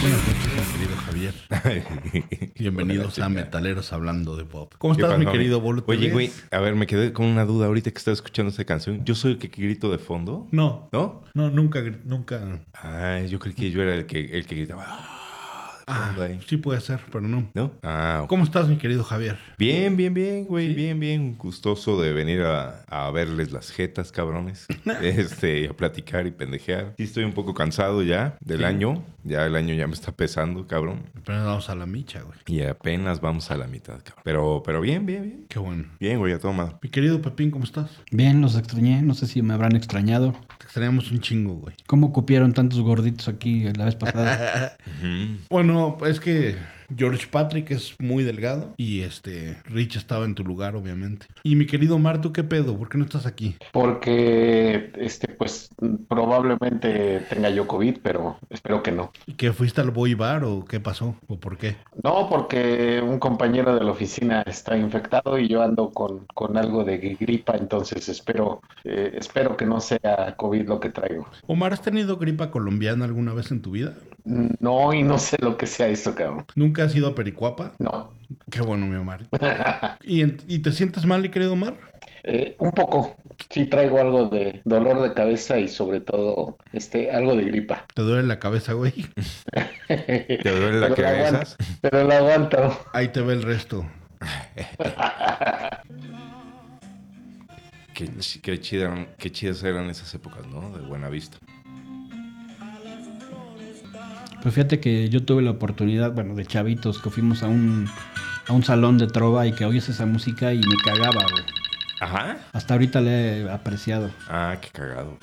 Buenas noches, mi querido Javier. Bienvenidos a Metaleros hablando de Bob. ¿Cómo estás, mi querido Boludo? Oye, güey, a ver, me quedé con una duda ahorita que estaba escuchando esa canción. ¿Yo soy el que grito de fondo? No, ¿No? no, nunca, nunca. Ay, yo creí que yo era el que, el que gritaba. "Ah", de Ah, fondo ahí. sí puede ser, pero no. ¿No? Ah, ok. ¿Cómo estás, mi querido Javier? Bien, bien, bien, güey, Sí. bien, bien. Gustoso de venir a, a verles las jetas, cabrones. este, y a platicar y pendejear. Sí, estoy un poco cansado ya del Sí. año. Ya el año ya me está pesando, cabrón. Apenas vamos a la micha, güey. Y apenas vamos a la mitad, cabrón. Pero, pero bien, bien, bien. Qué bueno. Bien, güey, a toma. Mi querido Pepín, ¿cómo estás? Bien, los extrañé, no sé si me habrán extrañado. Te extrañamos un chingo, güey. ¿Cómo cupieron tantos gorditos aquí la vez pasada? Bueno, es que George Patrick es muy delgado y este Rich estaba en tu lugar, obviamente. Y mi querido Mar, ¿tú qué pedo? ¿Por qué no estás aquí? Porque, este, pues, probablemente tenga yo COVID, pero espero que no. ¿Y ¿Que fuiste al boy bar o qué pasó? ¿O por qué? No, porque un compañero de la oficina está infectado y yo ando con, con algo de gripa, entonces espero, eh, espero que no sea COVID lo que traigo. Omar, ¿has tenido gripa colombiana alguna vez en tu vida? No, y no sé lo que sea eso, cabrón. ¿Nunca has ido a Pericuapa? No. Qué bueno, mi Omar. ¿Y, en- y te sientes mal, mi querido Omar? Eh, un poco. Sí traigo algo de dolor de cabeza y sobre todo, este, algo de gripa. Te duele la cabeza, güey. ¿Te duele la Pero la aguanto, cabeza? pero la aguanto. Ahí te ve el resto. Qué, chi- qué chida- qué chidas eran esas épocas, ¿no? De buena vista. Pues fíjate que yo tuve la oportunidad, bueno, de chavitos, que fuimos a un, a un salón de trova y que oyes esa música y me cagaba, güey. Ajá. Hasta ahorita la he apreciado. Ah, qué cagado.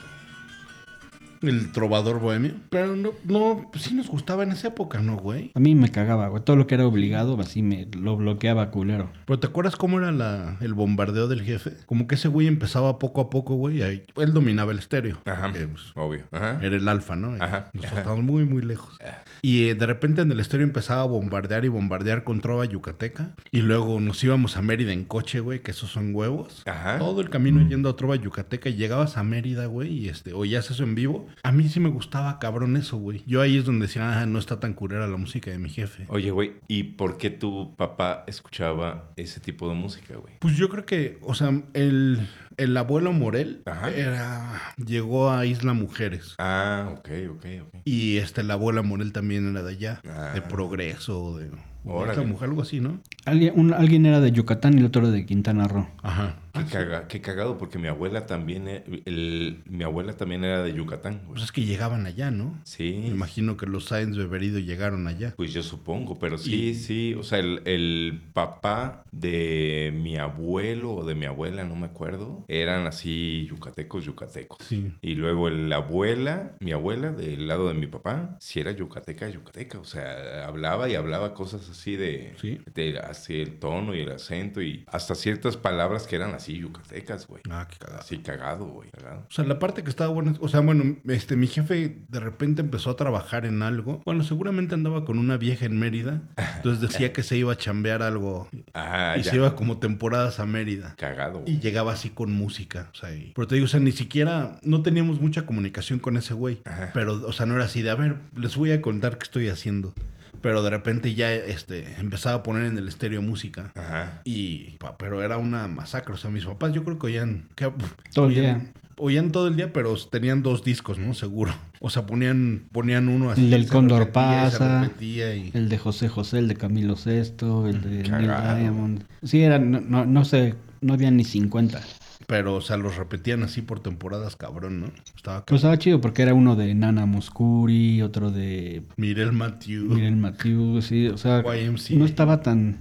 El trovador bohemio. Pero no, no, sí nos gustaba en esa época, ¿no, güey? A mí me cagaba, güey. Todo lo que era obligado, así me lo bloqueaba culero. Pero ¿te acuerdas cómo era la, el bombardeo del jefe? Como que ese güey empezaba poco a poco, güey. y ahí- él dominaba el estéreo. Ajá. Que, pues, Eh, Obvio. Ajá. Era el alfa, ¿no? Y Ajá. Ah. Nosotros estábamos muy, muy lejos. Y eh, de repente en el estéreo empezaba a bombardear y bombardear con trova yucateca. Y luego nos íbamos a Mérida en coche, güey, que esos son huevos. Ajá. Todo el camino Mm. yendo a trova yucateca y llegabas a Mérida, güey, y este, oías eso en vivo. A mí sí me gustaba cabrón eso, güey. Yo ahí es donde decía, ah, no está tan curera la música de mi jefe. Oye, güey, ¿y por qué tu papá escuchaba ese tipo de música, güey? Pues yo creo que, o sea, el, el abuelo Morel Ajá. era, llegó a Isla Mujeres. Ah, ok, ok, ok. Y este, la abuela Morel también era de allá, Ah. de progreso, de Órale. la mujer, algo así, ¿no? Alguien, un- alguien era de Yucatán y el otro era de Quintana Roo. Ajá. Qué, caga- qué cagado, porque mi abuela también, e- el, mi abuela también era de Yucatán, güey. Pues es que llegaban allá, ¿no? Me Sí, imagino que los Sainz Beberido llegaron allá. pues yo supongo, pero sí, sí, o sea, el, el papá de mi abuelo o de mi abuela, no me acuerdo, eran así yucatecos, yucatecos. Sí. Y luego la abuela, mi abuela, del lado de mi papá, si era yucateca, yucateca. O sea, hablaba y hablaba cosas así de, Sí. de así el tono y el acento y hasta ciertas palabras que eran así yucatecas, güey. Ah, qué cagada. Así cagado, güey. cagado. O sea, la parte que estaba buena, o sea, bueno, este, mi jefe de repente empezó a trabajar en algo. Bueno, seguramente andaba con una vieja en Mérida, entonces decía que se iba a chambear algo Ah, y ya. se iba como temporadas a Mérida. Cagado, güey. Y llegaba así con música, o sea, y- pero te digo, o sea, ni siquiera, no teníamos mucha comunicación con ese güey, Ajá. pero, o sea, no era así de, a ver, les voy a contar qué estoy haciendo, pero de repente ya, este, empezaba a poner en el estéreo música. Ajá. Y, pa- pero era una masacre. O sea, mis papás yo creo que oían... que- Todo el oían- día. Oían todo el día, pero tenían dos discos, ¿no? Seguro. O sea, ponían, ponían uno así. El del se Cóndor repetía y se pasa. repetía y- El de José José, el de Camilo Sesto, el de Neil Cagado. Diamond. Sí, eran, no, no, no sé, no había ni 50. Pero, o sea, los repetían así por temporadas, cabrón, ¿no? Estaba... Pero Pues estaba chido porque era uno de Nana Muscuri, otro de Mirel Mathieu. Miren Matthews, sí, o sea, YMCA. no estaba tan,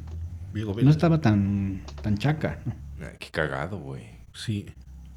Digo, no estaba tan, tan chaca. ¿no? Ah, Qué cagado, güey. Sí.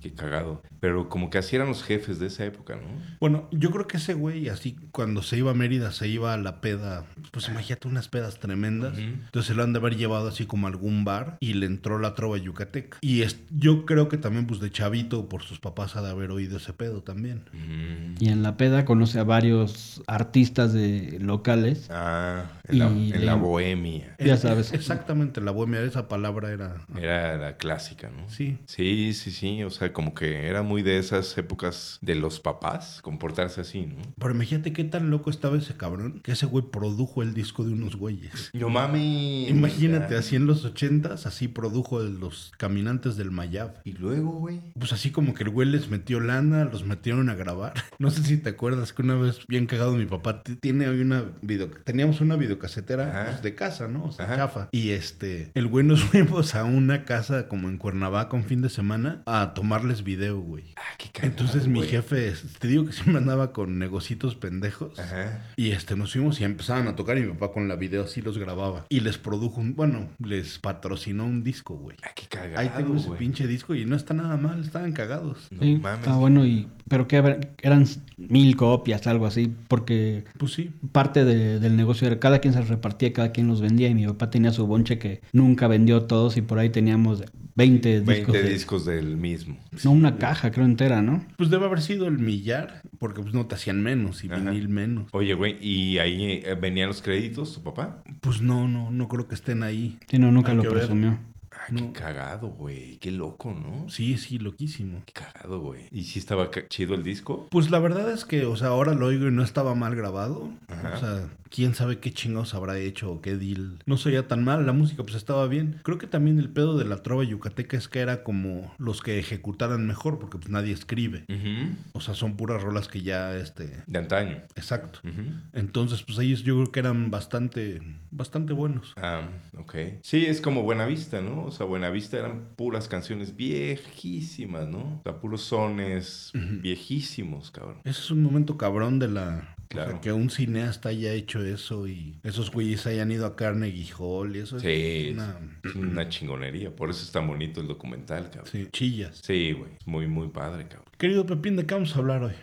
Qué cagado. Pero como que así eran los jefes de esa época, ¿no? Bueno, yo creo que ese güey, así cuando se iba a Mérida, se iba a la peda. Pues imagínate unas pedas tremendas. Ujú. Entonces se lo han de haber llevado así como a algún bar y le entró la trova yucateca. Y es, yo creo que también, pues de chavito, por sus papás ha de haber oído ese pedo también. Mm. Y en la peda conoce a varios artistas de locales. Ah, en la, Y en la la- bohemia. Ya Es- sabes. Exactamente, la bohemia, esa palabra era. Era la clásica, ¿no? Sí. Sí, sí, sí. O sea, como que era muy de esas épocas de los papás comportarse así, ¿no? Pero imagínate qué tan loco estaba ese cabrón que ese güey produjo el disco de unos güeyes. Yo mami. Imagínate, Ya. así en los ochentas, así produjo el- los caminantes del Mayab. Y luego, güey. Pues así como que el güey les metió lana, los metieron a grabar. No sé si te acuerdas que una vez, bien cagado, mi papá t- tiene ahí una video... Teníamos una videocasetera Ajá. pues, de casa, ¿no? O sea, Ajá. chafa. Y este, el güey nos fuimos a una casa como en Cuernavaca un fin de semana a tomarles video, güey. Ah, qué cagado, Entonces mi güey. jefe, es- te digo que siempre andaba con negocitos pendejos. Ajá. Y este, nos fuimos y empezaban a tocar y mi papá con la video así los grababa. Y les produjo un, bueno, les patrocinó un disco, güey. Ah, qué cagado. Ahí tengo ese güey. pinche disco y no está nada mal, estaban cagados. No Sí, mames. está bueno y... Pero que a ver, eran mil copias, algo así, porque Pues sí. parte de- del negocio era cada quien se repartía, cada quien los vendía y mi papá tenía su bonche que nunca vendió todos y por ahí teníamos 20 discos. ¿eh? 20 de- discos del mismo. No, una caja creo entera, ¿no? Pues debe haber sido el millar, porque pues no te hacían menos y Ajá. vinil menos. Oye, güey, ¿y ahí eh, venían los créditos, tu papá? Pues no, no, no creo que estén ahí. Sí, no, nunca Hay lo que ver. presumió. Ah, qué No. cagado, güey. Qué loco, ¿no? Sí, sí, loquísimo. Qué cagado, güey. ¿Y si estaba ca- chido el disco? Pues la verdad es que, o sea, ahora lo oigo y no estaba mal grabado. Ajá. O sea, quién sabe qué chingados habrá hecho o qué deal. No se oía tan mal, la música pues estaba bien. Creo que también el pedo de la trova yucateca es que era como los que ejecutaran mejor, porque pues nadie escribe. Ujú. O sea, son puras rolas que ya, este, De antaño. exacto. Ujú. Entonces, pues ellos yo creo que eran bastante, bastante buenos. Ah, ok. Sí, es como Buenavista, ¿no? O sea, Buenavista eran puras canciones viejísimas, ¿no? O sea, puros sones viejísimos, cabrón. Ese es un momento cabrón de la... o sea, Claro. que un cineasta haya hecho eso y esos güeyes hayan ido a Carnegie Hall y eso. Sí, Pues es es- una- es una chingonería. Por eso es tan bonito el documental, cabrón. sí, chillas. Sí, güey. Es muy, muy padre, cabrón. Querido Pepín, ¿de qué vamos a hablar hoy?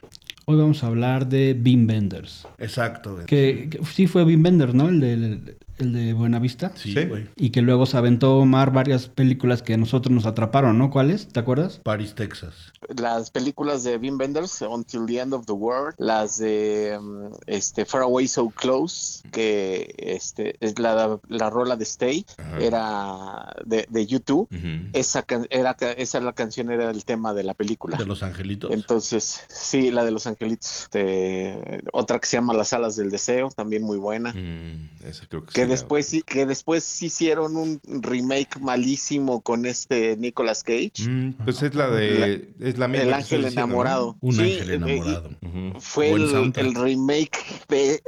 Hoy vamos a hablar de Bean Benders. Exacto. güey. Que, que sí fue Bean Benders, ¿no? El de, el de Buenavista. Sí, Sí. güey. Y que luego se aventó Omar varias películas que a nosotros nos atraparon, ¿no? ¿Cuáles? ¿Te acuerdas? Paris, Texas. Las películas de Wim Wenders, Until the End of the World, las de mm, este, Far Away So Close, que este, es la, la rola de Stay, Ajá. era de, de YouTube. Ujú. Esa, can- era, ca- esa la canción era el tema de la película. De Los Angelitos. Entonces, sí, la de los angelitos. Este, otra que se llama Las alas del deseo, también muy buena. Mm, esa creo que Que sí la- después sí, que después hicieron un remake malísimo con este Nicolas Cage, Mm, pues es la de... Es la misma El que estoy ángel diciendo, ¿no? enamorado. un Sí, ángel eh, enamorado. Ujú. y Fue Buen el, soundtrack. el remake, pe-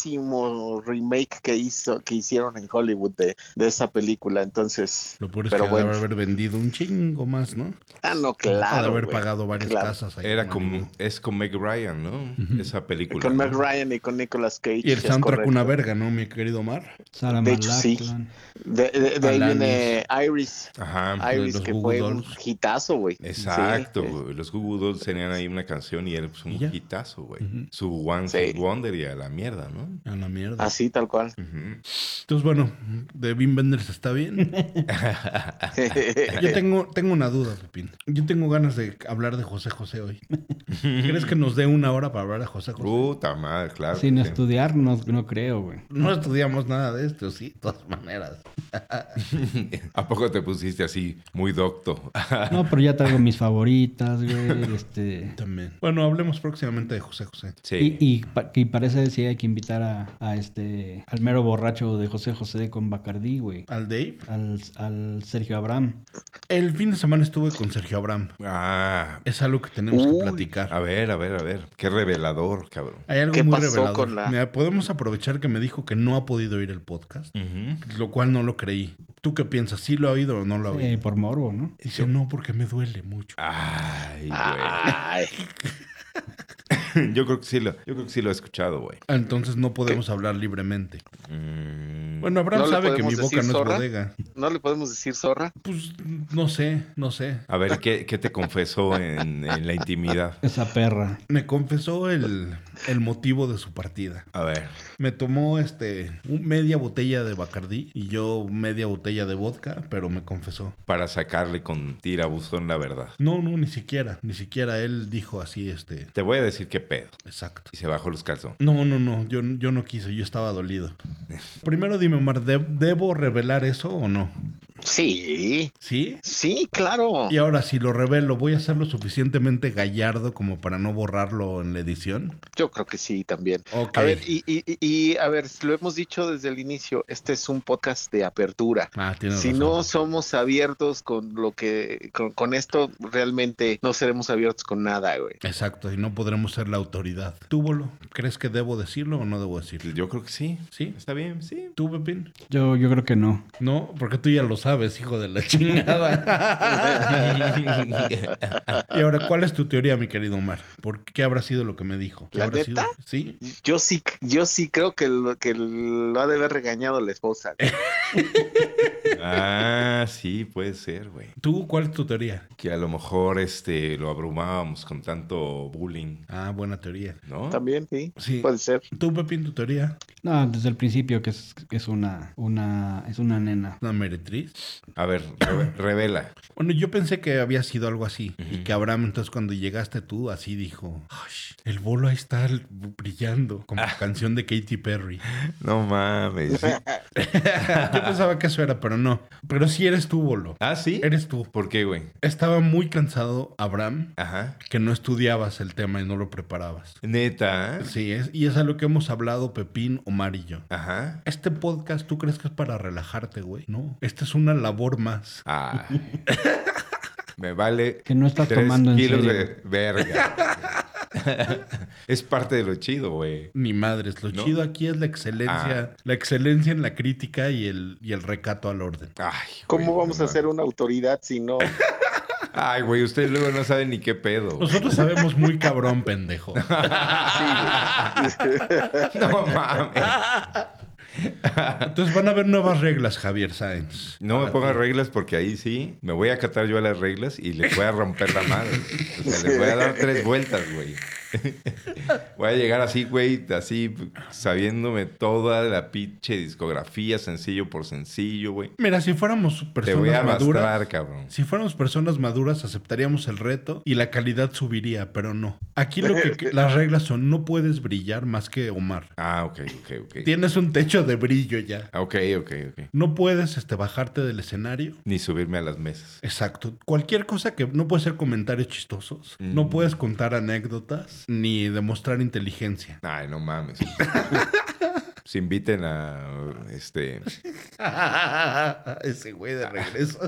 pésimo remake que hizo, que hicieron en Hollywood de, de esa película. Entonces, Lo peor es Pero que bueno. debe haber vendido un chingo más, ¿no? ah, no, Ha de claro. haber güey. pagado varias Claro. casas. ahí, Era ¿no? como... Es con Meg Ryan, ¿no? Ujú. Esa película. Con ¿no? Meg Ryan y con Nicolas Cage. Y el es soundtrack correcto. una verga, ¿no, mi querido Omar? Sara De hecho, sí. Malakian. De, de- de ahí Alanis. viene Iris. Ajá. de Iris, los que Google fue un Dolls. hitazo, güey. Exacto, Sí, eh, güey. Los Google Dolls tenían ahí una canción y era pues, ¿Y un ya? hitazo, güey. Ujú. Su One Sí. Hit Wonder y a la mierda, ¿no? A la mierda. Así, tal cual. Ujú. Entonces, bueno, de Vin Wenders está bien. Yo tengo, tengo una duda, Pepín. Yo tengo ganas de hablar de José José hoy. ¿Crees que nos dé una hora para hablar de José José? Puta madre, claro. Sin que sí. estudiar, no, no creo, güey. No estudiamos nada de esto, sí, de todas maneras. ¿A poco te pusiste así muy docto? No, pero ya traigo mis favoritas, güey. Este. También. Bueno, hablemos próximamente de José José. sí. Y, y pa- y parece que sí hay que invitar a, a este al mero borracho de José José con Bacardí, güey. Al Dave. Al, al Sergio Abraham. El fin de semana estuve con Sergio Abraham. Ah, Es algo que tenemos Uy. que platicar. a ver, a ver, a ver. Qué revelador, cabrón. Hay algo ¿Qué muy pasó revelador. con la- Mira, podemos aprovechar que me dijo que no ha podido oír el podcast, Ujú. lo cual no lo creí. ¿Tú qué piensas? ¿Sí lo ha oído o no lo ha oído? Eh, por morbo, ¿no? Dice, no, porque me duele mucho. Ay, güey. Ay, Yo creo que sí lo, yo creo que sí lo he escuchado, güey. Ah, Entonces no podemos hablar libremente. Mm, Bueno, Abraham ¿No le sabe que mi podemos boca decir no zorra? es bodega. ¿No le podemos decir zorra? Pues no sé, no sé. A ver, ¿qué, qué te confesó en, en la intimidad? Esa perra. Me confesó el, el motivo de su partida. A ver. Me tomó este un- media botella de Bacardí y yo media botella de vodka, pero me confesó. para sacarle con tirabuzón la verdad. No, no, ni siquiera, ni siquiera él dijo así, este, Te voy a decir qué pedo. exacto. Y se bajó los calzones. No, no, no, yo, yo no quise, yo estaba dolido. Primero dime, Omar, ¿de- ¿debo revelar eso o no? Sí. ¿Sí? Sí, claro. Y ahora, si lo revelo, ¿voy a ser lo suficientemente gallardo como para no borrarlo en la edición? Yo creo que sí, también. Ok. A ver, y, y- y- y, a ver, lo hemos dicho desde el inicio, este es un podcast de apertura. Ah, tienes Si razón. no somos abiertos con lo que, con, con esto, realmente no seremos abiertos con nada, güey. Exacto, y no podremos ser la autoridad. ¿Tú, Bolo? ¿Crees que debo decirlo o no debo decirlo? Yo creo que sí. ¿Sí? Está bien, sí. ¿Tú, Pepín? Yo, yo creo que no. No, porque tú ya lo sabes, hijo de la chingada. y ahora, ¿cuál es tu teoría, mi querido Omar? ¿Por qué habrá sido lo que me dijo? ¿Qué ¿La habrá neta? sido? Sí. Yo sí, yo sí creo que lo, que lo ha de haber regañado la esposa. ¿Eh? ah, sí, puede ser, güey. ¿Tú cuál es tu teoría? Que a lo mejor este lo abrumábamos con tanto bullying, Ah, buena teoría. ¿no? También, sí. Pues Sí. Puede ser. ¿Tú, Pepín, tu teoría? No, desde el principio que es, que es una, una, es una nena. ¿Una meretriz? A ver, reve- revela. Bueno, yo pensé que había sido algo así. Y Ujú. que Abraham, entonces cuando llegaste tú, así dijo: "Ay, El bolo ahí está l- brillando, como Ah. canción de Katy Perry. No mames. ¿sí? yo pensaba que eso era, pero no. Pero sí eres tú, bolo. Ah, sí. Eres tú. ¿Por qué, güey? Estaba muy cansado, Abraham, Ajá. que no estudiabas el tema y no lo preparabas. Neta. ¿eh? Sí, es, y es a lo que hemos hablado Pepín, Omar y yo. Ajá. Este podcast, ¿tú crees que es para relajarte, güey? No. Esta es una labor más. Ah. Me vale. Que no estás tres tomando en kilos serio. de verga. es parte de lo chido, güey. Ni madres. Lo ¿No? Ah. chido aquí es la excelencia, la excelencia en la crítica y el, y el recato al orden. Ay, ¿Cómo güey, vamos no a ser mames. una autoridad si no? Ay, güey, ustedes luego no saben ni qué pedo. güey. Nosotros sabemos muy cabrón, pendejo. no mames. Entonces van a haber nuevas reglas, Javier Sáenz. No me pongas reglas porque ahí sí me voy a catar yo a las reglas y les voy a romper la madre. O sea, les voy a dar tres vueltas, güey. Voy a llegar así, güey, así sabiéndome toda la pinche discografía, sencillo por sencillo, güey. Mira, si fuéramos Te voy personas a arrastrar, maduras, cabrón. si fuéramos personas maduras aceptaríamos el reto y la calidad subiría, pero no. Aquí lo que las reglas son, no puedes brillar más que Omar. Ah, ok, ok, ok. Tienes un techo de brillo ya. Ah, Ok, ok, ok. No puedes este, bajarte del escenario. Ni subirme a las mesas. Exacto. Cualquier cosa que no puede ser comentarios chistosos, no Mm. puedes contar anécdotas ni demostrar inteligencia. Ay, no mames. Se inviten a este Ese güey de regreso.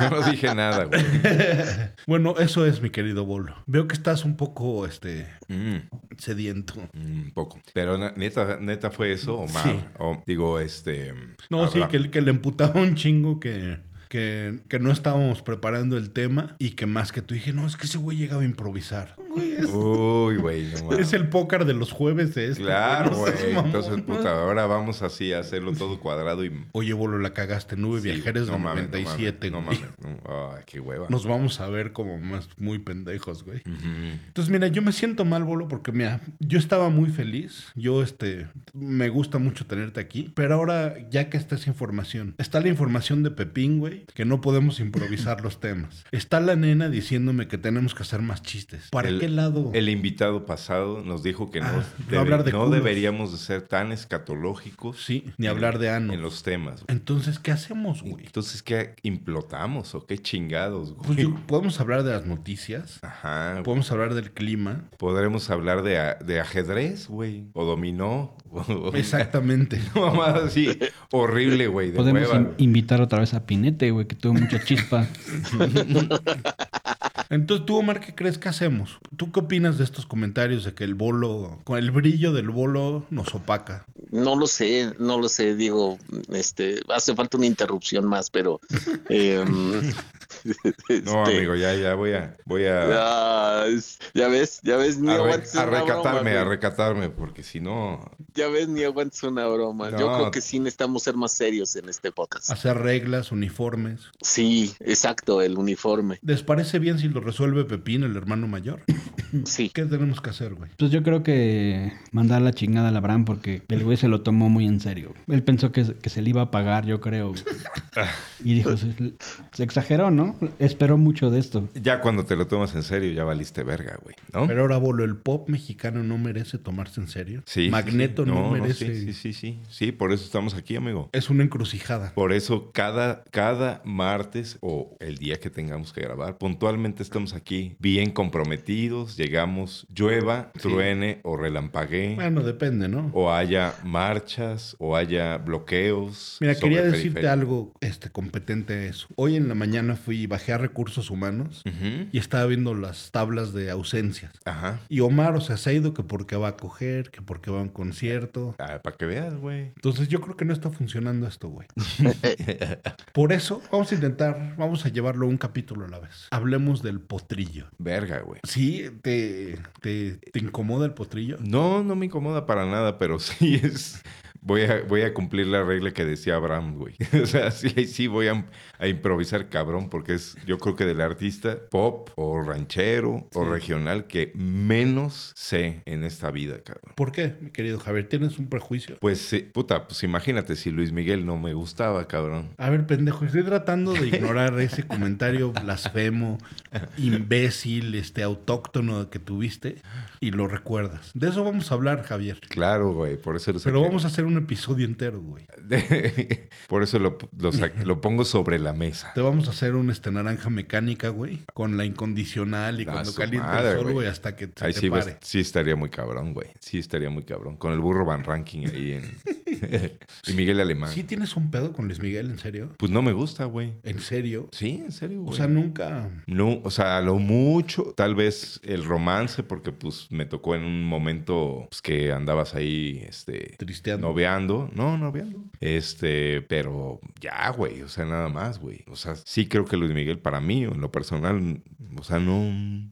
Yo no dije nada, güey. bueno, eso es mi querido Bolo. Veo que estás un poco este Mm. sediento. Un poco. Pero na- neta, neta fue eso, Omar. Sí. O- digo, este. No, sí, Abraham. que, el- que le emputaba un chingo que, que, que no estábamos preparando el tema y que más que tú dije, no, es que ese güey llegaba a improvisar. Güey, es, Uy, güey, no mames. es el póker de los jueves de este. Claro, no seas güey. mamón. Entonces, puta, ahora vamos así a hacerlo todo cuadrado y. Oye, Bolo, la cagaste. Nube Sí, Viajeros no de mames, 97. No güey. mames. No mames. no- ay, qué hueva. Nos vamos a ver como más muy pendejos, güey. Ujú. Entonces, mira, yo me siento mal, Bolo, porque mira, yo estaba muy feliz. Yo, este, me gusta mucho tenerte aquí. Pero ahora, ya que está esa información, está la información de Pepín, güey, que no podemos improvisar los temas. Está la nena diciéndome que tenemos que hacer más chistes. ¿Para El- qué lado? El invitado pasado nos dijo que no, Ah, debe- hablar de no culos. deberíamos de ser tan escatológicos Sí, ni hablar de ano. en los temas. güey. Entonces, ¿qué hacemos, güey? Entonces, ¿qué implotamos o qué chingados, güey? Pues yo- podemos hablar de las noticias, Ajá. podemos hablar del clima. Podremos hablar de, a- de ajedrez, güey. O dominó. o- Exactamente. Una mamada así. Horrible, güey. De Podemos hueva, in- güey. invitar otra vez a Pinete, güey, que tuvo mucha chispa. Entonces, tú, Omar, ¿qué crees que hacemos? ¿Tú qué opinas de estos comentarios de que el bolo, con el brillo del bolo, nos opaca? No lo sé, no lo sé, digo, este, hace falta una interrupción más, pero... em, No, este, amigo, ya, ya voy a. Voy a. ah, es- ya ves, ya ves, ni a re- aguantes a una recatarme, broma, a güey. recatarme, porque si no. Ya ves, ni aguantes una broma. Yo No. Ah. creo que sí necesitamos ser más serios en este podcast. Hacer reglas, uniformes. Sí, exacto, el uniforme. ¿Les parece bien si lo resuelve Pepín, el hermano mayor? Mm. Sí. ¿Qué tenemos que hacer, güey? Pues yo creo que mandar la chingada a la Abraham porque el güey se lo tomó muy en serio. Él pensó que, se- que se le iba a pagar, yo creo. güey. Y dijo, se, se exageró, ¿no? Esperó mucho de esto. Ya cuando te lo tomas en serio, ya valiste verga, güey. ¿No? Pero ahora, bolo, el pop mexicano no merece tomarse en serio. Sí, sí, Magneto sí. no, merece. sí, sí, sí, sí. Sí, por eso estamos aquí, amigo. Es una encrucijada. Por eso cada, cada martes o el día que tengamos que grabar, puntualmente estamos aquí bien comprometidos, llegamos, llueva, truene o relampaguee, Bueno, depende, ¿no? o haya marchas, o haya bloqueos. Mira, sobre quería el decirte periférico. algo este, competente a eso. Hoy en la mañana fui y bajé a recursos humanos Ujú. y estaba viendo las tablas de ausencias. Ajá. Y Omar, o sea, se ha ido que porque va a coger, que porque va a un concierto. Ah, para que veas, güey. Entonces yo creo que no está funcionando esto, güey. Por eso vamos a intentar, vamos a llevarlo un capítulo a la vez. Hablemos del potrillo. Verga, güey. ¿Sí? ¿Te, te, te incomoda el potrillo? No, no me incomoda para nada, pero sí es. Voy a, voy a cumplir la regla que decía Abraham, güey. O sea, sí, sí voy a, a improvisar cabrón, porque es, yo creo que del artista pop o ranchero o regional que menos sé en esta vida, cabrón. ¿Por qué, mi querido Javier? ¿Tienes un prejuicio? Pues, sí, puta, pues imagínate si Luis Miguel no me gustaba, cabrón. A ver, pendejo, estoy tratando de ignorar ese comentario blasfemo, imbécil, este autóctono que tuviste y lo recuerdas. De eso vamos a hablar, Javier. Claro, güey, por eso lo Pero saqué. vamos a hacer un episodio entero, güey. por eso lo, lo sa- lo pongo sobre la mesa. Te vamos a hacer un este naranja mecánica, güey, con la incondicional y A cuando Ah, su caliente madre, el sol, güey. güey, hasta que se Ahí te sí, va- pare. sí estaría muy cabrón, güey. Sí estaría muy cabrón. Con el burro Van Ranking ahí en... y Miguel Alemán. ¿Sí tienes un pedo con Luis Miguel, en serio? Pues no me gusta, güey. ¿En serio? Sí, en serio, O güey. sea, nunca. No, o sea, a lo mucho, tal vez el romance, porque pues me tocó en un momento pues, que andabas ahí, este, Tristeando. noveando. No, noveando. Este, pero ya, güey, o sea, nada más, güey. O sea, sí creo que Luis Miguel, para mí, en lo personal, o sea, no,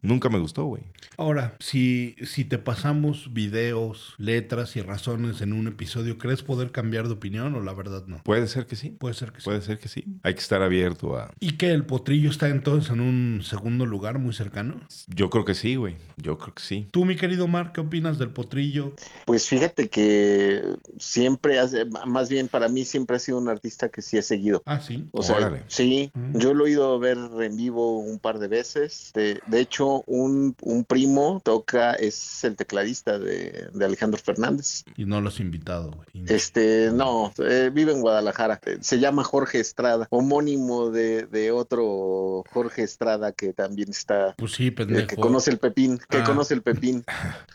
nunca me gustó, güey. Ahora, si, si te pasamos videos, letras y razones en un episodio, ¿crees poder cambiar de opinión o la verdad no? Puede ser que sí. Puede ser que sí. Puede ser que sí. Hay que estar abierto a. ¿Y que el potrillo está entonces en un segundo lugar muy cercano? Yo creo que sí, güey. Yo creo que sí. Tú, mi querido Mar, ¿qué opinas del potrillo? Pues fíjate que siempre, hace, más bien para mí siempre ha sido un artista que sí he seguido. Ah, sí. O sea, Órale. sí, Mm. yo lo he ido a ver en vivo un par de veces. De, de hecho, un, un primo toca, es el tecladista de, de Alejandro Fernández. Y no lo has invitado, güey. Este, no, eh, vive en Guadalajara. Eh, Se llama Jorge Estrada, homónimo de, de otro Jorge Estrada que también está, Pues sí, eh, pendejo. que conoce el Pepín, que Ah. conoce el Pepín.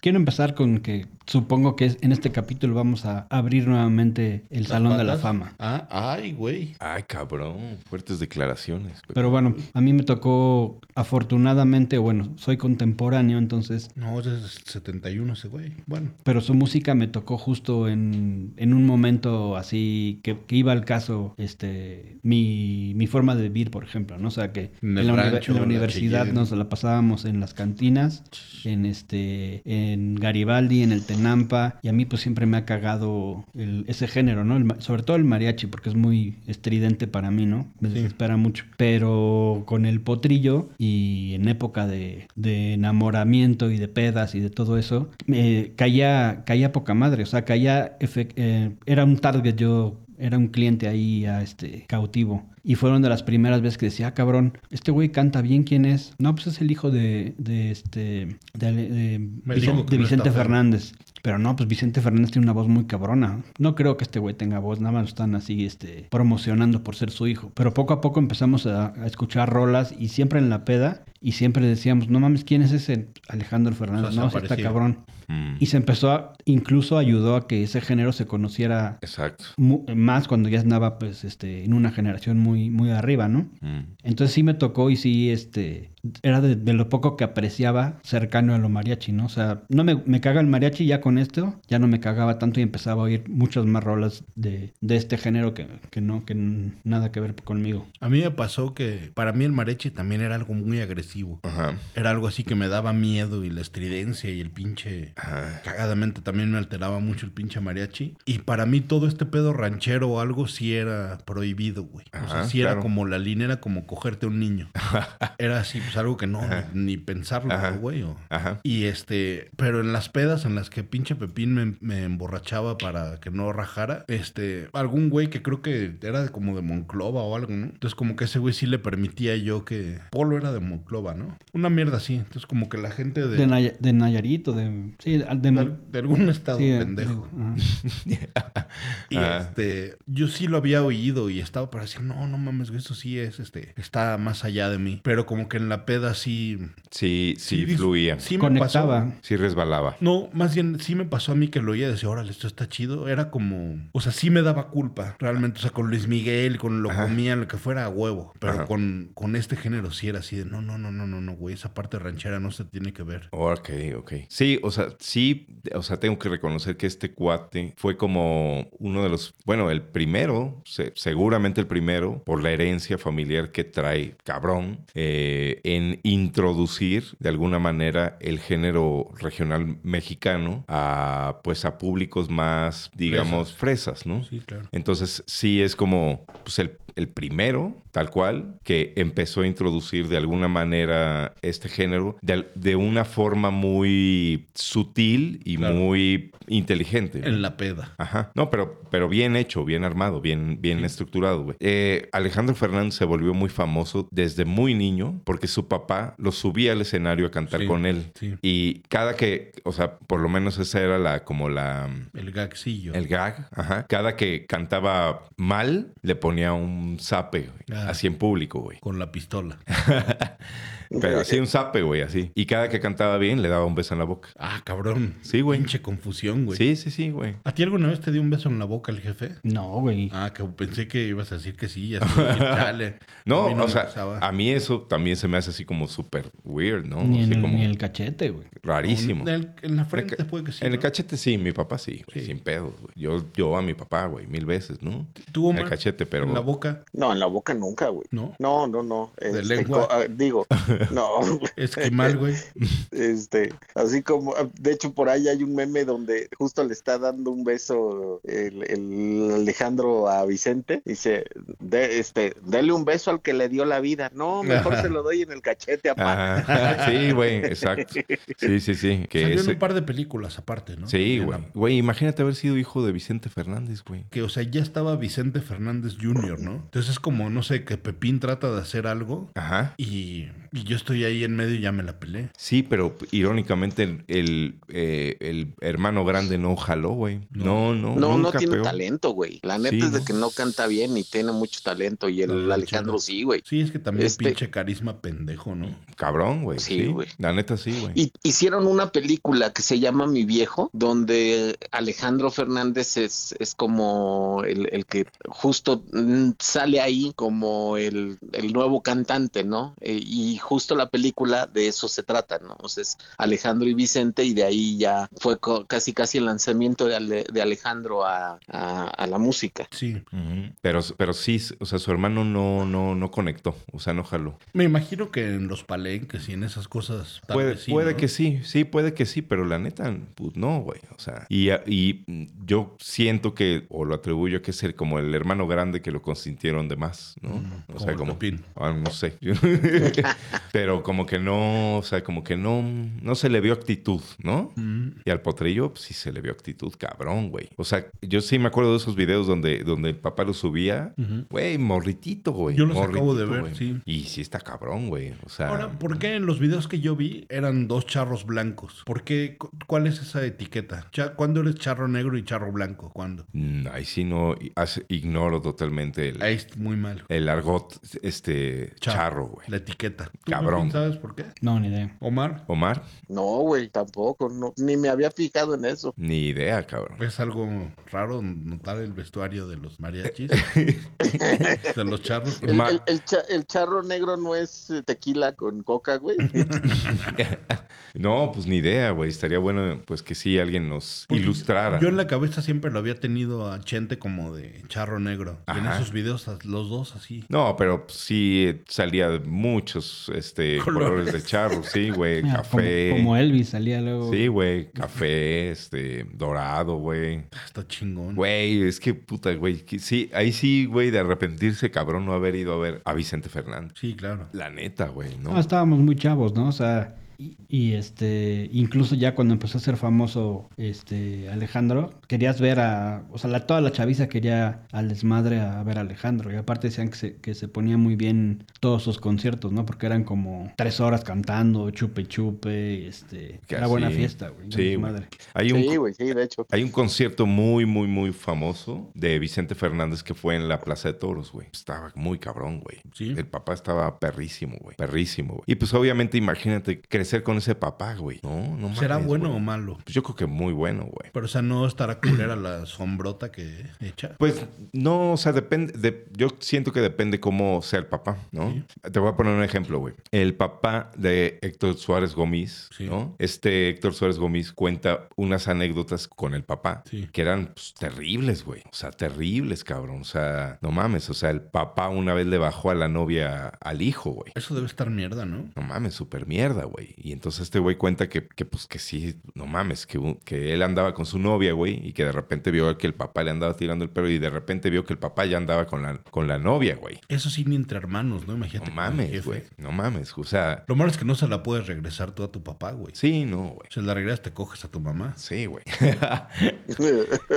Quiero empezar con que supongo que es- en este capítulo vamos a abrir nuevamente el ¿Las Salón de la patas? Fama. Ah, ay, güey. Ay, cabrón. Fuertes declaraciones. güey. Pero bueno, a mí me tocó, afortunadamente, bueno, soy contemporáneo, entonces, No, ese es 71 ese güey. Bueno, pero su música me tocó justo en, en un momento así que, que iba al caso, este, mi, mi forma de vivir, por ejemplo, ¿no? O sea, que En en, el la, uni- rancho, en la la universidad Cheyenne. nos la pasábamos en las cantinas, en este, en Garibaldi, en el Tenampa, y a mí pues siempre me ha cagado el- ese género, ¿no? El ma- sobre todo el mariachi, porque es muy estridente para mí, ¿no? Me Sí. desespera mucho. Pero con el potrillo y en época de, de enamoramiento y de pedas y de todo eso, me caía, caía poca madre, o sea, caía, efe- eh, era un target yo era un cliente ahí a este cautivo. Y fueron de las primeras veces que decía, ah, cabrón, este güey canta bien, ¿quién es? No, pues es el hijo de, de este de, Ale- de dijo Vicen- que de no Vicente está feo. Fernández. Pero no, pues Vicente Fernández tiene una voz muy cabrona. No creo que este güey tenga voz, nada más lo están así este, promocionando por ser su hijo. Pero poco a poco empezamos a, a escuchar rolas y siempre en la peda y siempre decíamos, no mames, ¿quién es ese Alejandro Fernández? O sea, se no, sí está aparecía. cabrón. Mm, Y se empezó a, incluso ayudó a que ese género se conociera Exacto. mu- más cuando ya andaba pues este en una generación muy muy arriba, ¿no? Mm. Entonces sí me tocó y sí este era de, de lo poco que apreciaba cercano a lo mariachi, ¿no? O sea, no me, me caga el mariachi ya con esto, ya no me cagaba tanto y empezaba a oír muchas más rolas de, de este género que, que no, que nada que ver conmigo. A mí me pasó que para mí el mareche también era algo muy agresivo. Ajá. Era algo así que me daba miedo y la estridencia y el pinche... Ajá. Cagadamente también me alteraba mucho el pinche mariachi. Y para mí todo este pedo ranchero o algo sí era prohibido, güey. o sea, Ajá, sí era claro. como la línea, era como cogerte a un niño. era así, pues algo que no, ni pensarlo, Ajá. güey. o- Ajá. Y este, pero en las pedas en las que pinche Pepín me, me emborrachaba para que no rajara, este, algún güey que creo que era como de Monclova o algo, ¿no? Entonces como que ese güey sí le permitía yo que... Polo era de Monclova, ¿no? Una mierda así. Entonces como que la gente de... De, Naya- de Nayarit o de... Sí, de... de- de algún estado sí, de- pendejo. ajá. Y Ah. este, yo sí lo había oído y estaba para decir, no, no mames, güey, eso sí es, este, está más allá de mí. Pero como que en la peda sí. Sí, sí, dis- fluía. sí me Conectaba. pasó. Sí resbalaba. No, más bien sí me pasó a mí que lo oía y decía, órale, esto está chido. Era como, o sea, sí me daba culpa, realmente. O sea, con Luis Miguel, con lo comía, lo que fuera a huevo. Pero Ajá. con, con este género sí era así de, no, no, no, no, no, no, güey, esa parte ranchera no se tiene que ver. Ok, ok. Sí, o sea, sí, o sea, tengo que reconocer que este cuate fue como uno de los, bueno, el primero, se- seguramente el primero, por la herencia familiar que trae cabrón, eh, en introducir de alguna manera el género regional mexicano a, pues, a públicos más, digamos, fresas, ¿no? Sí, claro. Entonces, sí es como pues, el, el primero, tal cual, que empezó a introducir de alguna manera este género de, al- de una forma muy sutil y Claro. muy inteligente. En la peda. Ajá. No, pero, pero bien hecho, bien armado, bien, bien estructurado, güey. Eh, Alejandro Fernández se volvió muy famoso desde muy niño porque su papá lo subía al escenario a cantar Sí, con él. sí. Y cada que, o sea, por lo menos esa era la como la El gaxillo. el gag, ajá. Cada que cantaba mal, le ponía un zape, güey. Ah. Así en público, güey. Con la pistola. Pero así un zape, güey, así. Y cada que cantaba bien, le daba un beso en la boca. Ah, cabrón. Sí, güey. Pinche confusión, güey. Sí, sí, sí, güey. ¿A ti alguna vez te dio un beso en la boca el jefe? No, güey. Ah, que pensé que ibas a decir que sí, ya estoy bien, chale. A No, mí o me sea, pasaba. a mí eso también se me hace así como súper weird, ¿no? ni, en Así el, como ni el cachete, güey. rarísimo. En, el- en la frente ca- puede que sí. en el ¿no? cachete sí, mi papá sí, güey, Sí. sin pedos, güey. Yo, yo a mi papá, güey, mil veces, ¿no? Tú, en el Omar, cachete, pero... En la boca, No, en la boca nunca, güey. ¿no? No, no, no. De Este, lengua. co- ah, digo, no, Esquimal, güey. este, así como, ah, de hecho, por ahí hay un meme donde justo le está dando un beso el, el Alejandro a Vicente. Dice, de, este, dele un beso al que le dio la vida. No, mejor se lo doy en el cachete, Ah, apá. Ajá. Sí, güey, exacto. Sí, sí, sí. Que Salió en ese- un par de películas aparte, ¿no? Sí, En güey. la- Güey, imagínate haber sido hijo de Vicente Fernández, güey. Que, o sea, ya estaba Vicente Fernández Jr., ¿no? Entonces es como, no sé, que Pepín trata de hacer algo Ajá. y, y yo estoy ahí en medio y ya me la pelé. Sí, pero irónicamente el, el, eh, el hermano grande no jaló, güey. No, no, No, no nunca tiene pegó. talento, güey. La Sí, neta es de ¿no? que no canta bien ni tiene mucho talento. Y el No, Alejandro chido. sí, güey. Sí, es que también Este- pinche carisma pendejo, ¿no? Cabrón, güey. Sí, Sí, güey. La neta sí, güey. Y hicieron una película que se llama Mi Viejo, donde Alejandro Fernández es, es como el, el que justo mm, sale ahí como el, el nuevo cantante, ¿no? Eh, y justo la película de eso se trata, ¿no? O sea, es Alejandro y Vicente y de ahí ya fue co- casi casi el lanzamiento de, Ale- de Alejandro a, a- a la música. Sí. Ujú. Pero, pero sí, o sea, su hermano no, no, no conectó. O sea, no jaló. Me imagino que en los palenques y en esas cosas. tal Puede, vez sí, puede ¿no? que sí, sí, puede que sí, pero la neta, pues no, güey. O sea, y, y yo siento que, o lo atribuyo que es el, como el hermano grande que lo consintieron de más, ¿no? o sea, el como. Pepín. Ah, no sé. Pero como que no, o sea, como que no, no se le vio actitud, ¿no? Mm. Y al potrillo pues, sí se le vio actitud, cabrón, güey. O sea, yo sí me acuerdo de esos videos donde, donde el papá lo subía. Ujú. Güey, morritito, güey. Yo los morritito, acabo de ver, güey. sí. Y sí está cabrón, güey. O sea. Ahora, ¿por qué en los videos que yo vi eran dos charros blancos? ¿Por qué? Cu- ¿Cuál es esa etiqueta? Cha- ¿Cuándo eres charro negro y charro blanco? ¿Cuándo? mm, Ahí sí no, y- hace- ignoro totalmente el, Ahí está muy mal. el argot, este, Charro. charro, güey. La etiqueta. ¿Tú, Cabrón. Pepín, ¿Sabes por qué? No, ni idea. Omar, Omar, No, güey, tampoco, no, ni me había fijado en eso. ni idea, cabrón. es algo raro notar el vestuario de los mariachis, de los charros. El, Ma- el- el cha- el charro negro no es eh, tequila con coca, güey. No, pues ni idea, güey. Estaría bueno, pues que sí alguien nos Porque ilustrara. Yo en la cabeza siempre lo había tenido a Chente como de charro negro. Y En Ajá. esos videos, a- los dos así. No, pero pues, sí salía de muchos este, Colores. colores. de charro, sí, güey. Ah, como, café. como Elvis salía luego. Sí, güey. Café, este, dorado, güey. Está chingón. Güey, es que puta, güey. que Sí, ahí sí, güey, de arrepentirse, cabrón, no haber ido a ver a Vicente Fernández. Sí, claro. La neta, güey, ¿no? No, estábamos muy chavos, ¿no? O sea, y, y, este, incluso ya cuando empezó a ser famoso este Alejandro, querías ver a, o sea, la- toda la chaviza quería al desmadre a ver a Alejandro. Y aparte decían que se, que se ponía muy bien todos sus conciertos, ¿no? Porque eran como tres horas cantando, chupe chupe, este, Que era buena así. fiesta, güey. Sí, güey. madre. Hay un, Sí, güey, sí, de hecho. Hay un concierto muy, muy, muy famoso de Vicente Fernández que fue en la Plaza de Toros, güey. Estaba muy cabrón, güey. Sí. El papá estaba perrísimo, güey. Perrísimo, güey. Y pues obviamente imagínate crecer con ese papá, güey. No, no mames, ¿Será bueno güey. o malo? Pues yo creo que muy bueno, güey. Pero, o sea, no estará culera la sombrota que echa. Pues no, o sea, depende. de- yo siento que depende cómo sea el papá, ¿no? Te voy a poner un ejemplo, güey. El papá de Héctor Suárez Gómez, Sí. ¿no? Este Héctor Suárez Gómez cuenta unas anécdotas con el papá Sí. que eran pues, terribles, güey. O sea, terribles, cabrón. O sea, no mames. O sea, el papá una vez le bajó a la novia al hijo, güey. Eso debe estar mierda, ¿no? No mames, súper mierda, güey. Y entonces este güey cuenta que, que, pues, que sí, no mames, que, un- que él andaba con su novia, güey, y que de repente vio que el papá le andaba tirando el pelo y de repente vio que el papá ya andaba con la, con la novia, güey. Eso sí, ni entre hermanos, ¿no? Imagínate. No con el mames, jefe. güey. No mames. O sea, Lo malo es que no se la puedes regresar tú a tu papá, güey. sí, no, güey. Si la regresas, te coges a tu mamá. Sí, güey.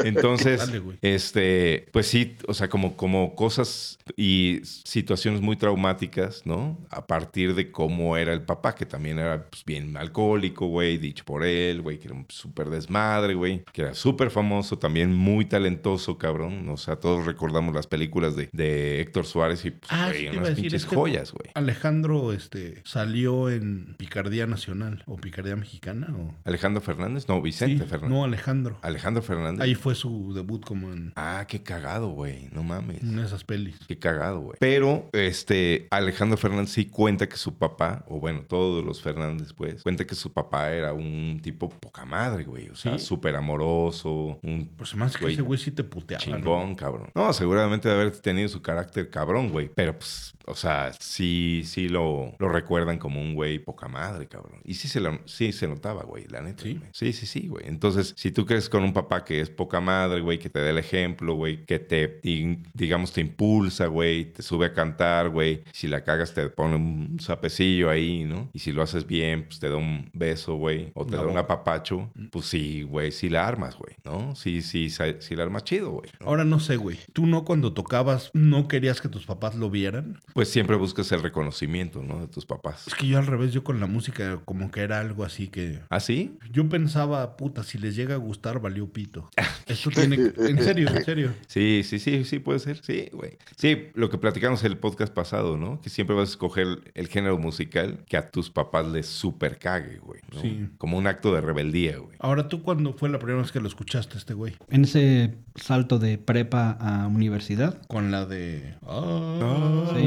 Entonces, Dale, güey. este, pues sí, o sea, como, como cosas y situaciones muy traumáticas, ¿no? A partir de cómo era el papá, que también era pues, bien alcohólico, güey, dicho por él, güey, que era un súper desmadre, güey, que era súper famoso, también muy talentoso, cabrón. O sea, todos recordamos las películas de, de Héctor Suárez y, pues, Ah, sí, güey, te iba a unas decir, pinches este- joyas, güey. Alejandro este, salió en Picardía Nacional o Picardía Mexicana o... Alejandro Fernández, no, Vicente Sí, Fernández. No, Alejandro. Alejandro Fernández. Ahí fue su debut como en Ah, qué cagado, güey, no mames. una de esas pelis. Qué cagado, güey. Pero este Alejandro Fernández sí cuenta que su papá, o bueno, todos los Fernández, pues, cuenta que su papá era un tipo poca madre, güey. O sea, ¿Sí? súper amoroso, un Pues más que Güey, ese güey sí te puteaba. ¿no? chingón, cabrón. No, seguramente de haber tenido su carácter cabrón, güey. Pero pues, o sea, sí, sí lo, lo recuerdan como un güey poca madre, cabrón. Y sí se, lo- sí se notaba, güey, la neta. ¿Sí? güey. sí, sí, sí, güey. Entonces, si tú crees con un papá que es poca madre, güey, que te dé el ejemplo, güey, que te, in- digamos, te impulsa, güey, te sube a cantar, güey. Si la cagas, te pone un sapecillo ahí, ¿no? Y si lo haces bien, pues te da un beso, güey, o te La da un boca. apapacho. Mm. Pues sí, güey, sí la armas, güey, ¿no? Sí, sí, sa- sí la armas chido, güey. ¿no? Ahora no sé, güey. ¿Tú no cuando tocabas no querías que tus papás lo vieran? Pues siempre buscas el reconocimiento, ¿no? De tus papás. Es que yo al revés, yo con la música como que era algo así que... ¿Ah, sí? Yo pensaba, puta, si les llega a gustar, valió pito. Esto tiene... En serio, en serio. Sí, sí, sí, sí, puede ser. Sí, güey. Sí, lo que platicamos en el podcast pasado, ¿no? Que siempre vas a escoger el género musical que a tus papás les super cague, güey. ¿no? Sí. Como un acto de rebeldía, güey. Ahora, ¿tú cuándo fue la primera vez que lo escuchaste este güey? En ese salto de prepa a universidad, Con la de... Sí.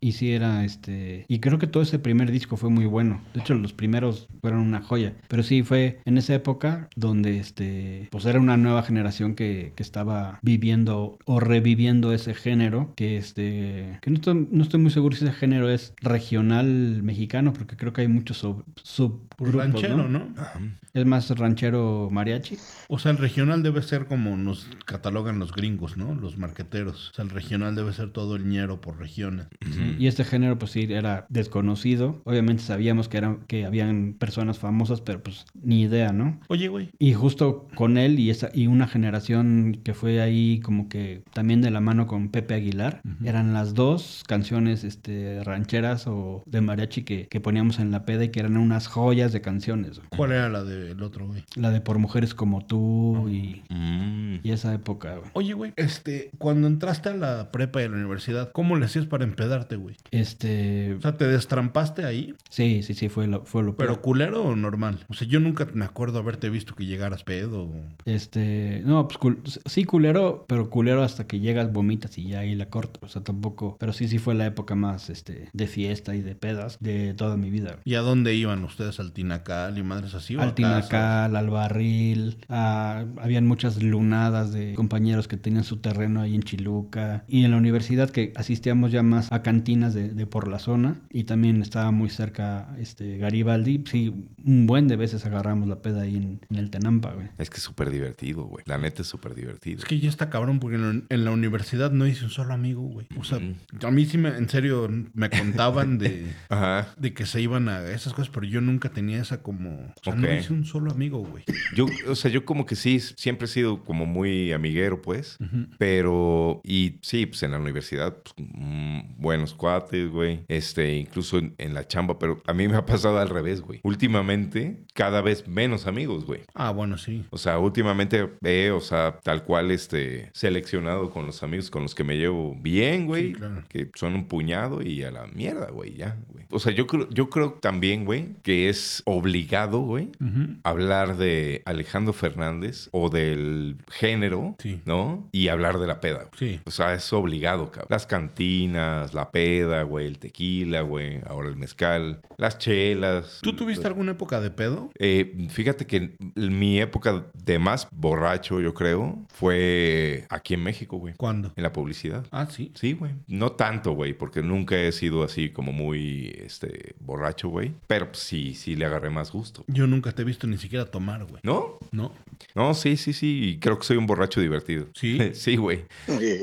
y sí era este. Y creo que todo ese primer disco fue muy bueno. De hecho, los primeros fueron una joya. Pero sí fue en esa época donde este. Pues era una nueva generación que, que estaba viviendo o reviviendo ese género. Que este. Que no estoy, no estoy muy seguro si ese género es regional mexicano, porque creo que hay muchos sub- subgrupos. Pues ranchero, ¿no? ¿no? Ajá. Es más ranchero mariachi. O sea, el regional debe ser como nos catalogan los gringos, ¿no? Los marqueteros. O sea, el regional debe ser todo el ñero por regiones. Ujú. Y este género, pues sí, era desconocido. Obviamente sabíamos que, eran, que habían personas famosas, pero pues ni idea, ¿no? Oye, güey. Y justo con él y, esa, y una generación que fue ahí como que también de la mano con Pepe Aguilar, Ujú. eran las dos canciones este, rancheras o de mariachi que, que poníamos en la peda y que eran unas joyas de canciones. güey. ¿Cuál era la del otro, güey? La de Por Mujeres Como Tú y, Mm. y y esa época, güey. Oye, güey, este, cuando entraste a la prepa y a la universidad, ¿cómo le hacías para empedarte, güey? Este, O sea, ¿te destrampaste ahí? sí, sí, sí, fue lo, fue lo peor. ¿Pero culero o normal? O sea, yo nunca me acuerdo haberte visto que llegaras pedo. o- Este, no, pues cul- sí culero, pero culero hasta que llegas, vomitas y ya ahí la corto. O sea, tampoco, pero sí, sí fue la época más, este, de fiesta y de pedas de toda mi vida. ¿Y a dónde iban ustedes? ¿Al Tinacal y madres así? o a Al Tinacal, al barril, a- habían muchas lunadas de compañeros que tenían su terreno ahí en Chiluca. Y en la universidad que asistíamos ya más a cantinas de, de por la zona. Y también estaba muy cerca este Garibaldi. Sí, un buen de veces agarramos la peda ahí en, en el Tenampa, güey. Es que es súper divertido, güey. La neta es súper divertido. Es que ya está cabrón porque en la, en la universidad no hice un solo amigo, güey. O sea, Ujú. a mí sí me, en serio, me contaban de, Ajá. de que se iban a esas cosas, pero yo nunca tenía esa como... O sea, no Ok. hice un solo amigo, güey. Yo, o sea, yo como que sí, siempre he sido como muy amiguero, pues. Ujú. Pero, y sí, pues en la universidad, pues, mm, buenos cuates, güey. Este, incluso en, en la chamba, pero a mí me ha pasado al revés, güey. Últimamente, cada vez menos amigos, güey. Ah, bueno, sí. O sea, últimamente he, o sea, tal cual, este, seleccionado con los amigos con los que me llevo bien, güey. Sí, claro. Que son un puñado y a la mierda, güey, ya, güey. O sea, yo creo, yo creo también, güey, que es obligado, güey, Ujú. hablar de Alejandro Fernández o del género, Sí. ¿no? Y hablar de la peda. güey. Sí. O sea, es obligado, cabrón. Las cantinas, la peda, güey, el tequila, güey, ahora el mezcal, las chelas. ¿Tú tuviste alguna época de pedo? Eh, fíjate que mi época de más borracho, yo creo, fue aquí en México, güey. ¿Cuándo? En la publicidad. Ah, sí. Sí, güey. No tanto, güey, porque nunca he sido así como muy, este, borracho, güey. Pero pues, sí, sí le agarré más gusto. Yo nunca te he visto ni siquiera tomar, güey. ¿No? ¿No? No, sí, sí, sí. y Creo que soy un borracho divertido. ¿Sí? Sí, güey.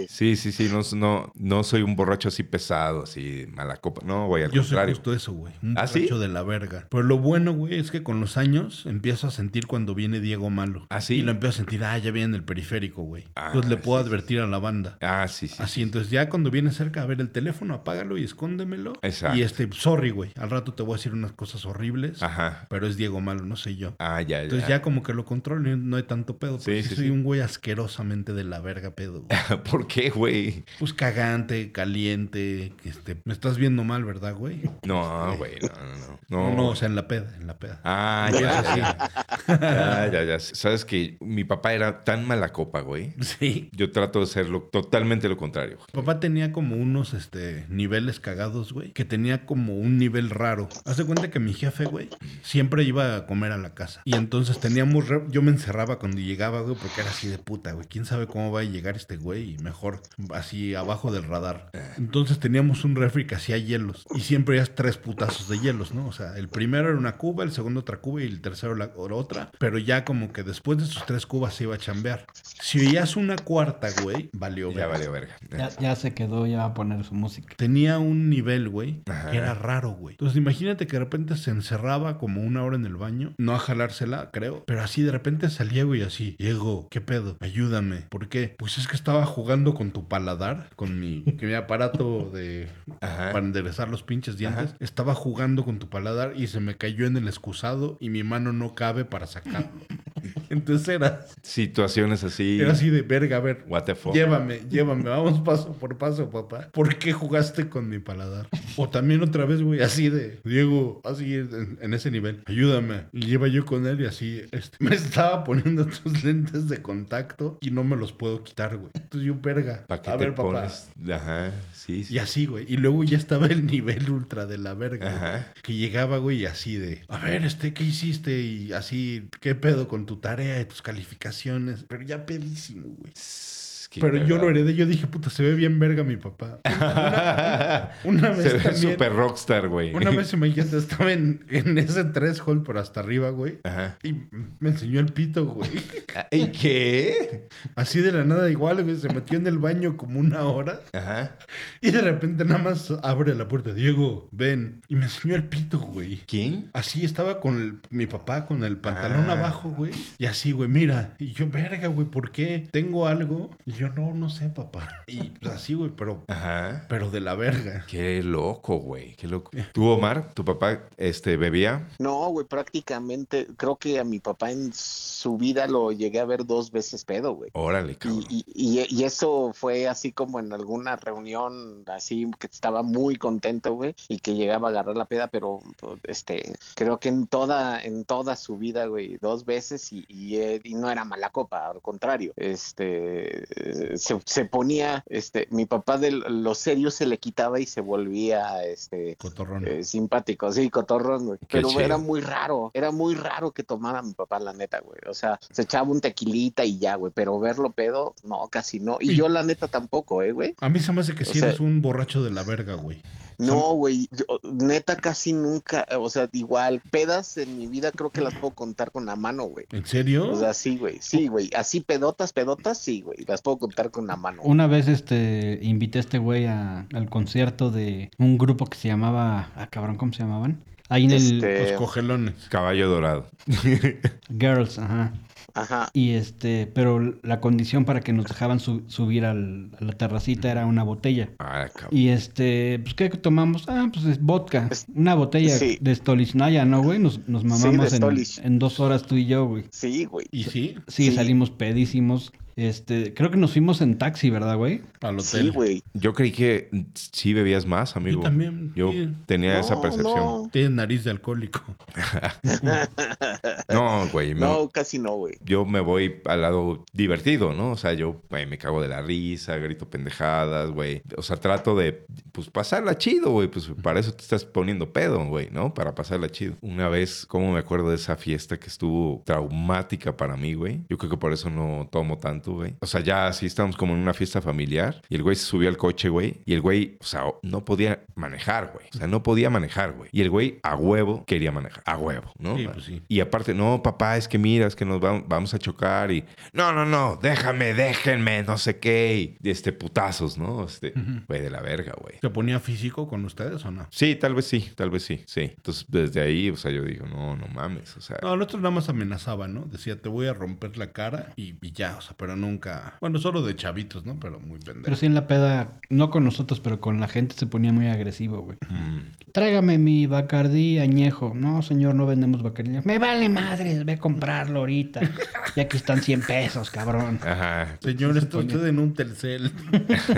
Sí, sí, sí. No, no, no soy un borracho así pesado, así mala copa. No, güey, al Yo soy contrario. justo eso, güey. Un ¿Ah, sí? borracho de la verga. Pero lo bueno, güey, es que con los años empiezo a sentir cuando viene Diego Malo. ¿Ah, sí? Y lo empiezo a sentir, ah, ya viene el periférico, güey. Ah, entonces le puedo sí, advertir a la banda. Ah, sí, sí. Así, entonces ya cuando viene cerca, a ver el teléfono, apágalo y escóndemelo. Exacto. Y este, sorry, güey. Al rato te voy a decir unas cosas horribles. Ajá. Pero es Diego Malo, no sé yo. Ah, ya, ya. Entonces ya como que lo controlo y no hay tanto pedo. Sí, porque sí sí, soy sí. un güey asquerosamente de la verga pedo. güey. ¿Por qué, güey? Pues cagante, caliente, que este, me estás viendo mal, ¿verdad, güey? No, güey, no, no, no. No, No, no, o sea, en la peda, en la peda. Ah, ya, ya, ya. ya, ya, ya. Sabes que mi papá era tan mala copa, güey. Sí. Yo trato de ser lo- totalmente lo contrario. güey. Papá tenía como unos este, niveles cagados, güey, que tenía como un nivel raro. Haz de cuenta que mi jefe, güey, siempre iba a comer a la casa. Y entonces teníamos, re- yo me encerraba cuando llegaba, güey, porque era así de puta, güey. ¿Quién sabe cómo va a llegar este güey? Y mejor así abajo del radar. Entonces teníamos un refri que hacía hielos. Y siempre eras tres putazos de hielos, ¿no? O sea, el primero era una cuba, el segundo otra cuba y el tercero la o la otra. Pero ya como que después de sus tres cubas se iba a chambear. Si oías una cuarta, güey, valió, Ya verga. valió verga. Ya, ya se quedó, ya va a poner su música. Tenía un nivel, güey, Ajá. que era raro, güey. Entonces, imagínate que de repente se encerraba como una hora en el baño, no a jalársela, creo, pero así de repente salía, güey, así, Diego, ¿qué pedo? Ayúdame. ¿Por qué? Pues es que estaba jugando con tu paladar, con mi, que mi aparato de, para Ajá. enderezar los pinches dientes, Ajá. estaba jugando con tu paladar y se me cayó en el excusado y mi mano no cabe para sacarlo. Entonces era, Situaciones así. era así de verga, a ver. What the fuck. Llévame, llévame, vamos paso por paso, papá. ¿Por qué jugaste con mi paladar? O también otra vez, güey, así de Diego, así en, en ese nivel. Ayúdame. Y lleva yo con él y así este, me estaba poniendo tus lentes de contacto y no me los puedo quitar, güey. Entonces yo, verga. ¿Para qué A te ver, papá. pones? Ajá. Sí, sí. Y así, güey. Y luego ya estaba el nivel ultra de la verga. güey. Ajá. Que llegaba, güey, y así de, a ver, este, ¿qué hiciste? Y así, ¿qué pedo con tu tarea y tus calificaciones? Pero ya pedísimo, güey. Sss, qué Pero yo cagado. lo heredé, yo dije, puta, se ve bien verga mi papá. Una vez Se ve también- súper rockstar, güey. Una vez imagínate, estaba en, en ese tres hole, pero hasta arriba, güey. Ajá. Ah, Y me enseñó el pito, güey. ¿Y qué? Así de la nada igual, güey. Se metió en el baño como una hora. Ajá. Y de repente nada más abre la puerta. Diego, ven. Y me enseñó el pito, güey. ¿Quién? Así estaba con el- mi papá con el pantalón Ah. abajo, güey. Y así, güey, mira. Y yo, verga, güey, ¿por qué? Tengo algo. Y yo, Yo no, no sé, papá. Y pues, así, güey, pero, Ajá. pero de la verga. Qué loco, güey. Qué loco. Eh. ¿Tú, Omar, tu papá este, bebía? No, güey, prácticamente creo que a mi papá en su vida lo llegué a ver dos veces pedo, güey. Órale, cabrón. Y, y- y- y eso fue así como en alguna reunión, así que estaba muy contento, güey, y que llegaba a agarrar la peda, pero pues, este, creo que en toda, en toda su vida, güey, dos veces y, y, eh, y no era mala copa, al contrario, este, eh, se, se ponía, este, mi papá de lo serio se le quitaba y se volvía, este, Cotorrón. eh, simpático, sí, cotorrón, güey. Pero chido. era muy raro, era muy raro que tomara mi papá, la neta, güey. O sea, se echaba un tequilita y ya, güey. Pero verlo pedo, no, casi no. Y Y- yo, la neta, tampoco, ¿eh, güey? A mí se me hace que o si sea- eres un borracho de la verga, güey. No, güey. yo, Neta, casi nunca. eh, O sea, igual, pedas en mi vida creo que las puedo contar con la mano, güey. ¿En serio? O sea, sí, güey. Sí, güey. Así pedotas, pedotas, sí, güey. Las puedo contar con la mano. Una vez este invité a este güey a- al concierto de un grupo que se llamaba. Ah, cabrón, ¿cómo se llamaban? Ahí en el. Este- Los Pues cogelones. Caballo dorado. Girls, ajá. Ajá. Y este, pero la condición para que nos dejaban su- subir al- a la terracita era una botella. Ah, cabrón. Y este, pues ¿qué tomamos? Ah, pues es vodka. Una botella Sí. de Stolichnaya, ¿no, güey? Nos, nos Sí, de mamamos en- Stolich. en, dos horas tú y yo, güey. Sí, güey. ¿Y sí? Sí, Sí. salimos pedísimos. Este, creo que nos fuimos en taxi, ¿verdad, güey? Al hotel. Sí, güey. Yo creí que sí bebías más, amigo. Yo también, Yo sí. tenía esa No, percepción. no. Tienes nariz de alcohólico. No, güey. me- No, casi no, güey. Yo me voy al lado divertido, ¿no? O sea, yo güey, me cago de la risa, grito pendejadas, güey. O sea, trato de, pues, pasarla chido, güey. Pues para eso te estás poniendo pedo, güey, ¿no? Para pasarla chido. Una vez, ¿cómo me acuerdo de esa fiesta que estuvo traumática para mí, güey? Yo creo que por eso no tomo tanto, güey. O sea, ya así estábamos como en una fiesta familiar y el güey se subió al coche, güey. Y el güey, o sea, no podía manejar, güey. O sea, no podía manejar, güey. Y el güey a huevo quería manejar, a huevo, ¿no? Sí, pues sí. Y aparte, no, papá, es que mira, es que nos vam- vamos a chocar y no, no, no, déjame, déjenme, no sé qué, y este putazos, ¿no? Este, güey, de la verga, güey. ¿Se ponía físico con ustedes o no? Sí, tal vez sí, tal vez sí, sí. Entonces, desde ahí, o sea, yo digo, no, no mames, o sea, No, el otro nada más amenazaba, ¿no? Decía, te voy a romper la cara y, y ya, o sea, pero nunca. Bueno, solo de chavitos, ¿no? Pero muy Pero Pues, pendejos. sí en la peda, no con nosotros, pero con la gente se ponía muy agresivo, güey. mm, Tráigame mi Bacardí añejo. No, señor, no vendemos Bacardí. Me vale madres, ve a comprarlo ahorita. Y aquí están 100 pesos, cabrón. ajá. Señor, está usted en un telcel.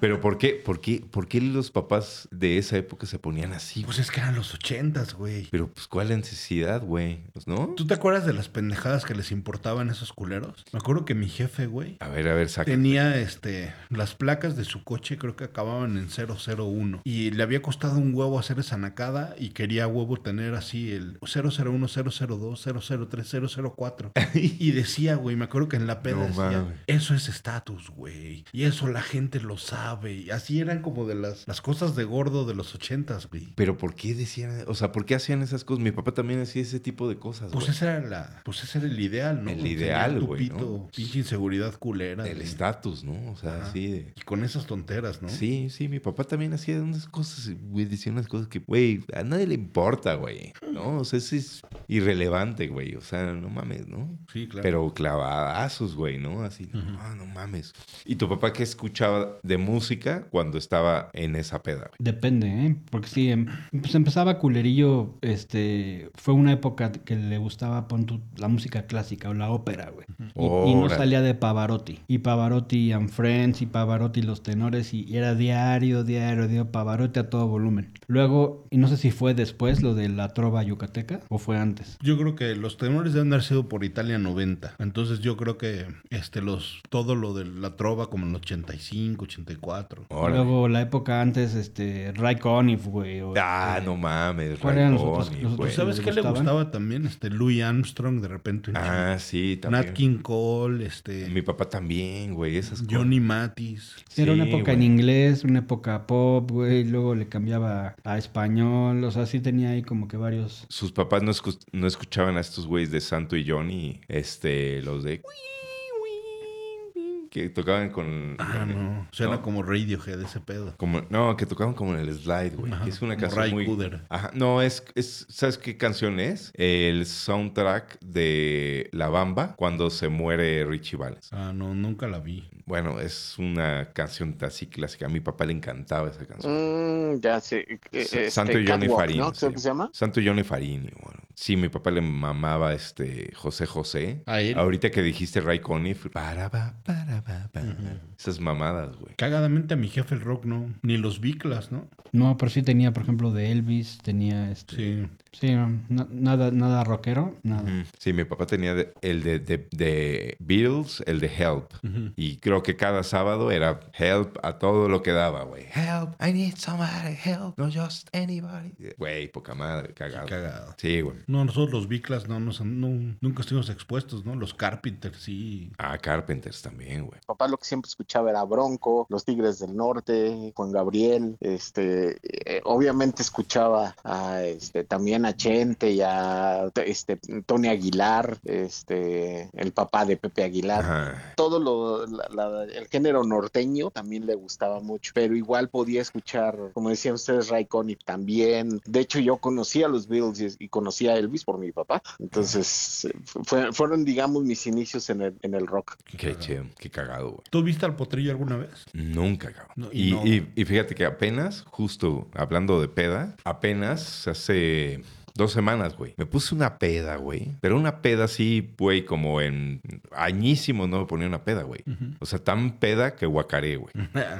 Pero ¿por qué, por qué, por qué los papás de esa época se ponían así? güey? Pues es que eran los ochentas, güey. Pero, pues, ¿cuál necesidad, güey? Pues, ¿no? ¿Tú te acuerdas de las pendejadas que les importaban a esos culeros? Me acuerdo que mi jefe, güey, A ver, a ver, saca. tenía este las placas de su coche, creo que acababan en 001. Y le había costado un huevo hacer esa nacada y quería huevo tener así el 001, 002, 003, 004. Y decía, güey, me acuerdo que en la peda No decía, mames. eso es estatus, güey. Y eso la gente lo sabe. Y así eran como de las, las cosas de gordo de los ochentas, güey. Pero, ¿por qué decían, o sea, por qué hacían esas cosas? Mi papá también hacía ese tipo de cosas, Pues güey. ese era la, pues ese era el ideal, ¿no? El Tener ideal, tu güey, ¿no? pito, Pinche inseguridad culera. El güey. estatus, ¿no? O sea, ¿eh? Ajá. así de... Y con esas tonteras, ¿no? Sí, sí, mi papá también hacía unas cosas, güey, decía unas cosas que, güey, a nadie le importa, güey. No, o sea, eso es irrelevante, güey. O sea, no mames, ¿no? Sí, claro. Pero clavadazos, güey, ¿no? Así, no, no mames. ¿Y tu papá qué escuchaba de música cuando estaba en esa peda, güey? Depende, ¿eh? Porque sí, em, pues empezaba culerillo, este, fue una época que le gustaba pon tú, la música clásica o la ópera, güey. Y, y no Órale. salía de Pavarotti. Y Pavarotti and Friends y Pavarotti los tenores y, y era diario, diario, diario, Pavarotti a todo volumen. Luego, y no sé si fue después lo de la trova yucateca o fue antes. Yo creo que los tenores deben haber sido por Italia 90. Entonces yo creo que este los todo lo de la trova como en 85, 84. Órale. Luego la época antes, este, Ray Conniff, güey. o ah, este, no mames, ¿cuál eran los Ray otros- Conniff, los otros güey. ¿Tú ¿Sabes ¿les qué le gustaban? gustaba también? Este Louis Armstrong de repente. un Ah, sí, chingo. Nat también. King Cole, este Mi papá también, güey, esas cosas. Johnny Matis. Sí, era una Sí, época en güey. inglés, una época pop, güey, luego le cambiaba a español, o sea, sí tenía ahí como que varios... sus papás no, escu- no escuchaban a estos güeyes de Santo y Johnny, este, los de... que tocaban con. Ah, con- no. Suena no. como Radiohead ese pedo. Como, no, que tocaban como en el slide, güey. Ajá, que es una como canción Ray muy... Cooder. Ajá, no, es, es... ¿Sabes qué canción es? El soundtrack de La Bamba cuando se muere Richie Valens. Ah, no, nunca la vi. Bueno, es una canción así clásica. A mi papá le encantaba esa canción. Mm, ya sé. eh, S- este, Santo Johnny Catwalk, Farina. ¿no? Creo que se llama. Santo Johnny Farini, bueno. Sí, mi papá le mamaba este José José. A él. Ahorita que dijiste Ray Conniff, para, pa, para, pa, pa. esas mamadas, güey. Cagadamente a mi jefe el rock no. Ni los Biclas, ¿no? No, pero sí tenía, por ejemplo, de Elvis, tenía este. Sí, Sí. no, na- nada, nada rockero, nada. Ujú. Sí, mi papá tenía de- el de, de, de Beatles, el de Help. Ujú. Y creo que cada sábado era help a todo lo que daba, güey. Help, I need somebody, help, not just anybody. Güey, poca madre, cagado. Cagado. Sí, güey. No, nosotros los Biclas no, nos- no- nunca estuvimos expuestos, ¿no? Los Carpenters, sí. Ah, Carpenters también, güey. Papá lo que siempre escuchaba era Bronco, Los Tigres del Norte, Juan Gabriel, este, eh, obviamente escuchaba a, este, también a Chente y a este, Tony Aguilar, este, el papá de Pepe Aguilar. Ajá. todo lo, la- la- el género norteño también le gustaba mucho, pero igual podía escuchar, como decían ustedes, Ray Conniff también. De hecho, yo conocía a los Beatles y, y conocía a Elvis por mi papá. Entonces, eh, fue- fueron, digamos, mis inicios en el, en el rock. Qué chido, qué cagado, güey. ¿Tú viste al potrillo alguna vez? Nunca, cabrón. No, y y, no. y- y fíjate que apenas, justo hablando de peda, apenas hace dos semanas, güey, me puse una peda, güey. Pero una peda así, güey, como en añísimo no me ponía una peda, güey. O sea, tan peda que guacaré, güey.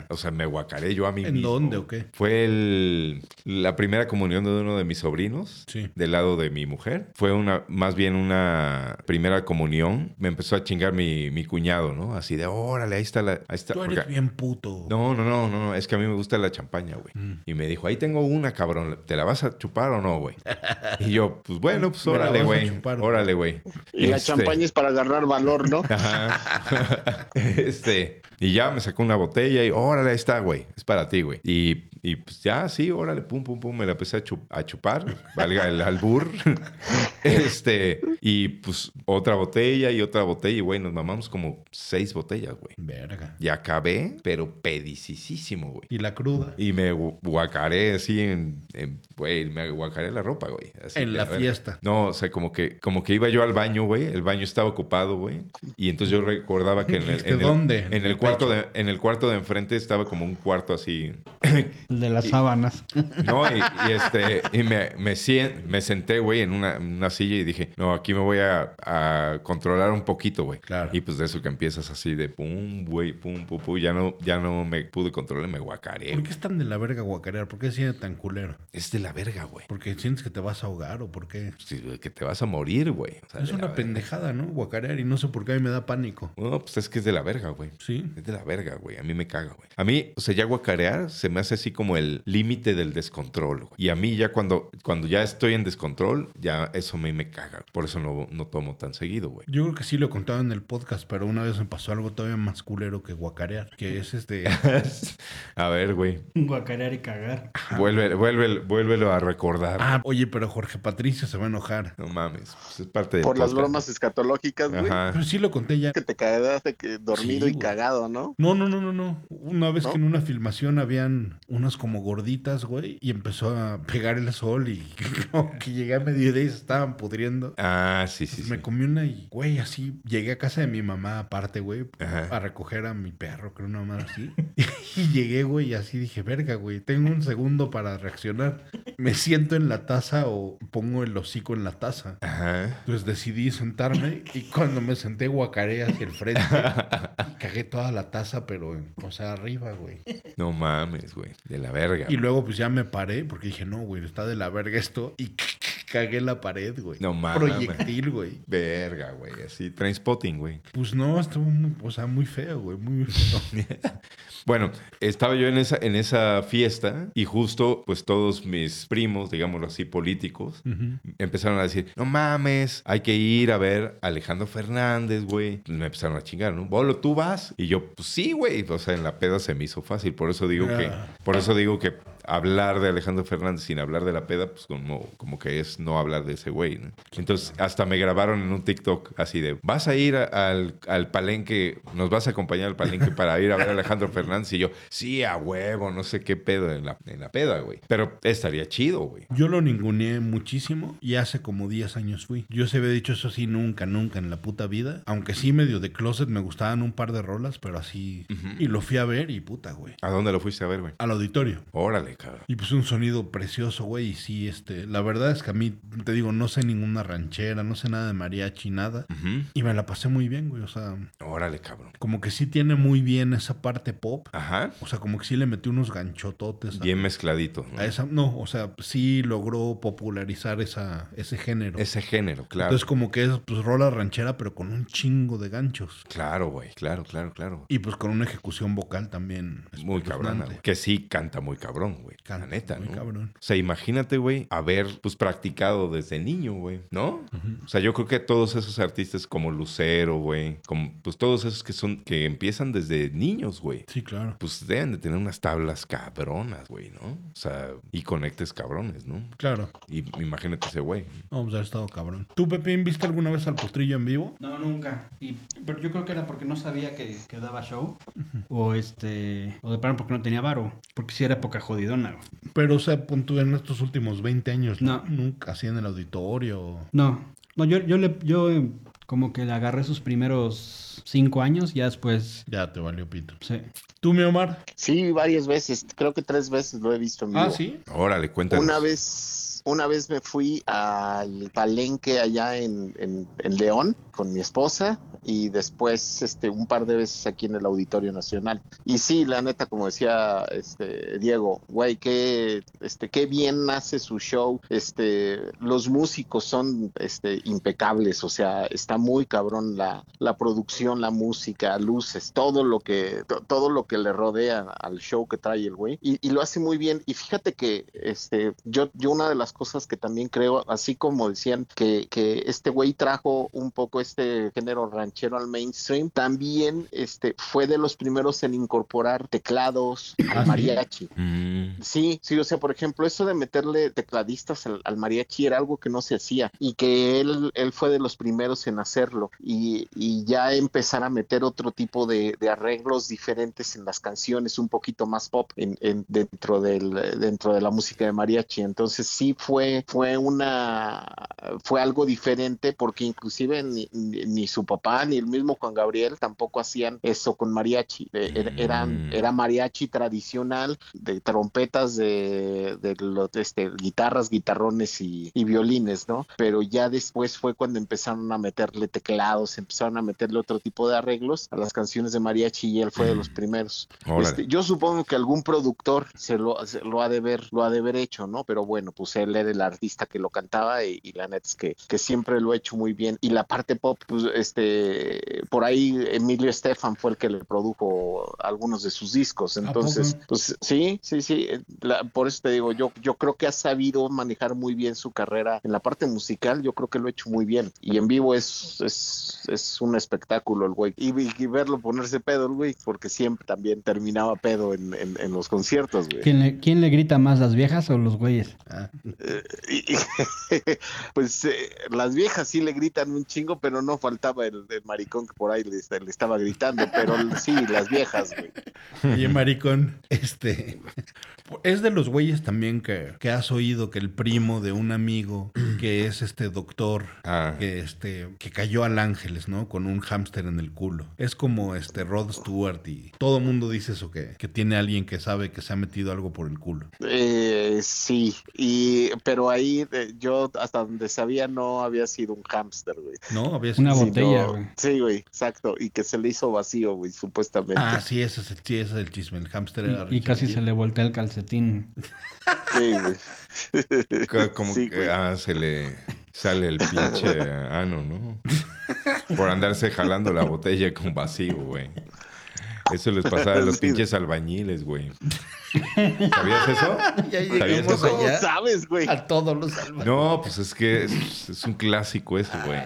O sea, me guacaré yo a mí Mm. ¿En mismo. dónde o güey. qué? Fue el- la primera comunión de uno de mis sobrinos. Sí. Del lado de mi mujer. Fue una, más bien una primera comunión. Me empezó a chingar mi, mi cuñado, ¿no? Así de, órale, ahí está la. Ahí está. Tú eres porque- bien puto. no, no, no, no, no, es que a mí me gusta la champaña, güey. Mm. Y me dijo, ahí tengo una, cabrón, ¿te la vas a chupar o no, güey? Y yo, pues bueno, pues Me la órale, vas a güey. chupar, güey. Órale, güey. Y la Este- champaña es para agarrar valor, ¿no? Ajá. este, y ya me sacó una botella y órale, ahí está, güey. Es para ti, güey. Y, y pues ya, sí, órale, pum, pum, pum, me la empecé a, chu- a chupar, valga el albur. este, y pues otra botella y otra botella, y güey, nos mamamos como seis botellas, güey. Verga. Y acabé, pero pedicísimo, güey. ¿Y la cruda? Y me gu- guacaré así en, en- güey, me guacaré la ropa, güey. Así En de, la a ver. fiesta. No, o sea, como que, como que iba yo al baño, güey. El baño estaba ocupado, güey. Y entonces yo recordaba que en el, Dijiste, en el- "¿Dónde? En En el el cuarto de, en el cuarto de enfrente estaba como un cuarto así. El de las sábanas. No, y, y este, y me, me, sien- me senté, güey, en una, en una silla y dije, no, aquí me voy a, a controlar un poquito, güey. Claro. Y pues de eso que empiezas así de pum, güey, pum, pum, pum. Ya no, ya no me pude controlar, me guacaré. ¿Por güey. qué están de la verga guacarear? ¿Por qué siente tan culero? Es de la verga, güey. ¿Porque sientes que te vas a ahogar o por qué? Sí, güey, pues, que te vas a morir, güey. O sea, Es de la una verga. pendejada, ¿no? Guacarear y no sé por qué a mí me da pánico. No, pues es que es de la verga, güey. Sí. Es de la verga, güey. A mí me caga, güey. A mí, o sea, ya guacarear se me hace así como el límite del descontrol, güey. Y a mí ya cuando, cuando ya estoy en descontrol, ya eso a mí me caga. Por eso no, no tomo tan seguido, güey. Yo creo que sí lo contaba en el podcast, pero una vez me pasó algo todavía más culero que guacarear, que es este... a ver, güey. Guacarear y cagar. Vuelve, vuelve, vuélvelo a recordar. Ah, oye, pero Jorge Patricio se va a enojar. No mames. Pues es parte de. Por las bromas escatológicas, güey. Pero Ajá. sí lo conté ya. Que te quedaste que dormido Sí, y güey. cagado, ¿no? No, no, no, no, no. Una vez ¿No? que en una filmación habían unas como gorditas, güey, y empezó a pegar el sol y como que llegué a mediodía y se estaban pudriendo. Ah, sí, sí, Entonces sí. Pues Me comí una y, güey, así llegué a casa de mi mamá aparte, güey, Ajá. a recoger a mi perro, creo una madre así. y llegué, güey, y así dije, verga, güey, tengo un segundo para reaccionar. Me siento en la taza o pongo el hocico en la taza. Ajá. Entonces decidí sentarme y cuando me senté guacaré hacia el frente y cagué toda la taza, pero, o sea, arriba, güey. No mames, güey. De la verga. Y luego pues ya me paré porque dije, no, güey, está de la verga esto y cagué la pared, güey. No mames. Proyectil, güey. Verga, güey. Así. Trainspotting, güey. Pues no, estuvo muy, o sea, muy feo, güey, muy feo. Bueno, estaba yo en esa, en esa fiesta y justo pues todos mis primos, digámoslo así, políticos, empezaron a decir, no mames, hay que ir a ver a Alejandro Fernández, güey. Pues Me empezaron a chingar, ¿no? Bolo, tú vas. Y yo, pues sí, güey. O sea, en la peda se me hizo fácil. Por eso digo que, Ah. por eso digo que hablar de Alejandro Fernández sin hablar de la peda, pues como, como que es no hablar de ese güey. ¿no? Entonces, hasta me grabaron en un TikTok así de, vas a ir a- al, al palenque, nos vas a acompañar al palenque para ir a ver a Alejandro Fernández. Y yo, sí, a huevo, no sé qué pedo en la, en la peda, güey. Pero estaría chido, güey. Yo lo ninguneé muchísimo y hace como 10 años fui. Yo se había dicho eso sí nunca, nunca en la puta vida. Aunque sí medio de closet me gustaban un par de rolas, pero así... Y lo fui a ver y puta, güey. ¿A dónde lo fuiste a ver, güey? Al auditorio. Órale, cabrón. Y pues un sonido precioso, güey. Y sí, este... La verdad es que a mí, te digo, no sé ninguna ranchera, no sé nada de mariachi, nada. Ujú. Y me la pasé muy bien, güey. O sea, Órale, cabrón. como que sí tiene muy bien esa parte pop. Ajá. O sea, como que sí le metió unos ganchototes. a- Bien mezcladito. ¿no? A esa, no, o sea, sí logró popularizar esa, ese género. Ese género, claro. Entonces, como que es pues, rola ranchera, pero con un chingo de ganchos. Claro, güey. Claro, claro, claro. Y pues con una ejecución vocal también. Muy cabrona, espeluznante. güey. Que sí canta muy cabrón, güey. La Canta neta, muy ¿no? cabrón. O sea, imagínate, güey, haber pues practicado desde niño, güey, ¿no? O sea, yo creo que todos esos artistas como Lucero, güey, como pues todos esos que son que empiezan desde niños, güey. Sí, claro. Pues deben de tener unas tablas cabronas, güey, ¿no? O sea, y conectes cabrones, ¿no? Claro, Y imagínate ese güey. vamos a haber pues, estado cabrón. ¿Tú, Pepín, viste alguna vez al potrillo en vivo? No, nunca. Y, pero yo creo que era porque no sabía que, que daba show. O este. O de plano porque no tenía varo. Porque sí era época jodidona. güey. Pero, o sea, pon tú en estos últimos 20 años, No. Nunca, así en el auditorio. No. No, yo, yo le. Yo eh, como que le agarré sus primeros cinco años. Ya después. Ya te valió pito. Sí. ¿Tú, mi Omar? Sí, varias veces, creo que tres veces lo he visto en vivo. Ah, sí. Órale, cuéntanos. Una vez, una vez me fui al palenque allá en, en- en León con mi esposa y después este, un par de veces aquí en el Auditorio Nacional. Y sí, la neta, como decía este, Diego, güey, qué, este, qué bien hace su show. Este, los músicos son este, impecables, o sea, está muy cabrón la, la producción, la música, luces, todo lo que, to- todo lo que le rodea al show que trae el güey. Y, y lo hace muy bien. Y fíjate que este, yo, yo una de las cosas que también creo, así como decían que, que este güey trajo un poco este género ranchero al mainstream, también este, fue de los primeros en incorporar teclados Ah, al ¿sí? mariachi. Mm, Sí, sí, o sea, por ejemplo, eso de meterle tecladistas al, al mariachi era algo que no se hacía y que él, él fue de los primeros en hacerlo y, y ya empezar a meter otro tipo de, de arreglos diferentes en las canciones, un poquito más pop en, en- dentro, del, dentro de la música de mariachi. Entonces sí fue, fue una, fue algo diferente porque inclusive ni, ni- ni su papá ni el mismo Juan Gabriel tampoco hacían eso con mariachi. Eh, er- eran, Mm. era mariachi tradicional de trompetas, de, de lo- de este, guitarras, guitarrones y, y violines, ¿no? Pero ya después fue cuando empezaron a meterle teclados, empezaron a meterle otro tipo de arreglos a las canciones de mariachi y él fue de los primeros. órale. Este, yo supongo que algún productor se lo, se lo ha de ver, lo ha de haber hecho, ¿no? Pero bueno, pues él era el artista que lo cantaba y, y la neta es que, que siempre lo ha hecho muy bien. Y la parte pop, pues este, por ahí Emilio Estefan fue el que le produjo algunos de sus discos. Entonces, poco? pues sí, sí, sí. eh, la- por eso te digo, yo, yo creo que ha sabido manejar muy bien su carrera en la parte musical, yo creo que lo ha hecho muy bien. Y en vivo es, es, es un espectáculo el güey. Y, y verlo ponerse pedo el güey, porque siempre también terminaba pedo en, en- en los conciertos, güey. ¿Quién le, quién le grita más, las viejas o los güeyes? Ah, Eh, y- y pues eh, las viejas sí le gritan un chingo, pero no faltaba el, el maricón que por ahí le, le estaba gritando, pero sí, las viejas, güey. Oye, maricón, este. Es de los güeyes también que, que has oído que el primo de un amigo que es este doctor. Ah, Que, este, que cayó al Ángeles, ¿no? Con un hámster en el culo. Es como este Rod Stewart y todo mundo dice eso, que, que tiene alguien que sabe que se ha metido algo por el culo. Eh, sí, y pero ahí eh, yo hasta donde sabía no había sido un hámster, güey. ¿No? Había Una sido- bo- Botella, Sino- güey. Sí, güey, exacto. Y que se le hizo vacío, güey, supuestamente. Ah, sí, ese es el, sí, ese es el chisme. El hámster era Y, y Richard casi se Gere. le voltea el calcetín. Sí, güey. ca- como sí, que güey. ah, se le sale el pinche ano, ¿no? Por andarse jalando la botella con vacío, güey. Eso les pasaba a los pinches albañiles, güey. ¿Sabías eso? Ya ¿Sabías llegamos eso? ¿Cómo allá sabes, güey? a todos los albañiles. No, pues es que es, es un clásico eso, güey.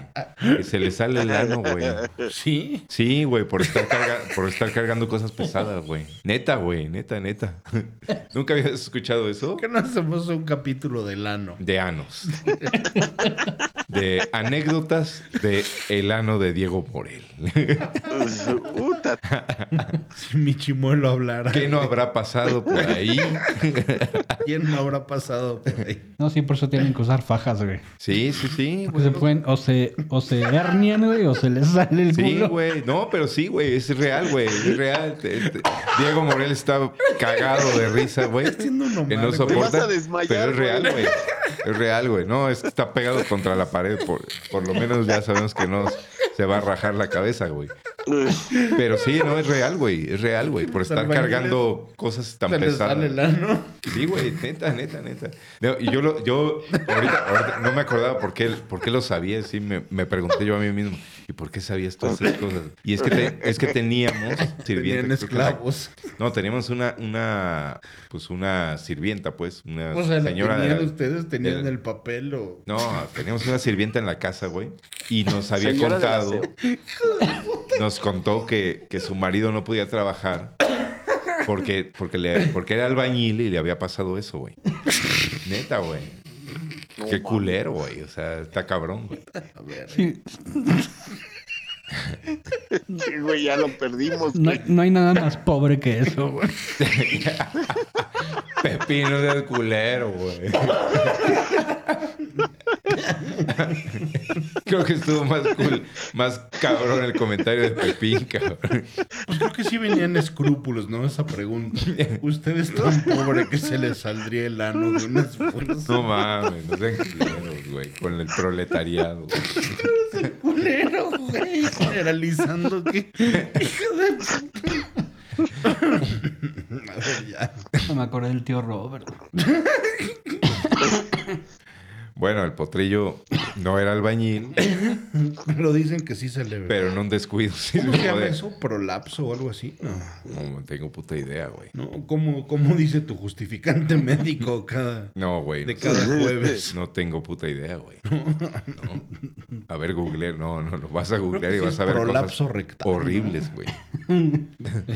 Que se le sale el ano, güey. Sí. Sí, güey, por estar, carga- por estar cargando cosas pesadas, güey. Neta, güey, neta, neta. ¿Nunca habías escuchado eso? ¿Por qué no hacemos un capítulo del ano? De anos. De anécdotas de el ano de Diego Morel. Puta, Si mi chimuelo hablara, ¿Qué no habrá pasado por ahí? ¿quién no habrá pasado por ahí? No, sí, por eso tienen que usar fajas, güey. Sí, sí, sí. Porque se pueden, o se, o se hernian, güey, o se les sale el Sí, culo. güey. No, pero sí, güey. Es real, güey. Es real. Te- te- Diego Morel está cagado de risa, güey. haciendo un omal, Que no güey. soporta. Te vas a desmayar, pero es real, güey. güey. Es real, güey. No, es que está pegado contra la pared. Por, por lo menos ya sabemos que no se va a rajar la cabeza, güey. Pero sí, no, es real, güey. Es real, güey. Por Los estar albañiles cargando cosas tan Se les pesadas. sale el ano. Sí, güey, neta, neta, neta. No, y yo, lo, yo ahorita, ahorita no me acordaba por qué, por qué lo sabía, sí, me, me pregunté yo a mí mismo, ¿y por qué sabías todas esas cosas? Y es que, te- es que teníamos sirvientes. Tenían creo que la- esclavos. no, teníamos una, una, pues una sirvienta, pues, una O sea, ¿la señora. de tenían la- ustedes? ¿Tenían de- el papel o...? No, teníamos una sirvienta en la casa, güey, y nos había Señora del contado, nos contó que, que su marido no podía trabajar porque, porque, le, porque era albañil y le había pasado eso, güey. Neta, güey. No Qué mames. culero, güey. O sea, está cabrón, güey. A ver. Sí, sí, güey, ya lo perdimos. no, güey. hay- no hay nada más pobre que eso, güey. Pepino del culero, güey. Creo que estuvo más cool, más cabrón el comentario de Pepín, cabrón. Pues creo que sí venían escrúpulos, ¿no? Esa pregunta. Ustedes tan pobre que se les saldría el ano de un esfuerzo. No mames, no sean culeros, güey. Con el proletariado, güey. Culero, güey. Generalizando que... Hijo de... puta. A ver, ya. No me acordé del tío Robert. Bueno, el potrillo no era albañil, Pero dicen que sí se le ve. pero en un descuido sí se ¿Cómo se llama jode. eso? ¿Prolapso o algo así? No. No tengo puta idea, güey. ¿No? ¿Cómo, cómo dice tu justificante médico cada, No, güey. de no cada sé. jueves? No tengo puta idea, güey. No. A ver, googlear. No, no, no. Vas a Creo googlear que y sí vas es a ver prolapso cosas rectal. horribles, güey.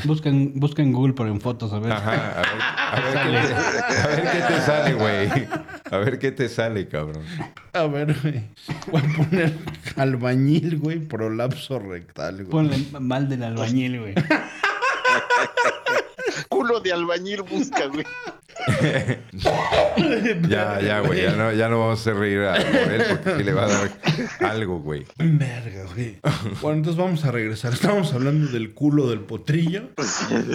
Busquen, busquen Google, pero en fotos, a ver. Ajá. Ah, A ver, a ver qué, a ver qué te sale, güey. A ver qué te sale, cabrón. A ver, güey. Voy a poner albañil, güey, prolapso rectal, güey. Ponle mal del albañil, güey. Culo de albañil busca, güey. Ya, ya, güey. Ya no, ya no vamos a hacer reír a él porque sí le va a dar algo, güey. Verga, güey. Bueno, entonces vamos a regresar. Estábamos hablando del culo del potrillo,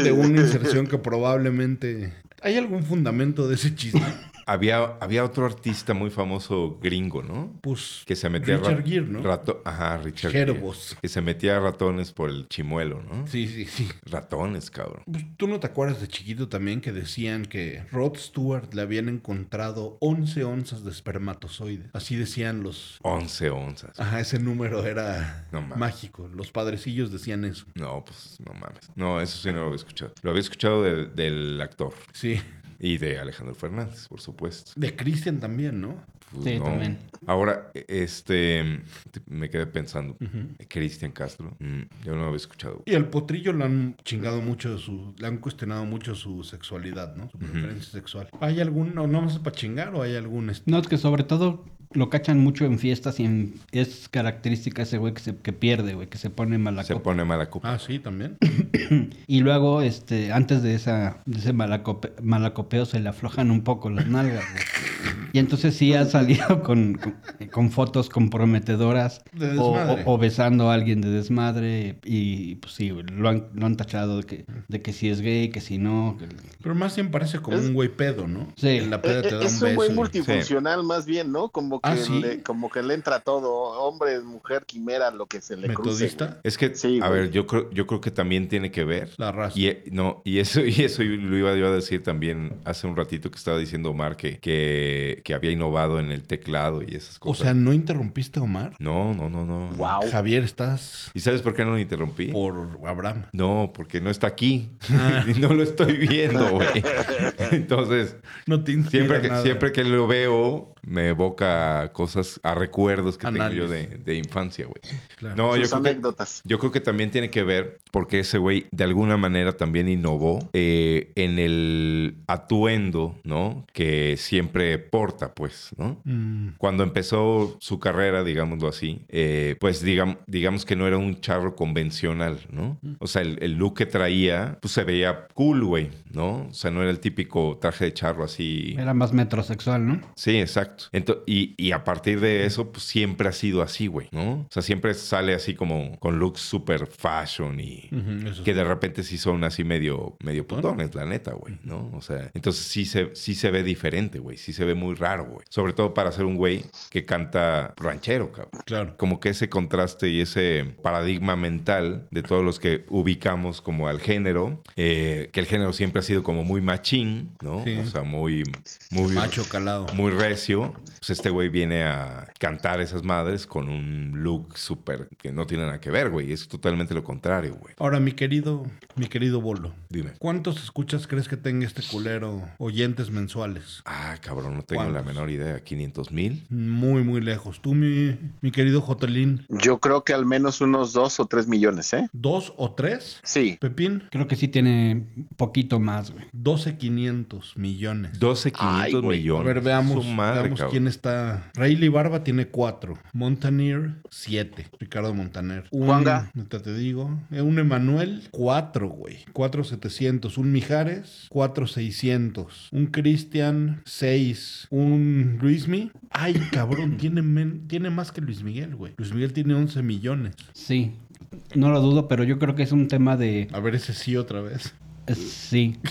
de una inserción que probablemente... ¿Hay algún fundamento de ese chisme? Había, había otro artista muy famoso gringo, ¿no? Pues... Que se metía Richard rat- Gere, ¿no? rato- Ajá, Richard Gere. Gerbos. Que se metía ratones por el chimuelo, ¿no? Sí, sí, sí. Ratones, cabrón. Pues, ¿Tú no te acuerdas de chiquito también que decían que Rod Stewart le habían encontrado 11 onzas de espermatozoides? Así decían los... 11 onzas. Ajá, ese número era No mames. mágico. Los padrecillos decían eso. No, pues no mames. No, eso sí no lo había escuchado. Lo había escuchado de- del actor Sí. y de Alejandro Fernández, por supuesto. De Christian también, ¿no? Pues, Sí, también. Ahora, e- este, te- me quedé pensando. Cristian Castro, mm, yo no lo había escuchado. Y al potrillo le han chingado mucho su... Le han cuestionado mucho su sexualidad, ¿no? Su preferencia sexual. ¿Hay algún... No, no más es para chingar o hay algún... est- No, es que sobre todo lo cachan mucho en fiestas y en- es característica ese güey que, se- que pierde, güey, que se pone mala Se copa. pone mala copa. Ah, sí, también. Y luego, este, antes de, esa, de ese malacope- malacopeo, se le aflojan un poco las nalgas. güey. Y entonces sí ha salido con, con, con fotos comprometedoras De o, desmadre. o- o besando a alguien de desmadre. Y pues sí, güey, lo han, lo han tachado de que, de que si es gay, que si no. que- Pero más bien parece como Es- Eh, un güey pedo, ¿no? Sí. En la peda te da un es beso. un güey y- multifuncional más bien, ¿no? Como que, Ah, ¿sí? le, como que le entra todo, hombre, mujer, quimera, lo que se le cruce. ¿Metodista? güey. Es que, Sí, a güey. ver, yo creo, yo creo que también tiene que ver. La raza. Y, eh, no, y eso, y eso yo lo iba yo a decir también hace un ratito que estaba diciendo Omar que, que, que, que había innovado en el teclado y esas O cosas. sea, ¿no interrumpiste a Omar? no, no, no, no. Wow. Javier, estás ¿Y sabes por qué no lo interrumpí? por Ah. Abraham. No, porque no está aquí. y no lo estoy viendo, güey. Entonces, No te inspira siempre que, nada. siempre que lo veo, me evoca cosas, a recuerdos que Anales. tengo yo de, de infancia, güey. Claro. No, yo Sus creo, que, anécdotas. yo creo que también tiene que ver porque ese güey de alguna manera también innovó eh, en el atuendo, ¿no? Que siempre porta, pues, ¿no? Mm, Cuando empezó su carrera, digámoslo así, eh, pues digam- digamos que no era un charro convencional, ¿no? O sea, el, el look que traía, pues se veía cool, güey, ¿no? O sea, no era el típico traje de charro así. Era más metrosexual, ¿no? Sí, exacto. Ento- y, y a partir de eso, pues siempre ha sido así, güey, ¿no? O sea, siempre sale así como con looks super fashion y ujú, eso que sí. de repente sí son así medio, medio putones, la neta, güey, ¿no? O sea, entonces sí se, sí se ve diferente, güey, sí se ve muy raro, güey. Sobre todo para ser un güey que canta ranchero, cabrón. Claro. Como que ese contraste y ese paradigma mental de todos los que ubicamos como al género, eh, que el género siempre ha sido como muy machín, ¿no? Sí. O sea, muy, muy Macho calado. muy recio. Pues este güey viene a cantar esas madres con un look súper que no tiene nada que ver, güey. Es totalmente lo contrario, güey. Ahora, mi querido, mi querido Bolo, Dime. ¿cuántos escuchas crees que tenga este culero oyentes mensuales? Ah, cabrón, no tengo la ¿Cuántos? menor idea. 500 mil. Muy, muy lejos. Tú, mi, mi querido Jotelín, Yo creo que al menos unos dos o tres millones, ¿eh? ¿dos o tres? Sí. Pepín, Creo que sí tiene un poquito más, güey. 12,500 millones. 12, Ay, 500 güey. A millones. ver, veamos, Su madre, veamos cabrón. quién está. Rayleigh Barba tiene cuatro. Montaner, siete. Ricardo Montaner. Un, Juanga. Neta te digo. eh, Un Emanuel, cuatro, güey. Cuatro setecientos. Un Mijares, cuatro seiscientos. Un Cristian, seis. Un Luismi. Ay, cabrón, tiene, men- tiene más que Luis Miguel, güey. Luis Miguel tiene 11 millones. Sí. No lo dudo, pero yo creo que es un tema de. A ver, ese sí otra vez. eh, Sí.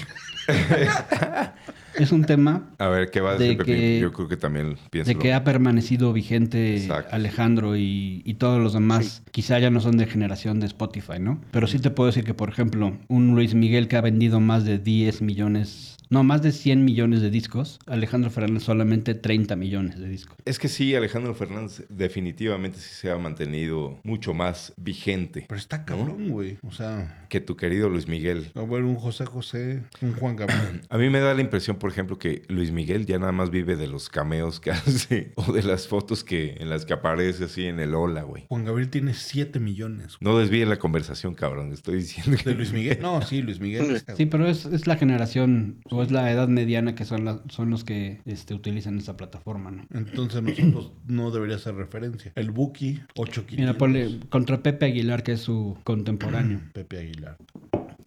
es un tema A ver, ¿qué va a De decir Pepín? que- Yo creo que también pienso. de que ha permanecido vigente Exacto. Alejandro y, y todos los demás. Quizá ya no son de generación de Spotify, ¿no? Pero sí te puedo decir que, por ejemplo, un Luis Miguel que ha vendido más de 10 millones, no, más de 100 millones de discos, Alejandro Fernández solamente 30 millones de discos. Es que sí, Alejandro Fernández definitivamente sí se ha mantenido mucho más vigente Pero está cabrón, güey. O sea, que tu querido Luis Miguel. a ver, un José José, un Juan Gabriel. A mí me da la impresión, por ejemplo, que Luis Miguel ya nada más vive de los cameos que hace o de las fotos que en las que aparece así en el hola, güey. Juan Gabriel tiene 7 millones. No desvíe la conversación, cabrón. Estoy diciendo que ¿De Luis Miguel? No, sí, Luis Miguel. está- Sí, pero es, es la generación o es la edad mediana que son, la- son los que este, utilizan esa plataforma, ¿no? Entonces nosotros no debería ser referencia. El Buki, 8 Mira, ponle contra Pepe Aguilar, que es su contemporáneo. Mm, Pepe Aguilar.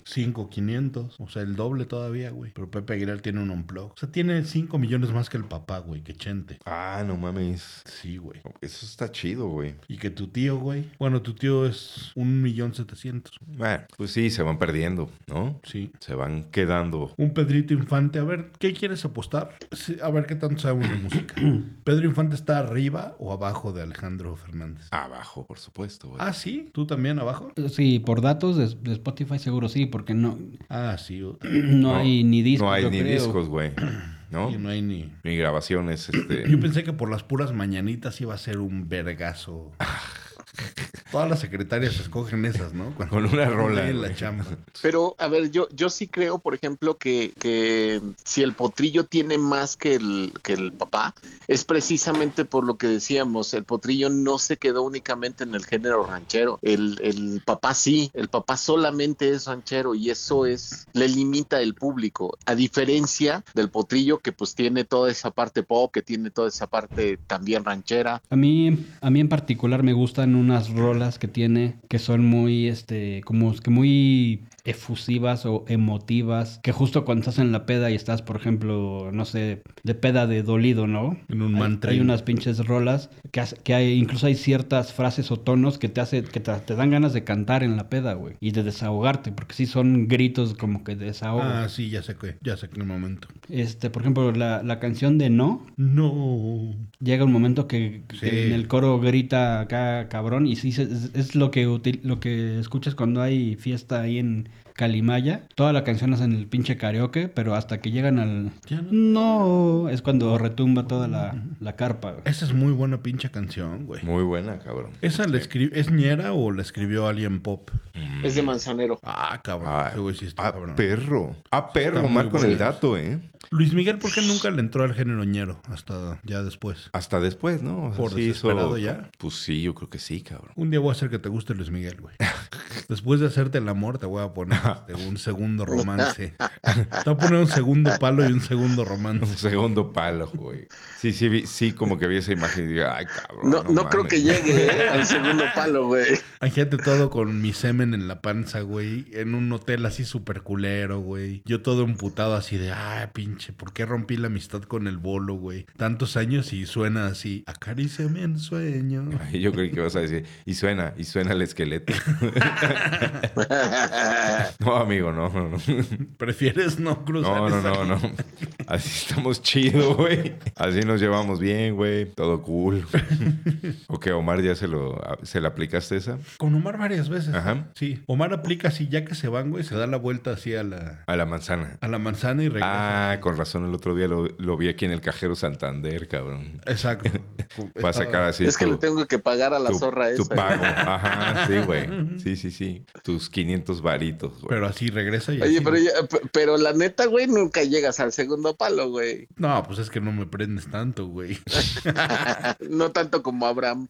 5,500. O sea, el doble todavía, güey. Pero Pepe Aguilar tiene un unplug. O sea, tiene 5 millones más que el papá, güey. Que Chente. Ah, no mames. Sí, güey. Eso está chido, güey. Y que tu tío, güey. Bueno, tu tío es un millón setecientos. Bueno, pues sí, se van perdiendo, ¿no? Sí. Se van quedando. Un Pedrito Infante. A ver, ¿qué quieres apostar? Sí, a ver qué tanto sabemos de música. ¿Pedro Infante está arriba o abajo de Alejandro Fernández? Abajo, por supuesto, Ah, güey. Ah, sí. ¿Tú también abajo? Sí, por datos de, de Spotify seguro sí, porque no, Ah, sí. o- no, hay ni discos. No hay yo ni creo. discos, güey. ¿No? Y no hay ni. Ni grabaciones, Yo este. pensé que por las puras mañanitas iba a ser un vergazo. Todas las secretarias escogen esas, ¿no? Cuando Con una rola. en la güey. chamba. Pero, a ver, yo, yo sí creo, por ejemplo, que, que si el potrillo tiene más que el, que el papá, es precisamente por lo que decíamos, el potrillo no se quedó únicamente en el género ranchero, el, el papá sí, el papá solamente es ranchero y eso es, le limita el público, a diferencia del potrillo que pues tiene toda esa parte pop, que tiene toda esa parte también ranchera, A mí, a mí en particular me gustan unas rolas que tiene que son muy, este, como que muy efusivas o emotivas, que justo cuando estás en la peda y estás, por ejemplo, no sé, de peda de dolido, ¿no? En un Hay- mantra. Hay unas pinches rolas que, hace- que hay, incluso hay ciertas frases o tonos que te hace, que te, te dan ganas de cantar en la peda, güey, y de desahogarte, porque sí son gritos como que de desahogo. Ah, sí, ya sé que, ya sé que el momento. Este, por ejemplo, la, la canción de No, No. llega un momento que, que Sí. en el coro grita acá cabrón y sí se- es, es lo que util- lo que escuchas cuando hay fiesta ahí en, Calimaya. Toda la canción es en el pinche karaoke, pero hasta que llegan al... Ya no- No, es cuando retumba toda la, la carpa. güey. Esa es muy buena pinche canción, güey. Muy buena, cabrón. ¿Esa la escri- ¿Es ñera o la escribió alguien pop? Es de Manzanero. Ah, cabrón. Ah, ese güey sí está ah, cabrón. perro. Ah, perro, muy mal con el buena. dato, ¿eh? Luis Miguel, ¿por qué nunca le entró al género ñero? Hasta ya después. Hasta después, ¿no? O sea, Por sí hizo- desesperado ya. Pues sí, yo creo que sí, cabrón. Un día voy a hacer que te guste Luis Miguel, güey. Después de hacerte el amor, te voy a poner este, un segundo romance. Te voy a poner un segundo palo y un segundo Un romance. segundo palo, güey. Sí, sí, vi- sí, como que vi esa imagen y dije, ay, cabrón. No, no creo mames. que llegue ¿eh? al segundo palo, güey. Imagínate todo con mi semen en la panza, güey. En un hotel así súper culero, güey. Yo todo emputado así de, ah, pinche, ¿por qué rompí la amistad con el bolo, güey? Tantos años y suena así, acaríciame en sueño. Ay, Yo creo que vas a decir, y suena, y suena el esqueleto. No, amigo, no, no, no. ¿Prefieres no cruzar No, no, esa no, no. Así estamos chido, güey. Así nos llevamos bien, güey. Todo cool. Ok, Omar, ¿ya se lo se la aplicaste esa? Con Omar varias veces. Ajá. Sí. Omar aplica así, ya que se van, güey, se da la vuelta así a la, A la manzana. a la manzana y regresa. Ah, con razón, el otro día lo, lo vi aquí en el cajero Santander, cabrón. Exacto. Va a sacar así. es que tu- le tengo que pagar a la tu- zorra tu esa. pago. Ajá, sí, güey. Sí, sí, sí. Tus 500 varitos, güey. Pero así regresa y Oye, así- pero, ya- p- pero la neta, güey, nunca llegas al segundo palo, güey. No, pues es que no me prendes tanto, güey. No tanto como Abraham.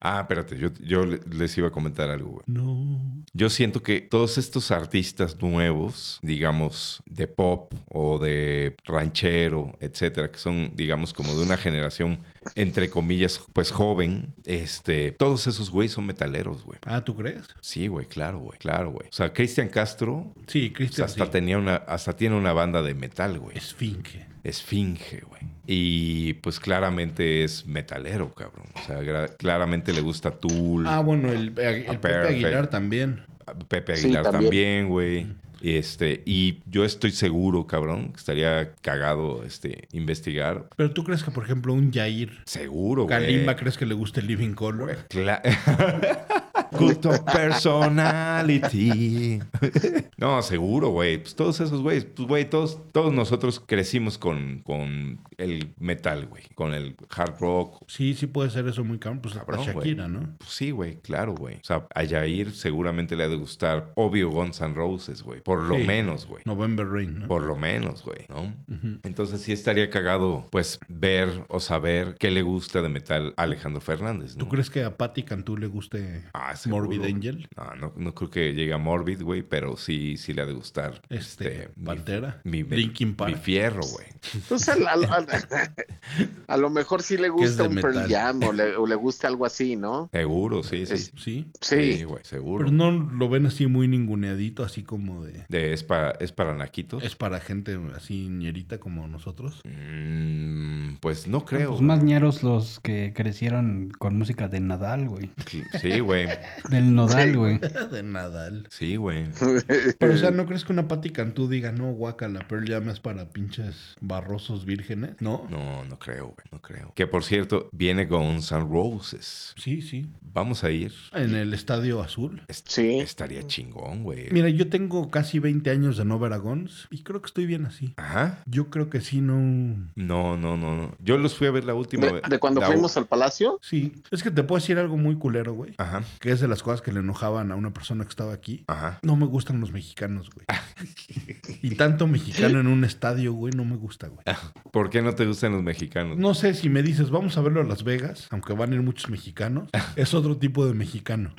Ah, espérate, yo, yo le- les iba a comentar algo, güey. No. Yo siento que todos estos artistas nuevos, digamos, de pop o de ranchero, etcétera, que son, digamos, como de una generación, entre comillas, pues joven, este, todos esos güeyes son metaleros, güey. Ah, ¿tú crees? Sí, güey, claro, güey, claro, güey. O sea, Cristian Castro Sí, pues, Cristian. hasta sí. tenía una, hasta tiene una banda de metal, güey. Esfinge. Esfinge, güey. Y pues claramente es metalero, cabrón. O sea, gra- claramente le gusta Tool. Ah, bueno, el, el Ah, Pepe perfecto. Aguilar también. Pepe Sí, Aguilar también. también, güey. Y Este, y yo estoy seguro, cabrón, que estaría cagado este, investigar. Pero tú crees que, por ejemplo, un Jair Seguro, güey. Kalimba, ¿crees que le guste Living Güey, Color? cla- Culto personality. no, seguro, güey. Pues todos esos güeyes, pues güey, todos, todos nosotros crecimos con, con el metal, güey. Con el hard rock, Sí, sí puede ser eso muy cabrón. Pues hasta Cabrón, güey. Shakira, ¿no? Pues sí, güey, claro, güey. O sea, a Jair seguramente le ha de gustar, obvio, Guns N' Roses, güey. Por lo Sí. menos, güey. November Rain, ¿no? Por lo menos, güey, ¿no? Ujú. Entonces sí estaría cagado, pues, ver o saber qué le gusta de metal a Alejandro Fernández, ¿no? ¿Tú crees que a Patti Cantú le guste Ah, seguro. Morbid Angel? No, no, no creo que llegue a Morbid, güey, pero sí, sí le ha de gustar. Este, mi- Pantera, Mi, mi- Linkin Park. mi fierro, güey. Entonces, a, la- a la- a lo mejor sí le gusta de un Pearl metal. Jam o le, o le gusta algo así, ¿no? Seguro, sí, sí. Sí. Sí. güey, seguro. Pero Pues no lo ven así muy ninguneadito, así como de. De- es, para, es para naquitos. Es para gente así ñerita como nosotros. Mm, pues Ah, no creo. Los más ñeros los que crecieron con música de Nadal, güey. Sí, güey. Del Nodal, güey. De Nadal. Sí, güey. Pero, o sea, ¿no crees que una Patti Cantú diga, no, guacala, Pearl Jam es para pinches barrosos vírgenes? No. No, no creo, güey. No creo. Que por cierto, viene Guns N' Roses. Sí, sí. Vamos a ir. En el Estadio Azul. Est- Sí. Estaría chingón, güey. Mm. Mira, yo tengo casi 20 años de no ver a Guns y creo que estoy bien así. Ajá. Yo creo que sí, no. No, no, no, no. Yo los fui a ver la última De, vez. de cuando La u- fuimos al palacio. Sí. Es que te puedo decir algo muy culero, güey. Ajá, Que es de las cosas que le enojaban a una persona que estaba aquí. ajá. No me gustan los mexicanos, güey. Y tanto mexicano en un estadio, güey, no me gusta, güey. ¿Por qué no te gustan los mexicanos? No sé si me dices, vamos a verlo a Las Vegas, aunque van a ir muchos mexicanos, es otro tipo de mexicano.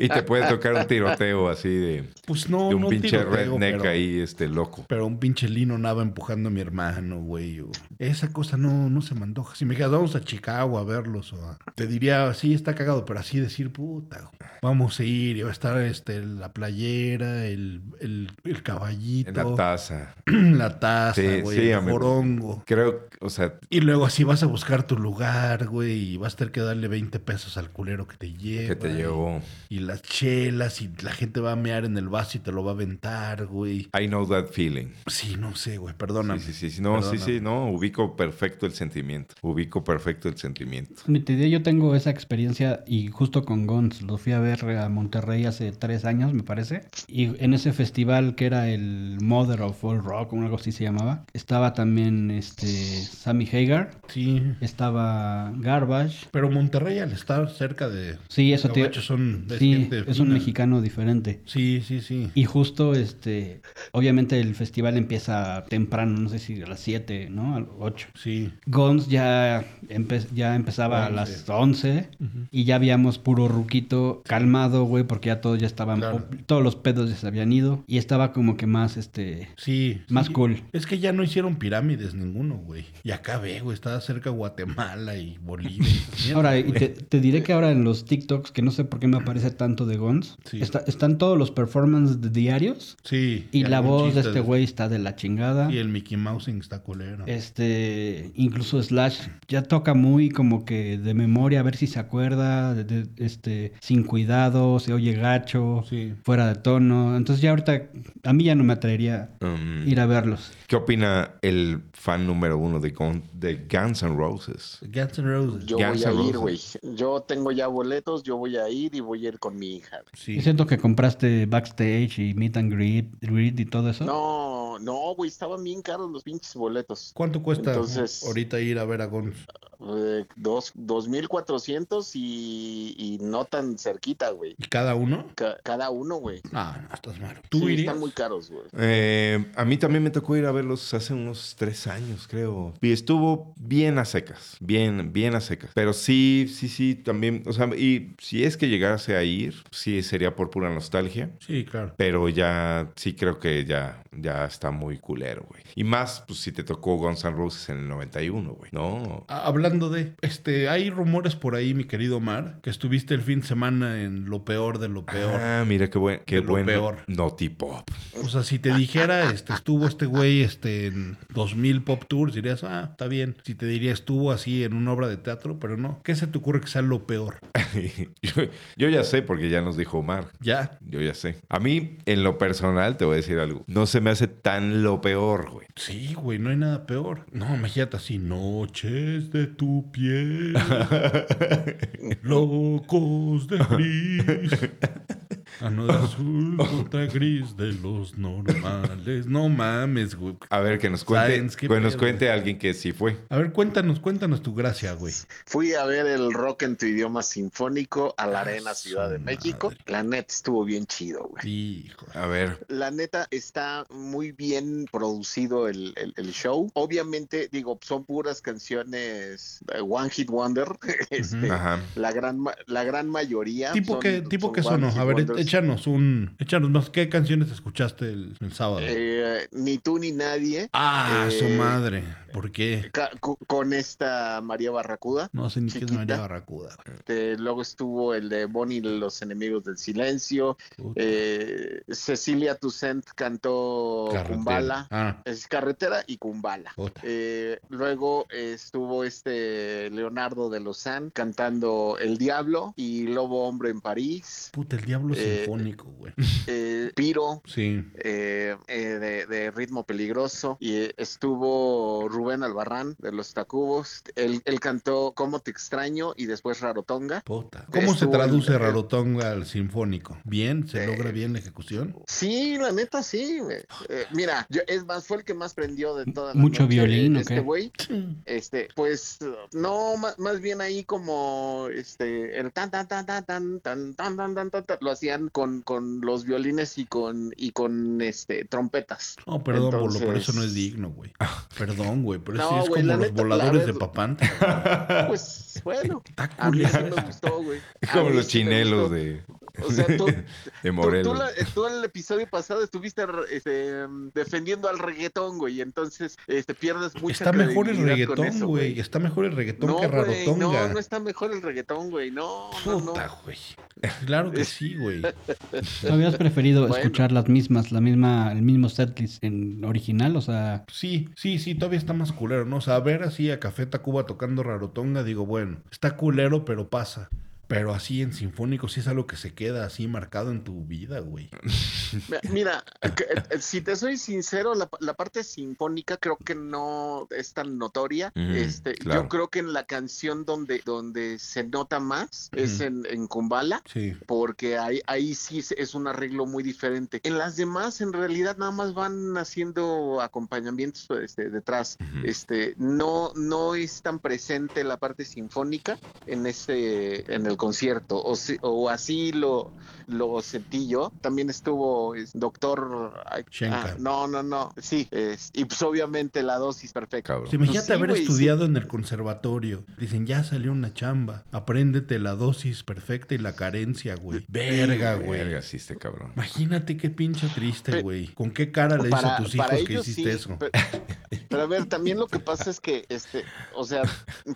Y te puede tocar un tiroteo así de, Pues no, de un no pinche tiroteo, redneck pero, ahí, este loco. pero un pinche lino nava empujando a mi hermano, güey. o- Esa cosa no, no se me antoja. Si me dijeras, vamos a Chicago a verlos, o a- te diría, sí, está cagado, pero así decir, puta, güey, vamos a ir, y va a estar este, la playera, el, el, el caballito, En la taza. la taza, Sí, güey, sí, el amigo. jorongo. Creo, o sea, Y luego así vas a buscar tu lugar, güey, y vas a tener que darle 20 pesos al culero que te lleva. que te llevó. Y las chelas, y la gente va a mear en el vaso y te lo va a aventar, güey. I know that feeling. Sí, no sé, güey, perdóname. Sí, sí, sí. No, sí, sí, Perdóname. no. Ubico perfecto el sentimiento. Ubico perfecto el sentimiento. Mi idea, yo tengo esa experiencia a, y justo con Gons, los fui a ver a Monterrey hace tres años, me parece. Y en ese festival que era el Mother of All Rock, o algo así se llamaba, estaba también este Sammy Hagar, Sí. estaba Garbage. Pero Monterrey, al estar cerca de. Sí, eso te- gabachos son de sí, gente es un fina. mexicano diferente. Sí, sí, sí. Y justo, este, obviamente el festival empieza temprano, no sé si a las 7, ¿no? A las 8. Sí. Gons ya, empe- ya empezaba a Once. las 11 y ya habíamos puro ruquito calmado, güey, porque ya todos ya estaban, Claro. todos los pedos ya se habían ido y estaba como que más, este, Sí. más sí. cool. Es que ya no hicieron pirámides ninguno, güey. Y acá ve, güey. Estaba cerca Guatemala y Bolivia. y esas mierdas, Ahora, y güey. te, te diré que ahora en los TikToks, que no sé por qué me aparece tanto de Gons, Sí. está- están todos los performances de diarios Sí. y la algún voz de chiste este güey está de la chingada. Y el Mickey Mouse está culero. Este, incluso Slash ya toca muy como que de memoria, a ver si se acuerda, de- de- este, sin cuidado, se oye gacho, Sí. fuera de tono. Entonces ya ahorita a mí ya no me atrevería Um, ir a verlos. ¿Qué opina el fan número uno de, Gun- de Guns N' Roses? Guns N' Roses. Yo Guns voy a N' ir, güey. Roses. Yo tengo ya boletos, yo voy a ir y voy a ir con mi hija. Sí. ¿Es cierto que compraste backstage y meet and greet, greet y todo eso? No, no, güey, estaban bien caros los pinches boletos. ¿Cuánto cuesta Entonces- ahorita ir a ver a Guns? Eh, dos, 2.400 y, y no tan cerquita, güey. ¿Y cada uno? Ca- cada uno, güey. Ah, no estás malo. ¿Tú Sí, irías? están muy caros, güey. Eh, a mí también me tocó ir a verlos hace unos tres años, creo. Y estuvo bien a secas, bien, bien a secas. Pero sí, sí, sí, también, o sea, y si es que llegase a ir, sí sería por pura nostalgia. Sí, claro. Pero ya, sí creo que ya, ya está muy culero, güey. Y más, pues si te tocó Guns N' Roses en el 91, güey. No. Ah, Hablando de, este, hay rumores por ahí, mi querido Omar, que estuviste el fin de semana en lo peor de lo peor. Ah, mira qué buen, qué De lo buen peor. Naughty Pop. O sea, si te dijera, este, estuvo este güey, este, en 2000 pop tours, dirías, ah, está bien. Si te diría, estuvo así en una obra de teatro, pero no. ¿Qué se te ocurre que sea lo peor? yo, yo ya sé porque ya nos dijo Omar. Ya. Yo ya sé. A mí, en lo personal, te voy a decir algo. No se me hace tan lo peor, güey. Sí, güey, no hay nada peor. No, imagínate así, noches de tu piel, locos de gris. Ah, no, de azul contra gris de los normales. No mames, güey. A ver, que nos cuente, Science, qué que nos pedo. cuente alguien que sí fue. A ver, cuéntanos, cuéntanos tu gracia, güey. Fui a ver el rock en tu idioma sinfónico a la Ah, Arena su Ciudad de México. madre. La neta estuvo bien chido, güey. Hijo. A ver. La neta está muy bien producido el, el- el show. Obviamente, digo, son puras canciones eh, One Hit Wonder. este, Ujú. Ajá. la, gran, ma- la gran mayoría. ¿Tipo son- que tipo son que One sonó? Hit A ver, Wonders. échanos un... Échanos más. ¿Qué canciones escuchaste el, el sábado? Eh, ni tú ni nadie. ah, eh, su madre. ¿Por qué? ca- cu- con esta María Barracuda. No sé ni qué es chiquita. María Barracuda. güey. Este, luego estuvo el de Bonnie y los enemigos del silencio. Puta. Eh, Cecilia Toussaint cantó Carretera. Kumbala. Ah, Es carretera y Kumbala. puta. Eh, luego eh, estuvo este Leonardo de Lozán cantando El Diablo y Lobo Hombre en París, Puta, el diablo eh, sinfónico, güey. eh, Piro Sí. eh, eh, de, de Ritmo Peligroso y eh, estuvo Rubén Albarrán de Los Tacubos. Él, él cantó Cómo te extraño y después Rarotonga. Puta. ¿Cómo se Estuvo traduce en- rarotonga al sinfónico? ¿Bien? ¿Se Eh, logra bien la ejecución? Sí, la neta sí. güey. Eh, mira, yo- es más, fue el que más prendió de toda la ¿Mucho noche, violín o este qué? güey. Este, pues no, más, más bien ahí como este el tan tan tan tan tan tan tan tan tan tan, tan, lo hacían con, con los violines y con y con este trompetas. No, perdón, Bolo, pero eso Entonces- no es digno, güey. Perdón, güey, pero No, sí es güey, como la los neta, la voladores verdad- de papán. Pues bueno, Está a mí sí culero. me gustó, güey. Es A como mí los sí me chinelos gustó. de, O sea, tú, tú- de tú Morelos. la- tú el episodio pasado estuviste este, defendiendo al reggaetón, güey, y entonces este pierdes mucha Está mejor el credibilidad con reggaetón, eso, güey. Está mejor el reggaetón No, que güey, no, rarotonga. no está mejor el reggaetón, güey. No, no, no. Puta, güey. Eh, Claro que sí, güey. eh, ¿No habías preferido este, Bueno. escuchar las mismas, la misma, el mismo setlist en original? O sea, Sí, sí, sí, todavía está más culero, ¿no? O sea, ver así a Café Tacuba tocando rarotonga, digo, bueno, está culero, pero pasa. Pero así en sinfónico sí es algo que se queda así marcado en tu vida, güey. Mira, que- eh, si te soy sincero, la, la parte sinfónica creo que no es tan notoria. Ujú, este, claro. Yo creo que en la canción donde, donde se nota más es Ujú. en, en Kumbala, Sí. porque ahí, ahí sí es- es un arreglo muy diferente. En las demás, en realidad, nada más van haciendo acompañamientos este, detrás. Ujú. Este, no, no es tan presente la parte sinfónica en este, en el concierto, o, si- o así lo, lo sentí yo. También estuvo es, Doctor ay, ah, Shenka. no, no, no. Sí, es- y pues obviamente la dosis perfecta. Cabrón. Sí, Pues imagínate Sí, haber güey, sí. estudiado en el conservatorio. Dicen, ya salió una chamba. Apréndete la dosis perfecta y la carencia, güey. Verga, güey. Verga, sí, este cabrón. Imagínate qué pinche triste, Pe- güey. ¿Con qué cara le dices a tus hijos que ellos hiciste sí, eso? pe- Pero, a ver, también lo que pasa es que, este, o sea,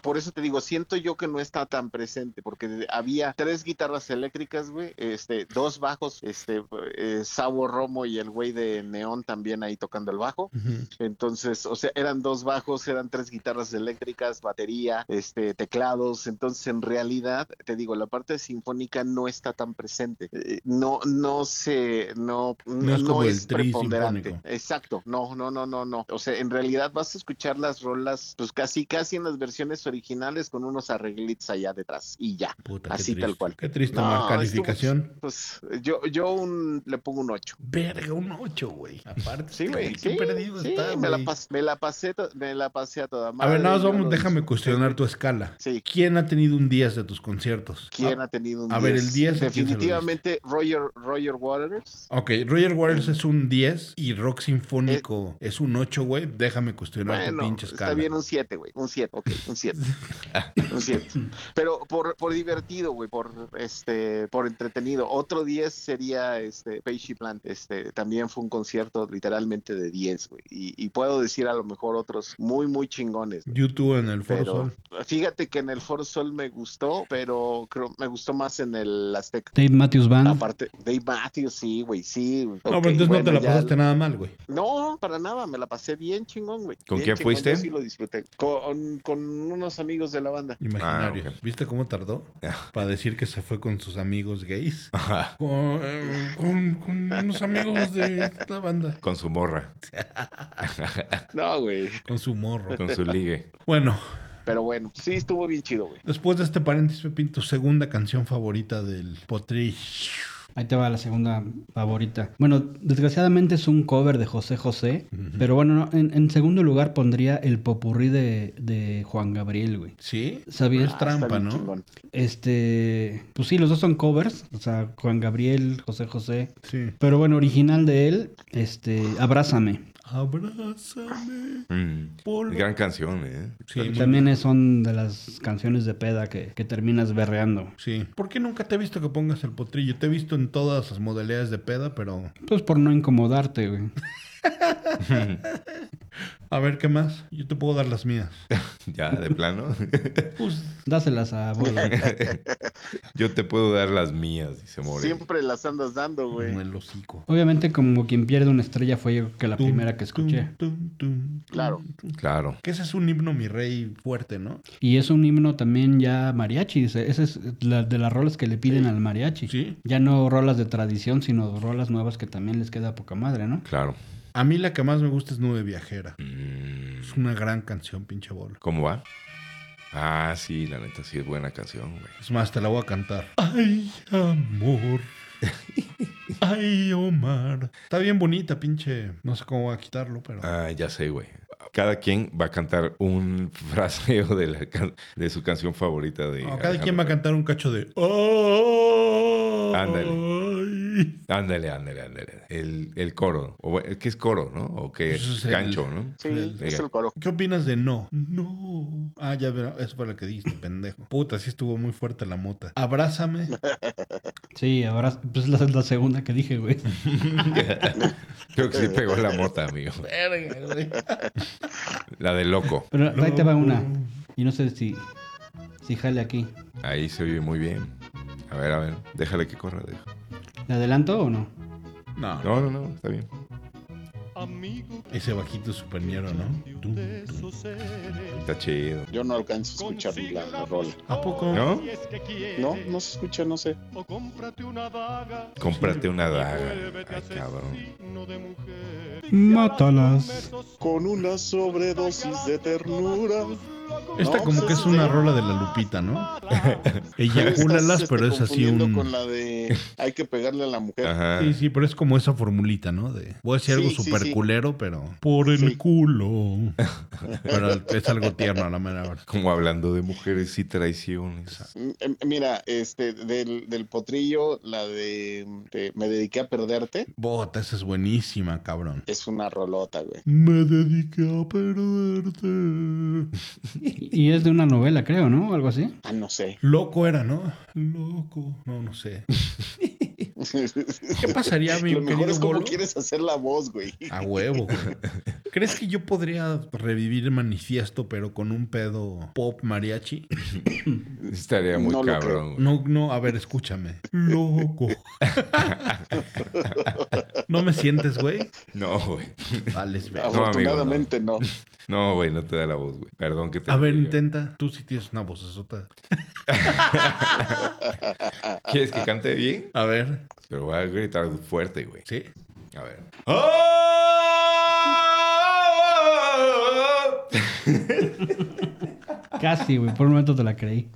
por eso te digo, siento yo que no está tan presente, porque había tres guitarras eléctricas, güey, este, dos bajos, este, eh, Sabo Romo y el güey de Neón también ahí tocando el bajo. Ujú. Entonces, o sea, eran dos bajos, eran tres guitarras eléctricas, batería, este, teclados. Entonces, en realidad, te digo, la parte sinfónica no está tan presente. Eh, No, no se, no, No no es es, como el tri preponderante. sinfónico. Exacto. No, no, no, no, no. O sea, en realidad vas a escuchar las rolas, pues casi, casi en las versiones originales con unos arreglitos allá detrás y ya. Puta, Así qué tal triste. cual. Qué triste No, mal estuvo- calificación. Pues yo, yo un- le pongo un 8. Verga, un 8, güey. Aparte, Sí, güey. qué Sí, perdido sí, está, me, la güey. pas- me la pasé, to- me la pasé a toda A madre. ver, nada más yo vamos, lo déjame disfruté. cuestionar tu escala. Sí. ¿Quién ha tenido un 10 de tus conciertos? ¿Quién Ah, ha tenido un a ver, el 10, ¿a quién se lo Definitivamente Roger, Roger Waters. Ok, Roger Waters es un 10 y rock sinfónico es un 8, güey. Déjame cuestionar tu Eh, Bueno, pinche escala. está bien un 7, güey. Un 7, ok, un 7. un 7. Pero por, por divertido, güey, por este, por entretenido. Otro 10 sería este Paisley Plant. Este, también fue un concierto literalmente de 10, güey. Y, y puedo decir a lo mejor otros muy, muy chingones. YouTube en el Foro Pero Sol. fíjate que en el Foro Sol me gustó, pero creo me gustó más en el Azteca. Dave Matthews Band. Aparte, Dave Matthews, sí, güey, sí. No, Ah. no, pero entonces no te la pasaste nada mal, güey. No, para nada, me la pasé bien chingón, güey. ¿Con Bien quién chingón, fuiste? yo sí lo disfruté. Con, con unos amigos de la banda. Imaginario. Ah, ok. ¿Viste cómo tardó? Para decir que se fue con sus amigos gays. Ajá. Con, eh, con- con unos amigos de la banda. Con su morra, No, güey. Con su morro. con su ligue. Bueno, Pero bueno, sí estuvo bien chido, güey. después de este paréntesis, Pepín, tu segunda canción favorita del Potri. Ahí te va la segunda favorita. Bueno, desgraciadamente es un cover de José José, pero bueno, no, en, en segundo lugar pondría el popurrí de, de Juan Gabriel, güey. ¿Sí? ¿Sabías? Es Pues trampa, Ah, está bien ¿no? chingón. Este, pues sí, los dos son covers, o sea, Juan Gabriel, José José. Sí. Pero bueno, original de él, este, Abrázame. Abrázame. Mm. Polvo. Gran canción, ¿eh? Sí, muy- También es- son de las canciones de peda que, que terminas berreando. Sí. ¿Por qué nunca te he visto que pongas el potrillo? Te he visto en todas las modalidades de peda, pero. Pues por no incomodarte, güey. A ver, ¿qué más? Yo te puedo dar las mías. Ya, de plano. Pues, Dáselas a Bola. Yo te puedo dar las mías, dice More. Siempre las andas dando, güey. como el hocico. Obviamente, como quien pierde una estrella fue yo que la Tum, primera que escuché. tum, tum, tum, Claro. tum. Claro. Que ese es un himno, mi rey, fuerte, ¿no? Y es un himno también ya mariachi. Esa es la, de las rolas que le piden al mariachi. Sí. Ya no rolas de tradición, sino rolas nuevas que también les queda poca madre, ¿no? Claro. A mí la que más me gusta es Nube Viajera. Mm. Es una gran canción, pinche bola. ¿Cómo va? Ah, sí, la neta sí es buena canción, güey. Es más, te la voy a cantar. Ay, amor. Ay, Omar. Está bien bonita, pinche. No sé cómo voy a quitarlo, pero. Ah, ya sé, güey. Cada quien va a cantar un fraseo de, la can- de su canción favorita de. No, cada quien va a Alejandro. cantar un cacho de. Ándale. Ándale, ándale, ándale. El, el coro. O, bueno, ¿Qué es coro, no? O qué Pues Eso es el- gancho, ¿no? Sí, Venga. es el coro. ¿Qué opinas de no? No. Ah, ya verá. Eso fue lo que dijiste, pendejo. Puta, sí estuvo muy fuerte la mota. Abrázame. Sí, ahora pues la, la segunda que dije, güey. Creo que sí pegó la mota, amigo. La de loco. Pero ahí te va una. Y no sé si, si jale aquí. Ahí se oye muy bien. A ver, a ver. Déjale que corra. deja. ¿Le adelanto o no? No. No, no, no. Está bien. Amigo, Ese bajito super ñero, ¿no? Tum, tum. Está chido. Yo no alcanzo a escuchar la, la rola. ¿A poco? ¿No? No, no se escucha, no sé. Cómprate una daga. Ay, cabrón. Mátalas. Con una sobredosis de ternura. Esta No, como pues que es es una de- rola de la Lupita, ¿no? Estás, Eyacúlalas, este, pero es así confundiendo un... con la de hay que pegarle a la mujer. Ajá. Sí, sí, pero es como esa formulita, ¿no? De, voy a decir algo Sí, sí, súper sí. culero, pero... Por el Sí. culo. pero es algo tierno a la mera hora. Como hablando de mujeres y traiciones. M- eh, Mira, este, del, del potrillo, la de, de Me dediqué a perderte, Bota, esa es buenísima, cabrón. es una rolota, güey. Me dediqué a perderte. Y es de una novela, creo, ¿no? Algo así. Ah, no sé. Loco era, ¿no? Loco. No, no sé. ¿Qué pasaría, mi Lo mejor querido es cómo Bolo? quieres hacer la voz, güey. A huevo, güey. ¿Crees que yo podría revivir Manifiesto, pero con un pedo pop mariachi? Estaría muy No lo cabrón. güey. No, no, a ver, escúchame. Loco. ¿No me sientes, güey? No, güey. Vales, güey. amigo, no. Afortunadamente no. No, güey, no te da la voz, güey. Perdón que te A ver, diga. intenta. Tú sí tienes una vocesota. ¿Quieres Ah. que cante bien? A ver, Pero voy a gritar fuerte, güey. ¿sí? A ver. ¡Ah! Casi, güey. Por un momento te la creí.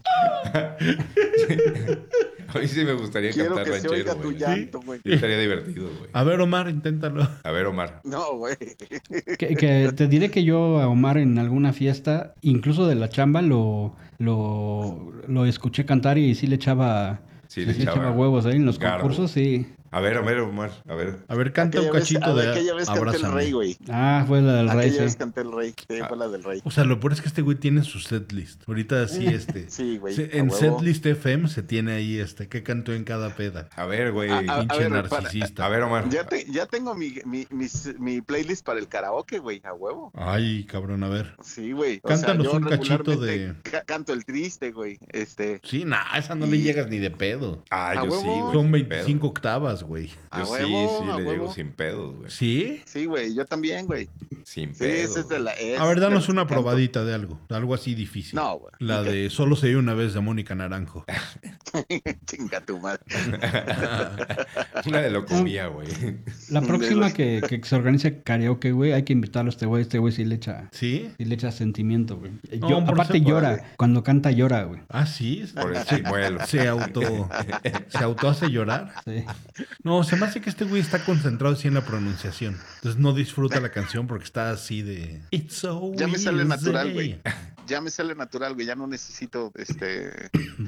A mí sí me gustaría Quiero cantar que se ranchero, oiga tu güey. llanto, güey. Sí, Estaría divertido, güey. A ver, Omar, inténtalo. A ver, Omar. No, güey. Que, que te diré que yo a Omar en alguna fiesta, incluso de la chamba, lo, lo, lo escuché cantar y sí le echaba, Sí, le sí le echaba echaba huevos ahí en los garbo. concursos, sí. A ver, a ver, Omar. A ver. A ver, canta un Aquella vez- cachito a ver, de aquella vez canté el rey, Abrázame. güey. Ah, fue la del rey, Aquella vez sí. canté el rey. Sí, fue la del rey. O sea, lo peor es que este güey tiene su setlist. Ahorita sí, este. Sí, güey. se- a en huevo. setlist FM se tiene ahí este. ¿Qué cantó en cada peda? A ver, güey. A- a- Pinche ver, para- narcisista. A ver, Omar. Ya, te- ya tengo mi, mi, mis- mi playlist para el karaoke, güey, a huevo. Ay, cabrón, a ver. Sí, güey. O Cántanos yo un cachito regularmente ca- canto el triste, güey. Este, Sí, nah, esa no le Y- llegas ni de pedo. Ah, A yo sí, huevo. güey. Son sin 25 pedo. octavas, güey. A Yo huevo, sí, a sí, le llego huevo. sin pedos, güey. ¿Sí? Sí, güey, yo también, güey. Sin Sí, pedos. ese es de la. ese A ver, es de danos la una que canto. probadita de algo. Algo así difícil. No, güey. La de Solo se dio una vez de Mónica Naranjo. Chinga tu madre. Una de locomía, güey. La De próxima la- que, que se organice karaoke, güey, hay que invitarlo a este güey. Este güey sí le echa, ¿Sí? sí le echa sentimiento, güey. No, Yo- por aparte supuesto. llora. Cuando canta llora, güey. Ah, sí. Por el Se- chimuelo. Se auto. Se auto hace llorar. Sí. No, se me hace que este güey está concentrado así en la pronunciación. Entonces no disfruta la canción porque está así de. It's so Ya me sale easy. natural, güey. Ya me sale natural, güey. Ya no necesito este.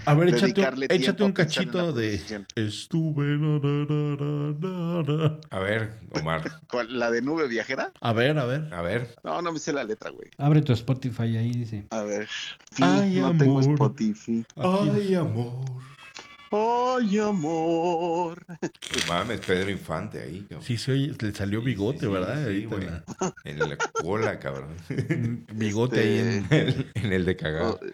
A ver, échate, un- dedicarle échate tiempo un a pensar en la cachito de. pronunciación. Estuve. na, na, na, na, na. A ver, Omar. ¿Cuál? ¿La de nube viajera? A ver, a ver. A ver. No, no me sé la letra, güey. Abre tu Spotify ahí, dice. A ver. Sí, Ay, no tengo amor. Spotify. Ay, amor. Ay, amor. No pues Mames, Pedro Infante ahí, cabrón. Sí, se oye, le salió bigote, Sí, sí, ¿verdad? sí, Ahorita güey. en la- Mm, En la cola, cabrón. bigote ahí en- Este, En el de Oh. cagado.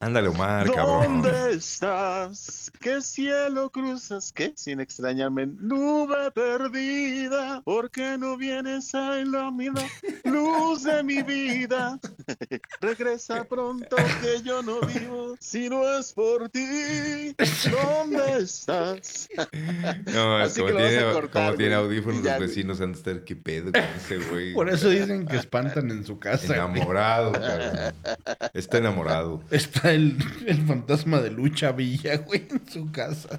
Ándale, Omar, este cabrón. ¿Dónde estás? ¿Qué cielo cruzas? ¿Qué? Sin extrañarme, nube perdida. ¿Por qué no vienes a iluminar? Luz de mi vida. Regresa pronto que yo no vivo si no es por ti. ¿Dónde estás? No, Así como, que lo vas a tiene, cortar, como tiene güey. audífonos Y ya, los güey. vecinos han de estar, qué pedo con ese güey. Por eso dicen que espantan en su casa. güey. Enamorado, cabrón. Está enamorado. Está el, el fantasma de Lucha Villa, güey, en su casa.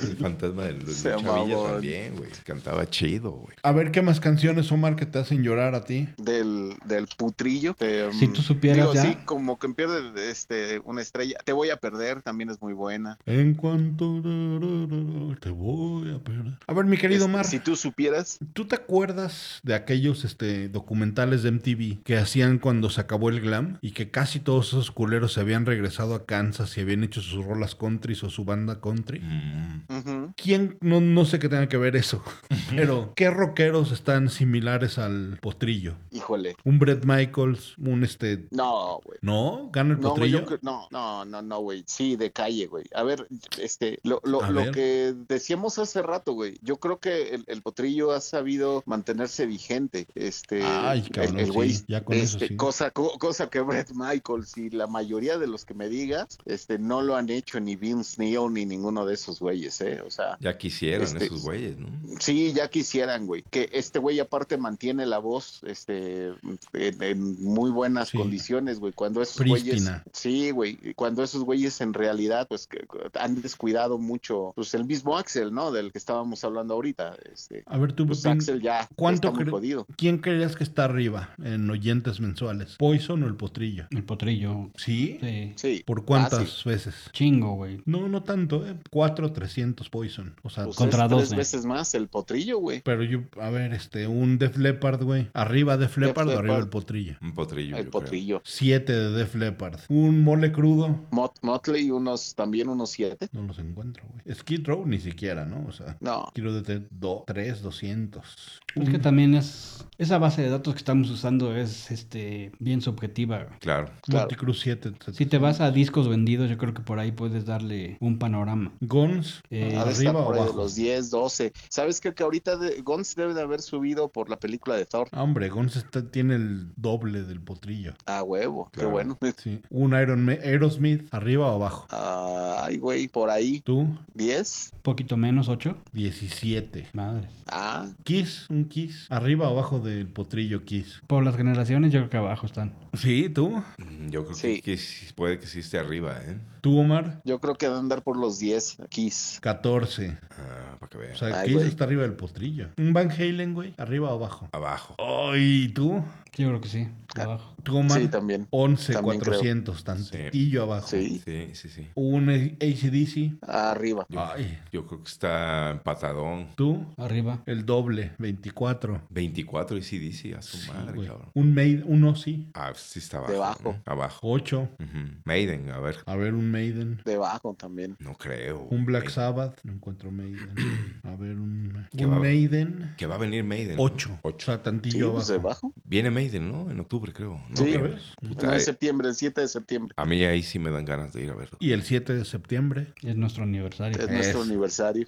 El fantasma de los Se chavillas mamó. también, güey. Cantaba chido, güey. A ver, ¿qué más canciones, Omar, que te hacen llorar a ti? Del, del putrillo. em, Si Mm. tú supieras digo, ya. sí, como que pierde este, una estrella. Te voy a perder, también es muy buena. En cuanto ra, ra, ra, te voy a perder. A ver, mi querido Es- Omar, Si tú supieras, ¿tú te acuerdas de aquellos este, documentales de MTV que hacían cuando se acabó el glam y que casi todos esos culeros se habían regresado a Kansas y habían hecho sus rolas country o su banda country? Mm. ujú, ¿Quién? No, no sé qué tenga que ver eso. Pero, ¿qué rockeros están similares al potrillo? Híjole. Un Brett Michaels, un este. No, güey. ¿No? ¿Gana el No, güey, potrillo? yo creo- no, no, no, no, güey. Sí, de calle, güey. A ver, este, lo, lo- A lo ver. que decíamos hace rato, güey. Yo creo que el, el potrillo ha sabido mantenerse vigente. Este, Ay, cabrón, el, el güey, sí, ya con eso este, sí. cosa, co- cosa que Brett Michaels y la mayoría de los que me digas, este, no lo han hecho ni Vince Neil ni ninguno de esos güeyes, eh. O sea, Ya quisieron Este- esos güeyes, ¿no? Sí, ya quisieran, güey. Que este güey aparte mantiene la voz este, en, en muy buenas Sí. condiciones, güey. Cuando esos Prístina. güeyes... Sí, güey. y Cuando esos güeyes en realidad, pues, que- han descuidado mucho. Pues el mismo Axel, ¿no? Del que estábamos hablando ahorita. Este, A ver, tú, pues Pepín, Axel ya, ya ¿cuánto está muy cre- jodido. ¿quién creías que está arriba en oyentes mensuales? ¿Poison o el potrillo? El potrillo. ¿Sí? Sí. Sí. ¿Por cuántas Fácil. veces? Chingo, güey. No, no tanto, ¿eh? 4, 300 Poison. O sea, Pues con- Contra es tres 12. veces más el potrillo, güey. pero yo, a ver, este, un Def Leppard, güey. Arriba Def Leppard, Leppard. arriba el potrillo. Un potrillo. El yo creo. potrillo. 7 de Def Leppard. Un mole crudo. Mot- Motley, unos, también unos siete. No los encuentro, güey. Skid Row ni siquiera, ¿no? O sea, No. quiero de tener 3, 200. Es que también es. Esa base de datos que estamos usando es este bien subjetiva. güey. Claro. claro. Multicruz 7. Si te vas a discos vendidos, yo creo que por ahí puedes darle un panorama. Guns, Eh, Ha de estar arriba o por ahí de abajo. los 10, 12. ¿Sabes qué? Que ahorita de, Guns debe de haber subido por la película de Thor. Ah, Hombre, Guns está- tiene el doble del potrillo. A Ah, huevo, Claro. qué bueno. Sí. Un Iron Ma- Aerosmith, arriba o abajo. Ay, güey, por ahí, Tú, 10. poquito menos, 8. 17. Madre. Ah, Kiss, un Kiss. Arriba o abajo del potrillo Kiss. Por las generaciones, yo creo que abajo están. Sí, tú. Mm, Yo creo Sí. que, que sí- puede que sí esté arriba, ¿eh? Tú, Omar, yo creo que deben andar por los 10, Kiss. 14. Ah, para que O vean. sea, Ay, Kiss güey. está arriba del potrillo. Un Van Halen, güey. Arriba o abajo. Abajo. Ay, tú. Yo creo que sí, abajo. Tú, Omar. Sí, también. 11, También 400, tantillo abajo. Sí, Sí, sí, sí. Un ACDC. arriba. Yo, Ay. yo creo que está empatadón. Tú, Arriba. el doble, 24. 24 y sí, dice, a su Sí, madre, güey. cabrón. un Maid, un Ozzy. Ah, sí está abajo. Debajo. ¿no? Abajo. 8. Ujú. Maiden, a ver. A ver, un Maiden. Debajo también. No creo. Un Black Maiden. Sabbath. No encuentro Maiden. A ver, un, Qué un bárbaro. Maiden. Que va a venir Maiden. 8. O Ocho. sea, Sí, tantillo pues, abajo. debajo. Viene Maiden, ¿no? En octubre, creo. Sí. ¿Ya Noviembre. ves? Puta, No, eh, en septiembre, el 7 de septiembre. a mí ahí sí me dan ganas de ir a verlo. Y el 7 de septiembre. Es nuestro aniversario. Es nuestro Es. aniversario.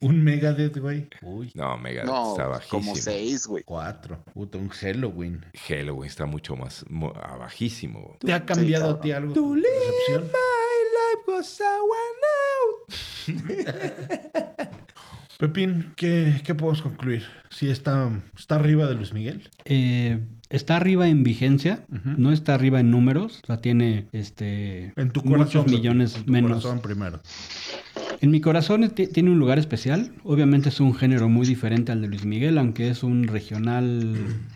Un Megadeth, güey. Uy. No, Mega No, pues, está bajísimo. como 6, güey. 4. Puta, un Halloween. Halloween está mucho más mo- ah, abajísimo. ¿Te ha cambiado a cabrón. ti algo? tu percepción? Pepín, ¿qué, qué podemos concluir? Sí, está, está arriba de Luis Miguel. Eh, está arriba en vigencia, Ujú. no está arriba en números, o sea, tiene este En tu corazón. muchos Pepín, millones en tu menos. corazón primero. En mi corazón eh, ti- tiene un lugar especial. Obviamente es un género muy diferente al de Luis Miguel, aunque es un regional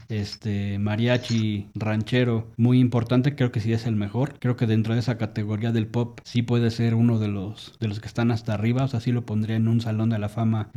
este mariachi ranchero muy importante, creo que sí es el mejor. Creo que dentro de esa categoría del pop sí puede ser uno de los de los que están hasta arriba, o sea, sí lo pondría en un salón de la fama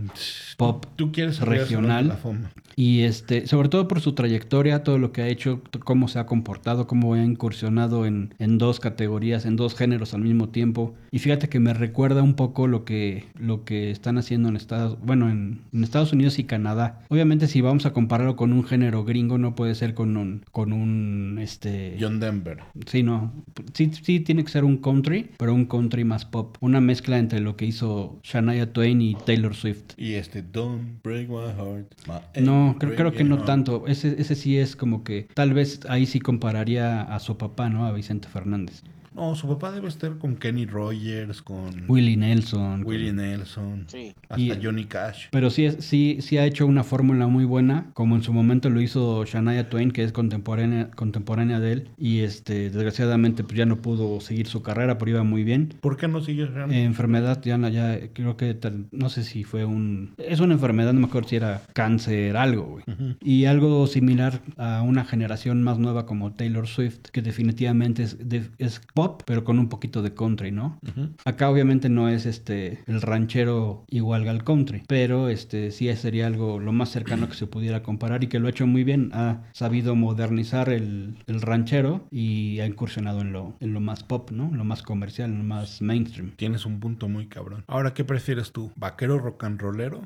pop Tú quieres arriba del Salón de Regional. la fama. y este, sobre todo por su trayectoria, todo lo que ha hecho, t- cómo se ha comportado, cómo ha incursionado en, en dos categorías, en dos géneros al mismo tiempo. Y fíjate que me recuerda un poco lo que, lo que están haciendo en Estados, bueno, en, en Estados Unidos y Canadá. Obviamente, si vamos a compararlo con un género gringo, no puede ser con un, con un este John Denver. Sí, no. Sí, sí tiene que ser un country, pero un country más pop. Una mezcla entre lo que hizo Shania Twain y Taylor Swift. Y este, Don't Break My Heart. my No, ain't creo, creo que breaking no heart. tanto. Ese, ese sí es como que tal vez ahí sí compararía a su papá, ¿no? A Vicente Fernández. No, su papá debe estar con Kenny Rogers, con Willie Nelson. con- Willie Nelson, Sí. hasta Y- Johnny Cash. Pero sí, es- sí, sí ha hecho una fórmula muy buena, como en su momento lo hizo Shania Twain, que es contemporánea, contemporánea de él. Y este, desgraciadamente pues ya no pudo seguir su carrera, pero iba muy bien. ¿Por qué no sigues Eh, realmente? enfermedad, ya, no- ya eh, creo que tal- no sé si fue un. Es una enfermedad, no me acuerdo si era cáncer, algo, güey. Ujú. Y algo similar a una generación más nueva como Taylor Swift, que definitivamente es, de- es pop pop, pero con un poquito de country, ¿no? Acá obviamente no es este el ranchero igual al country, pero este sí sería algo lo más cercano que se pudiera comparar y que lo ha hecho muy bien. Ha sabido modernizar el, el ranchero y ha incursionado en lo, en lo más pop, ¿no? En lo más comercial, en lo más mainstream. Tienes un punto muy cabrón. Ahora, ¿qué prefieres tú? ¿Vaquero rock and rollero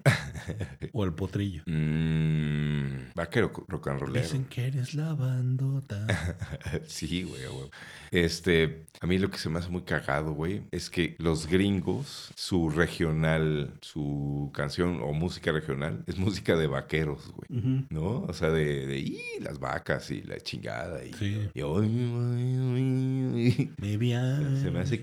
o el potrillo? Mm, vaquero co- rock and rollero. Dicen que eres la bandota. Sí, güey, a huevo. Este, a mí lo que se me hace muy cagado, güey, es que los gringos, su regional, su canción o música regional es música de vaqueros, güey. Ujú. ¿No? O sea, de, de "Y, las vacas y la chingada. Y, Sí. y, "Ay, ay, ay". Me vi a- Se me hace-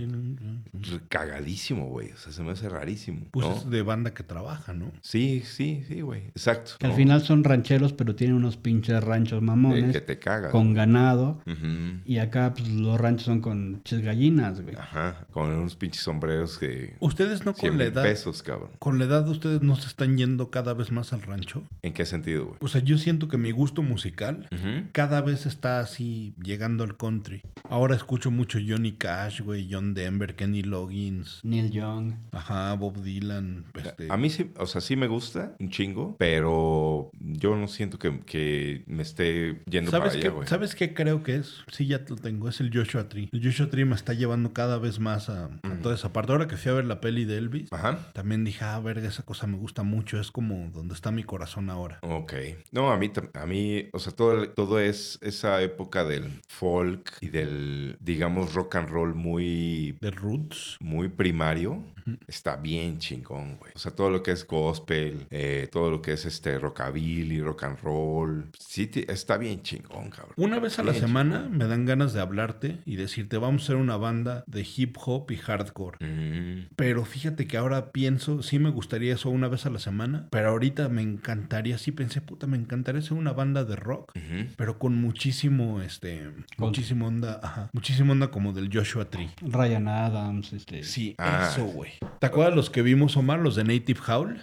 cagadísimo, güey. O sea, se me hace rarísimo. Pues ¿no? es de banda que trabaja, ¿no? Sí, sí, sí, güey. Exacto. Que al ¿no? final son rancheros, pero tienen unos pinches ranchos Eh, mamones que te cagas. con ganado. Ujú. Y acá pues, los ranchos son con chis gallinas, güey. Ajá. Con unos pinches sombreros que. Ustedes no 100 con la mil edad. pesos, cabrón. Con la edad ustedes no se están yendo cada vez más al rancho. ¿En qué sentido, güey? O sea, yo siento que mi gusto musical Ujú. cada vez está así llegando al country. Ahora escucho mucho Johnny Cash, güey, John Denver, Kenny Loggins, Neil Young. ajá, Bob Dylan. este, A mí sí, o sea, sí me gusta un chingo, pero yo no siento que, que me esté yendo para ¿Sabes allá, qué, güey. ¿Sabes qué creo que es? Sí, ya lo tengo. Es el Joshua Tree. El Joshua Tree me está llevando cada vez más a, a Mm. toda esa parte. Ahora que fui a ver la peli de Elvis, Ajá. también dije, ah, verga, esa cosa me gusta mucho. Es como donde está mi corazón ahora. Ok. No, a mí, tam- a mí, o sea, todo, todo es esa época del folk y del, digamos, rock and roll muy De Roots. muy primario, está bien chingón, güey. O sea, todo lo que es gospel, eh, todo lo que es este rockabilly, rock and roll, sí, te- está bien chingón, cabrón. Una vez a la Bien semana chingón. me dan ganas de hablarte y decirte, vamos a ser una banda de hip hop y hardcore. Mm, Pero fíjate que ahora pienso, sí me gustaría eso una vez a la semana, pero ahorita me encantaría, sí pensé, puta, me encantaría ser una banda de rock, ujú. pero con muchísimo, este, muchísimo onda, ajá, muchísimo onda como del Joshua Tree. Ryan Adams, este. Sí, Ah. eso, güey. ¿Te acuerdas los que vimos, Omar, los de Native Howl?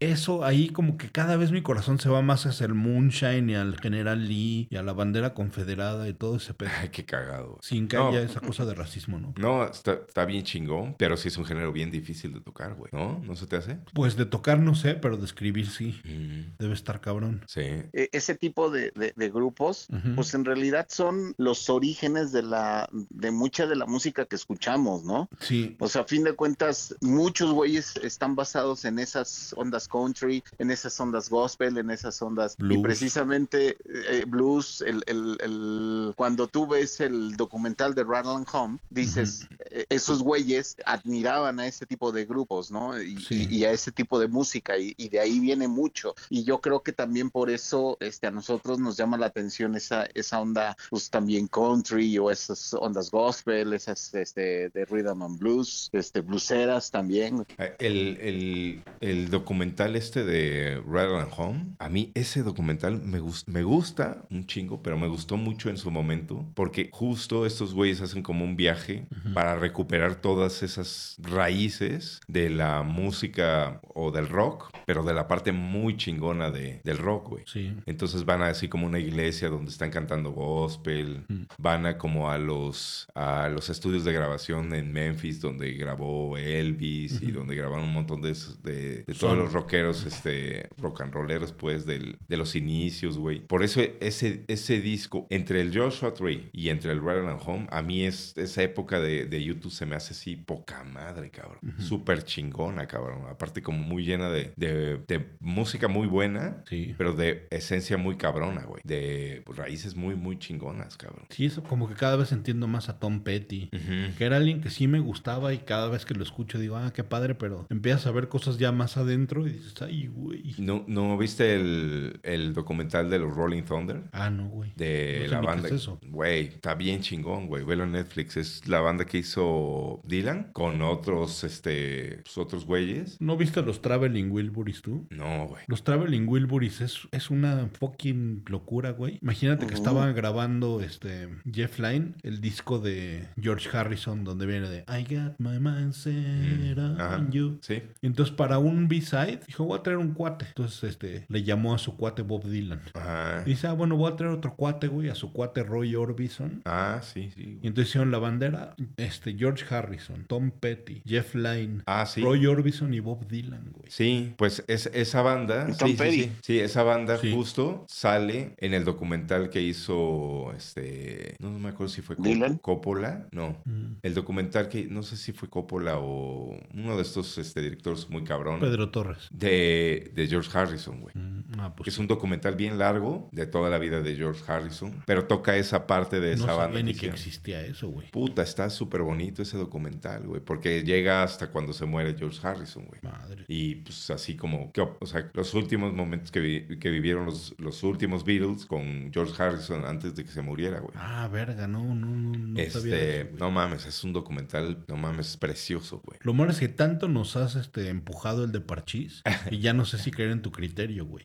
Eso ahí como que cada vez mi corazón se va más hacia el Moonshine y al General Lee y a la bandera confederada y todo ese pedo. Ay, qué cagado. güey. Sin que No. haya esa cosa de racismo, ¿no? No, está, está bien chingón, pero sí es un género bien difícil de tocar, güey. ¿No? ¿No se te hace? Pues de tocar no sé, pero de escribir sí. Mm, Debe estar cabrón. Sí. E- ese tipo de, de- de grupos, Ujú. pues en realidad son los orígenes de la, de mucha de la música que escuchamos, ¿no? Sí. O sea, a fin de cuentas, muchos güeyes están basados en esas ondas country, en esas ondas gospel, en esas ondas. Blues. Y precisamente eh, blues, el, el- el- cuando tú ves el documental de Rattle Home, dices, eh, esos güeyes admiraban a ese tipo de grupos, ¿no? Y, Sí. y- y a ese tipo de música, y, y de ahí viene mucho. Y yo creo que también por eso este, a nosotros nos llama la atención esa, esa onda, pues también country, o esas ondas gospel, esas este, de rhythm and blues, este, blueseras también. Ah, El, el- el documental este de Rattle and Home, a mí ese documental me, gus- me gusta un chingo, pero me gustó mucho en su momento, porque justo estos güeyes hacen como un viaje para recuperar todas esas raíces de la música o del rock, pero de la parte muy chingona de, del rock, güey. Sí. Entonces van a así como una iglesia donde están cantando gospel, Mm. van a como a los, a los estudios de grabación en Memphis donde grabó Elvis y donde grabaron un montón de, esos- de, de todos Son- los rockeros, este, rock and rolleros pues del- de los inicios, güey. Por eso ese, ese disco entre el Joshua Tree y entre el Rattle and Home, a mí es, esa época de, de YouTube se me hace así poca madre, cabrón. Súper chingona, cabrón. Aparte como muy llena de, de- de música muy buena. Sí. Pero de esencia muy cabrona, güey. De pues, raíces muy, muy chingonas, cabrón. Sí, eso como que cada vez entiendo más a Tom Petty. Que era alguien que sí me gustaba y cada vez que lo escucho digo, ah, qué padre, pero empiezas a ver cosas ya más adentro y dices, ay, güey. ¿No, ¿No viste el, el documental de los Rolling Thunder? Ah, no, güey. De No sé ni la qué banda. es eso. Güey, está bien chingón, güey. Velo en Netflix. Es la banda que hizo Dylan con otros, este, pues, otros güeyes. ¿No viste los Traveling Wilburys tú? No, güey. Los Traveling Wilburys es, es una fucking locura, güey. Imagínate que estaba grabando este Jeff Lynne, el disco de George Harrison, donde viene de I got my mind set Serán Mm, Ajá. yo. Sí. Y entonces para un B-side dijo, voy a traer un cuate. Entonces este le llamó a su cuate Bob Dylan. Ajá. Y dice, ah, bueno, voy a traer otro cuate, güey, a su cuate Roy Orbison. Ah, sí, sí. Y entonces hicieron la bandera, este, George Harrison, Tom Petty, Jeff Lynne, Ah, sí. Roy Orbison y Bob Dylan, güey. Sí, pues es, esa banda. Y sí, Tom sí, Petty. sí, Sí, esa banda Sí. justo sale en el documental que hizo este. No me acuerdo si fue Cop- Dylan. Coppola. No. Mm. El documental que no sé si fue Coppola o uno de estos este, directores muy cabrón. Pedro Torres. De, de George Harrison, güey. Mm, Ah, pues Es un documental bien largo de toda la vida de George Harrison, pero toca esa parte de no esa sabía banda. ni que hicieron. existía eso, güey. Puta, está súper bonito ese documental, güey, porque llega hasta cuando se muere George Harrison, güey. Madre. Y pues así como, que, o sea, los últimos momentos que, vi- que vivieron los, los últimos Beatles con George Harrison antes de que se muriera, güey. Ah, verga, no, no, no, no sabía este, eso, güey. no mames, es un documental, no mames, es precioso, güey. Lo malo es que tanto nos has este, empujado el de Parchís y ya no sé si creer en tu criterio, güey.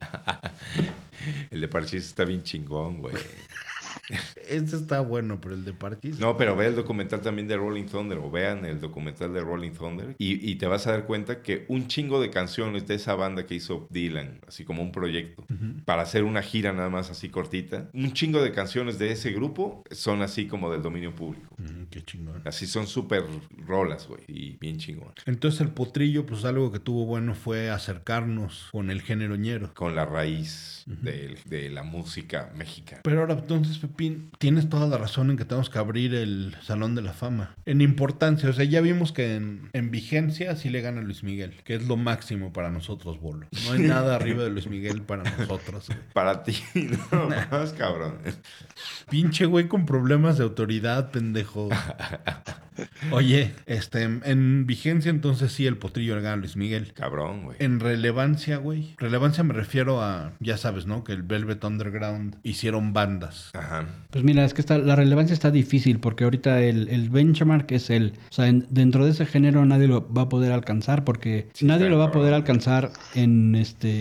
El de Parchís está bien chingón, güey. Este está bueno, pero el de Parchís. No, pero ve el documental también de Rolling Thunder o vean el documental de Rolling Thunder y, y te vas a dar cuenta que un chingo de canciones de esa banda que hizo Dylan, así como un proyecto, Ujú. para hacer una gira nada más así cortita, un chingo de canciones de ese grupo son así como del dominio público. Mm, qué chingón. Así son súper rolas, güey, y bien chingón. Entonces el potrillo, pues algo que tuvo bueno fue acercarnos con el género ñero. Con la raíz del- de, la música mexicana. Pero ahora entonces, Pepín, tienes toda la razón en que tenemos que abrir el Salón de la Fama. En importancia, o sea, ya vimos que en, en vigencia sí le gana Luis Miguel, que es lo máximo para nosotros, Bolo. No hay nada arriba de Luis Miguel para nosotros. güey. Para ti, no más, cabrón. Pinche güey con problemas de autoridad, pendejo. Oye, este, en vigencia entonces sí el potrillo le gana a Luis Miguel. Cabrón, güey. En relevancia, güey. Relevancia me refiero a, ya sabes, ¿no? Que el Velvet Underground hicieron bandas. Ajá. Pues mira, es que está, la relevancia está difícil porque ahorita el, el benchmark es el... O sea, en- dentro de ese género nadie lo va a poder alcanzar porque Sí, nadie está lo va a cabrón. poder alcanzar en este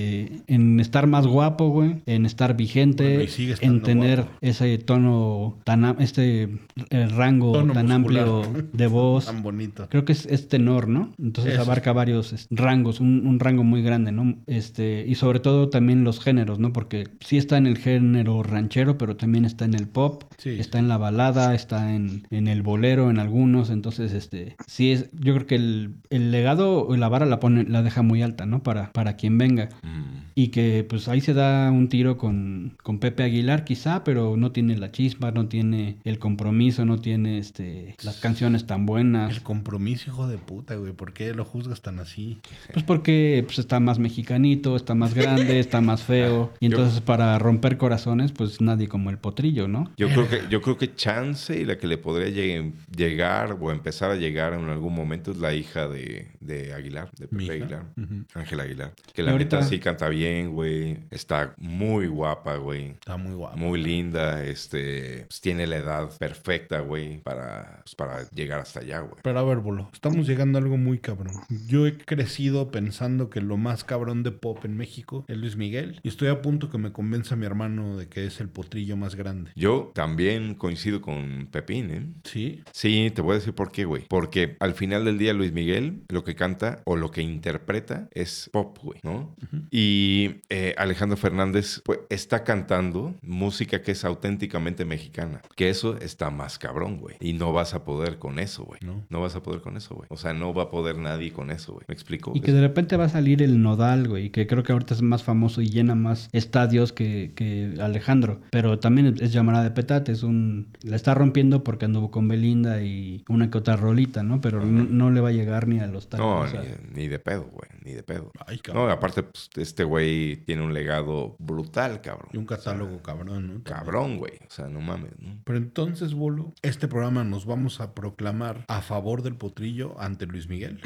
en estar más guapo, güey, en estar vigente, Bueno, y sigue estando en tener guapo. ese tono tan... am- este eh, rango Tono tan muscular. amplio de voz. Tan bonito. Creo que es, es tenor, ¿no? Entonces Eso. abarca varios es, rangos, un, un rango muy grande, ¿no? Este, y sobre todo también los géneros, ¿no? Porque sí está en el género ranchero, pero también está en el pop, Sí. está en la balada, está en, en el bolero, en algunos. Entonces, este, sí es, yo creo que el, el legado, o la vara la pone, la deja muy alta, ¿no? Para, para quien venga. Mm. Y que pues ahí se da un tiro con, con Pepe Aguilar quizá, pero no tiene la chispa, no tiene el compromiso, no tiene este las canciones tan buenas. El compromiso, hijo de puta, güey. ¿Por qué lo juzgas tan así? Pues porque pues, está más mexicanito, está más grande, está más feo. Y Ah, Yo- entonces para romper corazones, pues nadie como el potrillo, ¿no? Yo creo que, yo creo que Chance y la que le podría llegue- llegar o empezar a llegar en algún momento es la hija de, de Aguilar, de Mi Pepe hija. Aguilar. Ujú. Ángela Aguilar. Que Y la neta ahorita- sí canta bien, güey. Está muy guapa, güey. Está muy guapo. Muy linda, este, pues, tiene la edad perfecta, güey, para, pues, para llegar hasta allá, güey. Pero a ver, bolo, estamos llegando a algo muy cabrón. Yo he crecido pensando que lo más cabrón de pop en México es Luis Miguel. Y estoy a punto que me convenza mi hermano de que es el potrillo más grande. Yo también coincido con Pepín, ¿eh? ¿Sí? Sí, te voy a decir por qué, güey. Porque al final del día Luis Miguel lo que canta o lo que interpreta es pop, güey, ¿no? Y eh, Alejandro Fernández pues, está cantando música que es auténticamente mexicana. Que eso está más cabrón, güey. Y no vas a poder con eso, güey. No. No. vas a poder con eso, güey. O sea, no va a poder nadie con eso, güey. ¿Me explico? Y que de repente va a salir el Nodal, güey, que creo que ahorita es más famoso y llena más estadios que, que Alejandro. Pero también es llamada de petate, es un... La está rompiendo porque anduvo con Belinda y una que otra rolita, ¿no? Pero no, no le va a llegar ni a los No, tacos. o sea, ni, ni de pedo, güey. Ni de pedo. Ay, cabrón. No, aparte, pues, este güey tiene un legado brutal, cabrón. Y un O catálogo cabrón, ¿no? sea, cabrón, güey. O sea, no mames, ¿no? Pero entonces, bolo, este programa nos vamos a proclamar a favor del potrillo ante Luis Miguel.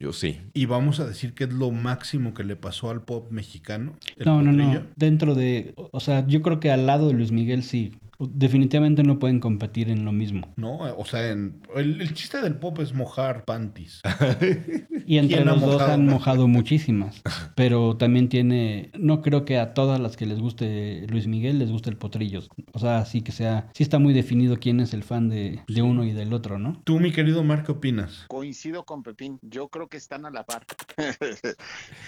Yo sí. Y vamos a decir que es lo máximo que le pasó al pop mexicano. el No, no, no. potrillo. Dentro de... o- O sea, yo creo que al lado de Luis Miguel sí. Definitivamente no pueden competir en lo mismo. No, o sea, en- el, el chiste del pop es mojar panties. Y entre ¿Quién ha los dos mojado? han mojado muchísimas. Pero también tiene. No creo que a todas las que les guste Luis Miguel les guste el potrillos. O sea, sí que sea. Sí está muy definido quién es el fan de, de uno y del otro, ¿no? Tú, mi querido Mar, ¿qué opinas? Coincido con Pepín. Yo creo que están a la par.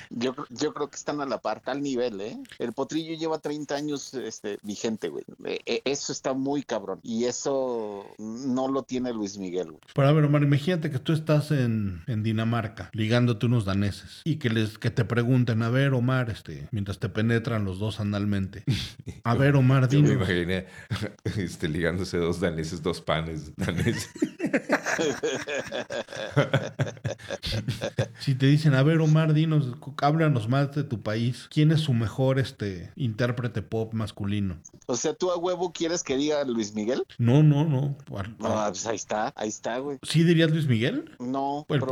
Yo, cr- yo creo que están a la par, tal nivel, ¿eh? El potrillo lleva 30 años este, vigente, güey. E- e- eso está muy cabrón. Y eso no lo tiene Luis Miguel, güey. Pero a ver, Omar, imagínate que tú estás en, en Dinamarca ligándote unos daneses y que les que te pregunten, a ver, Omar, este, mientras te penetran los dos analmente. A ver, Omar, Yo me dime. imaginé este, ligándose dos daneses, dos panes daneses. Si te dicen, a ver, Omar, dinos, cu- háblanos más de tu país. ¿Quién es su mejor este intérprete pop masculino? O sea, ¿tú a huevo quieres que diga Luis Miguel? No, no, no. Ar- Ah, ar- pues ahí está, ahí está, güey. ¿Sí dirías Luis Miguel? No, El potrillo.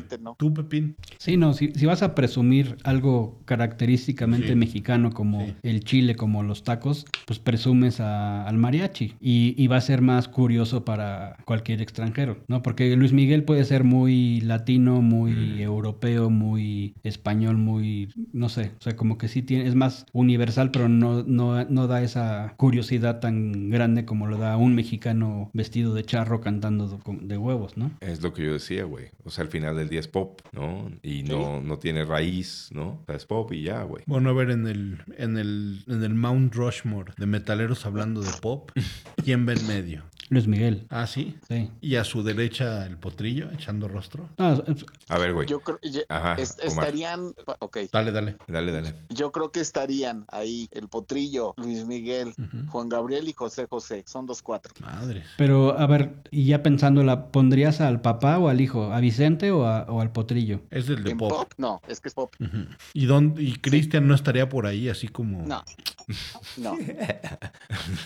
probablemente no. Tú, Pepín. Sí, no, si, si vas a presumir algo característicamente Sí. mexicano como Sí. el chile, como los tacos, pues presumes a- al mariachi y, y va a ser más curioso para cualquier extranjero, ¿no? Porque Luis Miguel puede ser muy latino, muy Mm. europeo, muy español, muy, no sé, o sea, como que sí tiene, es más universal, pero no, no, no da esa curiosidad tan grande como lo da un mexicano vestido de charro cantando de- de huevos, ¿no? Es lo que yo decía, güey. O sea, al final del día es pop, ¿no? Y no, no tiene raíz, ¿no? O sea, es pop y ya, güey. Bueno, a ver, en el, en el, en el Mount Rushmore de metaleros hablando de pop, ¿quién ve en medio? Luis Miguel, Ah, sí. sí. Y a su derecha el potrillo echando rostro. Ah, es- A ver, güey. Yo creo, ye- Ah, Ajá, est- Omar. estarían, pa- ok, Dale, dale. Dale, dale. yo creo que estarían ahí el potrillo, Luis Miguel, Juan Gabriel y José José, son los cuatro. Madres. Pero, a ver, y ya pensándola, ¿pondrías al papá o al hijo? ¿A Vicente o, a- o al potrillo? Es el de ¿En pop. pop? No, es que es pop. Ujú. ¿Y, don, y Cristian no estaría por ahí así como... No, no.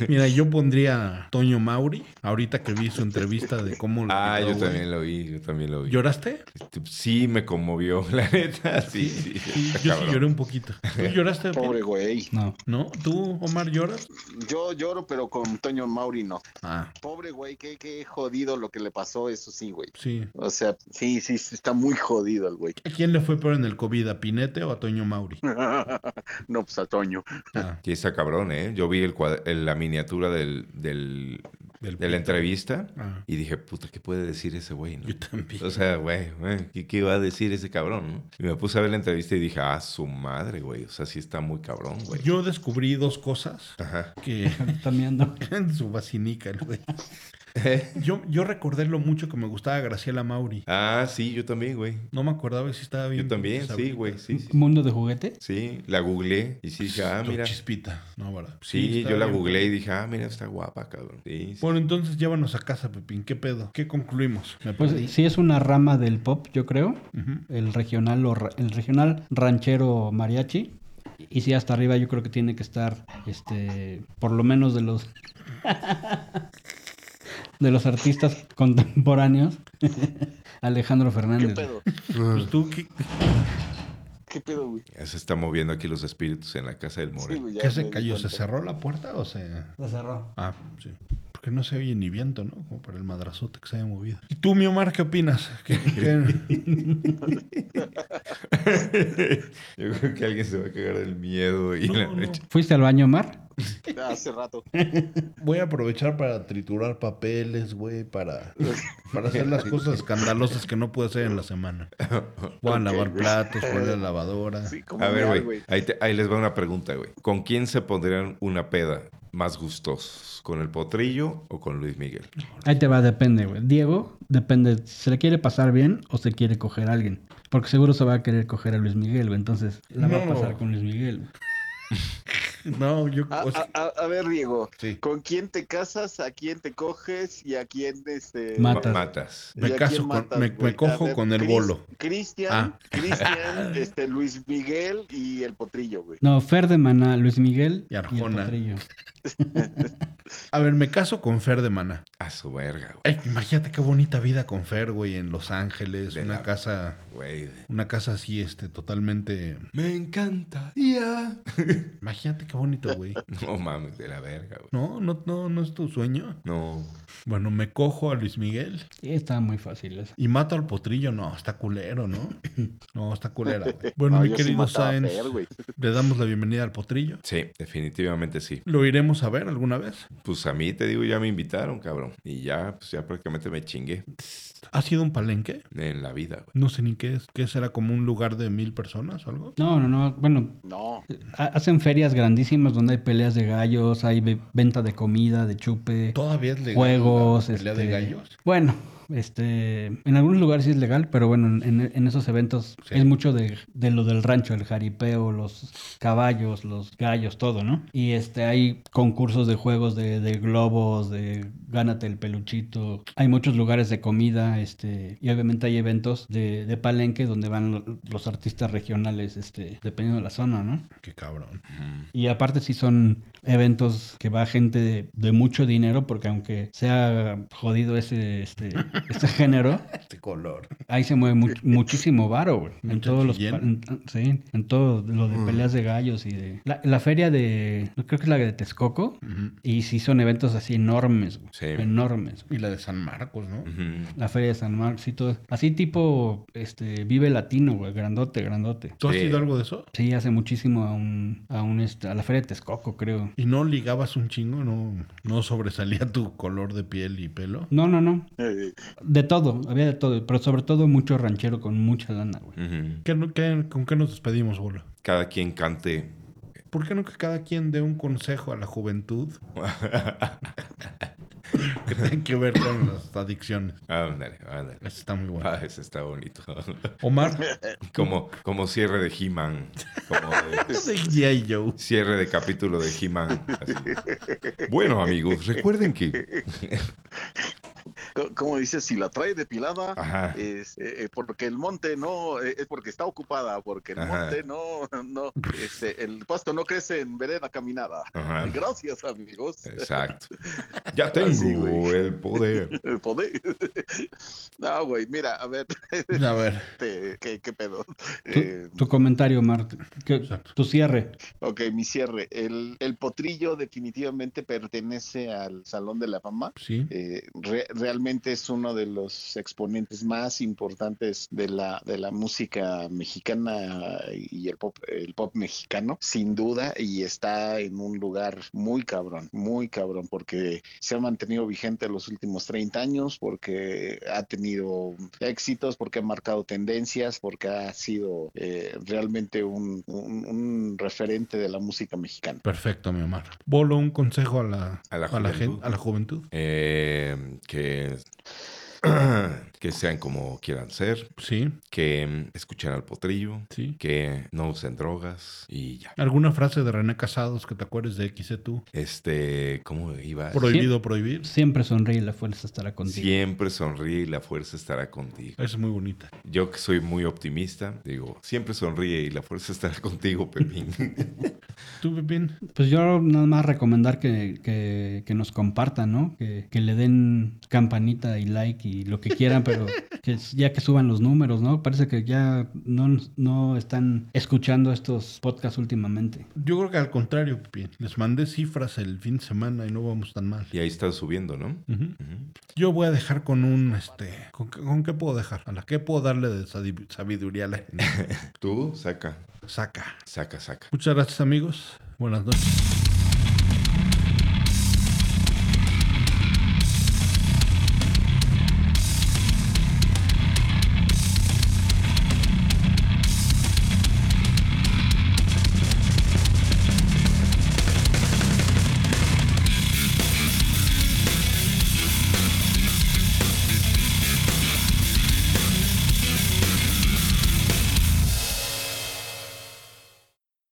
Mira, yo pondría a Toño Mauri, ahorita que vi su entrevista de cómo... lo Ah, quitó, yo güey. también lo vi, yo también lo vi. ¿Lloraste? Sí me conmovió, la neta. Sí, sí. Sí, está yo sí cabrón. lloré un poquito. ¿Tú lloraste? Pepín? Pobre güey. No. ¿No? ¿Tú, Omar, lloras? Yo lloro, pero con Toño Mauri no. Ah, Pobre güey, qué, qué jodido lo que le pasó, eso sí, güey. sí. O sea, sí, sí, sí, está muy jodido el güey. ¿A quién le fue peor en el COVID? ¿A Pinete o a Toño Mauri? No, pues a Toño. Ah, Sí, está cabrón, ¿eh? Yo vi el cuad- el- la miniatura del, del- del de la entrevista Ah. y dije, puta, ¿qué puede decir ese güey? no? Yo también. O sea, güey, güey, ¿qué, qué va a decir ese cabrón? no? Y me puse a ver la entrevista y dije, ah, su madre, güey. O sea, sí está muy cabrón, güey. Yo descubrí dos cosas Ajá. que También no. en su vacinica, el güey. Yo, yo recordé lo mucho que me gustaba Graciela Mauri. Ah, sí, yo también, güey. No me acordaba si estaba bien. Yo también, pinche sí, sabrita. güey, sí, sí. ¿Mundo de juguete? Sí, la googleé y sí dije, ah, Tu mira. Chispita. No, ¿verdad? Sí, estaba yo la bien. googleé y dije, ah, mira, está guapa, cabrón. Sí, sí. Bueno, entonces llévanos a casa, Pepín. ¿Qué pedo? ¿Qué concluimos? Me perdí. Pues sí es una rama del pop, yo creo. Ujú. El regional, o ra- el regional ranchero mariachi. Y sí, hasta arriba yo creo que tiene que estar, este, por lo menos de los... de los artistas contemporáneos. Alejandro ¿Qué Fernández. pedo? Pues tú, ¿qué, ¿Qué pedo, güey? Ya se está moviendo aquí los espíritus en la casa del Sí, Morel. güey, ya qué me se di cayó? ¿Se cuenta. cerró la puerta o se.? La cerró. Ah, sí. Porque no se oye ni viento, ¿no? Como para el madrazote que se haya movido. ¿Y tú, mi Omar, qué opinas? ¿Qué- qué- Yo creo que alguien se va a cagar del miedo y No, la no. leche. ¿Fuiste al baño, Mar? Ah, Hace rato. Voy a aprovechar para triturar papeles, güey, para, para hacer las cosas escandalosas que no puedo hacer en la semana. Voy a lavar platos, voy a la lavadora. Sí, como A ver, mear, güey. Ahí, te- ahí les va una pregunta, güey. ¿Con quién se pondrían una peda más gustosos? ¿Con el potrillo o con Luis Miguel? Ahí te va, depende, güey. Diego, depende si se le quiere pasar bien o se quiere coger a alguien. Porque seguro se va a querer coger a Luis Miguel, güey. Entonces la va a No. pasar con Luis Miguel. güey. No, yo. Ah, A, o sea, a- a- a ver, Diego, sí. ¿con quién te casas, a quién te coges y a quién este Ma- Ma- Matas. Matas. y Me a quién caso con- matas, me- güey? me cojo A ver, con el Cris- bolo. Cristian, Ah. Cristian, este Luis Miguel y el potrillo, güey. No, Fer de Maná, Luis Miguel Y Arjona. Potrillo. A ver, me caso con Fer de Mana. A su verga, güey. Ay, imagínate qué bonita vida con Fer, güey, en Los Ángeles. De una la- casa. Güey. Una casa así, este, totalmente. Me encanta. Ya. Imagínate qué Qué bonito, güey. No mames, de la verga, güey. No, no, no, no es tu sueño. No. Bueno, me cojo a Luis Miguel Sí, está muy fácil eso. y mato al potrillo. No, está culero, ¿no? No, está culera. güey. Bueno, No, mi yo sí querido mataba a Sáenz, Fer, güey. le damos la bienvenida al potrillo. Sí, definitivamente sí. ¿Lo iremos a ver alguna vez? Pues a mí te digo, ya me invitaron, cabrón. Y ya, pues ya prácticamente me chingué ¿Ha sido un palenque? en la vida, güey. No sé ni qué es. ¿Qué será como un lugar de mil personas o algo? No, no, no. Bueno, No, ha- hacen ferias grandísimas donde hay peleas de gallos, hay ve- venta de comida, de chupe, Todavía es legal. juegos. la pelea de este, gallos. Bueno, este, en algunos lugares sí es legal, pero bueno, en, en esos eventos Sí. es mucho de, de lo del rancho, el jaripeo, los caballos, los gallos, todo, ¿no? Y este, hay concursos de juegos de, de globos, de gánate el peluchito. Hay muchos lugares de comida, este, y obviamente hay eventos de, de palenque donde van lo- los artistas regionales, este, dependiendo de la zona, ¿no? Qué cabrón. Y aparte sí son eventos que va gente de, de mucho dinero, porque aunque sea jodido ese, este, este género, Este color. ahí se mueve mu- muchísimo varo, güey. En Mucho todos los... chillén. Mm. pa- en- sí, en todo lo de peleas de gallos y de... La, la feria de... Creo que es la de Texcoco. Ujú. Y sí son eventos así enormes, güey. Sí. Enormes. güey. Y la de San Marcos, ¿no? Ujú. La feria de San Marcos y todo. Así tipo, este, vive latino, güey. Grandote, grandote. ¿Tú has Sí. ido a algo de eso? Sí, hace muchísimo a un, a un, este, a la feria de Texcoco, creo. ¿Y no ligabas un chingo? ¿No, no sobresalía tu color de piel y pelo? No, no, no. eh, De todo, había de todo, pero sobre todo mucho ranchero con mucha lana, güey. Ujú. ¿Qué no- qué- ¿Con qué nos despedimos, Bola? Cada quien cante. ¿Por qué no que cada quien dé un consejo a la juventud que tenga que ver con las adicciones? Ándale, ándale. Eso está muy bueno. Ah, ese está bonito. Omar, como, como cierre de He-Man. Como de- G.I. Joe. cierre de capítulo de He-Man. así. Bueno, amigos, recuerden que. co- como dices, si la trae depilada, Ajá. es, eh, eh, porque el monte no, eh, es porque está ocupada, porque el Ajá. monte no, no, este, el pasto no crece en vereda caminada. Ajá. Gracias, amigos. Eh. Exacto. Ya Así, tengo güey. el poder. El poder. No, güey, mira, a ver, A ver, este, ¿qué, qué pedo? Tu, Eh, tu comentario, Marte. Exacto. Tu cierre. ok, mi cierre. El, el potrillo definitivamente pertenece al Salón de la Fama. sí. Eh, re- realmente es uno de los exponentes más importantes de la, de la música mexicana y el pop, el pop mexicano, sin duda, y está en un lugar muy cabrón, muy cabrón, porque se ha mantenido vigente los últimos 30 años, porque ha tenido éxitos, porque ha marcado tendencias, porque ha sido eh, realmente un- un- un referente de la música mexicana. Perfecto, mi Omar. Bolo, un consejo a la, A la gente, juventud. a la juventud. Eh, que. Que sean como quieran ser, Sí, que mm, escuchen al potrillo, sí. que no usen drogas y ya. ¿Alguna frase de René Casados que te acuerdes de XC tú? Este, ¿cómo iba? Prohibido prohibir. Siempre sonríe y la fuerza estará contigo. Siempre sonríe y la fuerza estará contigo. Esa es muy bonita. Yo que soy muy optimista, digo, siempre sonríe y la fuerza estará contigo, Pepín. ¿Tú, Pepín? Pues yo nada más recomendar que, que- que nos compartan, ¿no? Que, que le den campanita y like y lo que quieran, pero que s- ya que suban los números, ¿no? Parece que ya no, nos- no están escuchando estos podcasts últimamente. Yo creo que al contrario, Pepín. Les mandé cifras el fin de semana y no vamos tan mal. y ahí está subiendo, ¿no? Ujú. Ujú. Yo voy a dejar con un, este, ¿con, qué- con qué puedo dejar? ¿A la qué puedo darle de sadi- sabiduría a la gente? Tú saca, Saca. saca, saca. Muchas gracias, amigos. Buenas noches.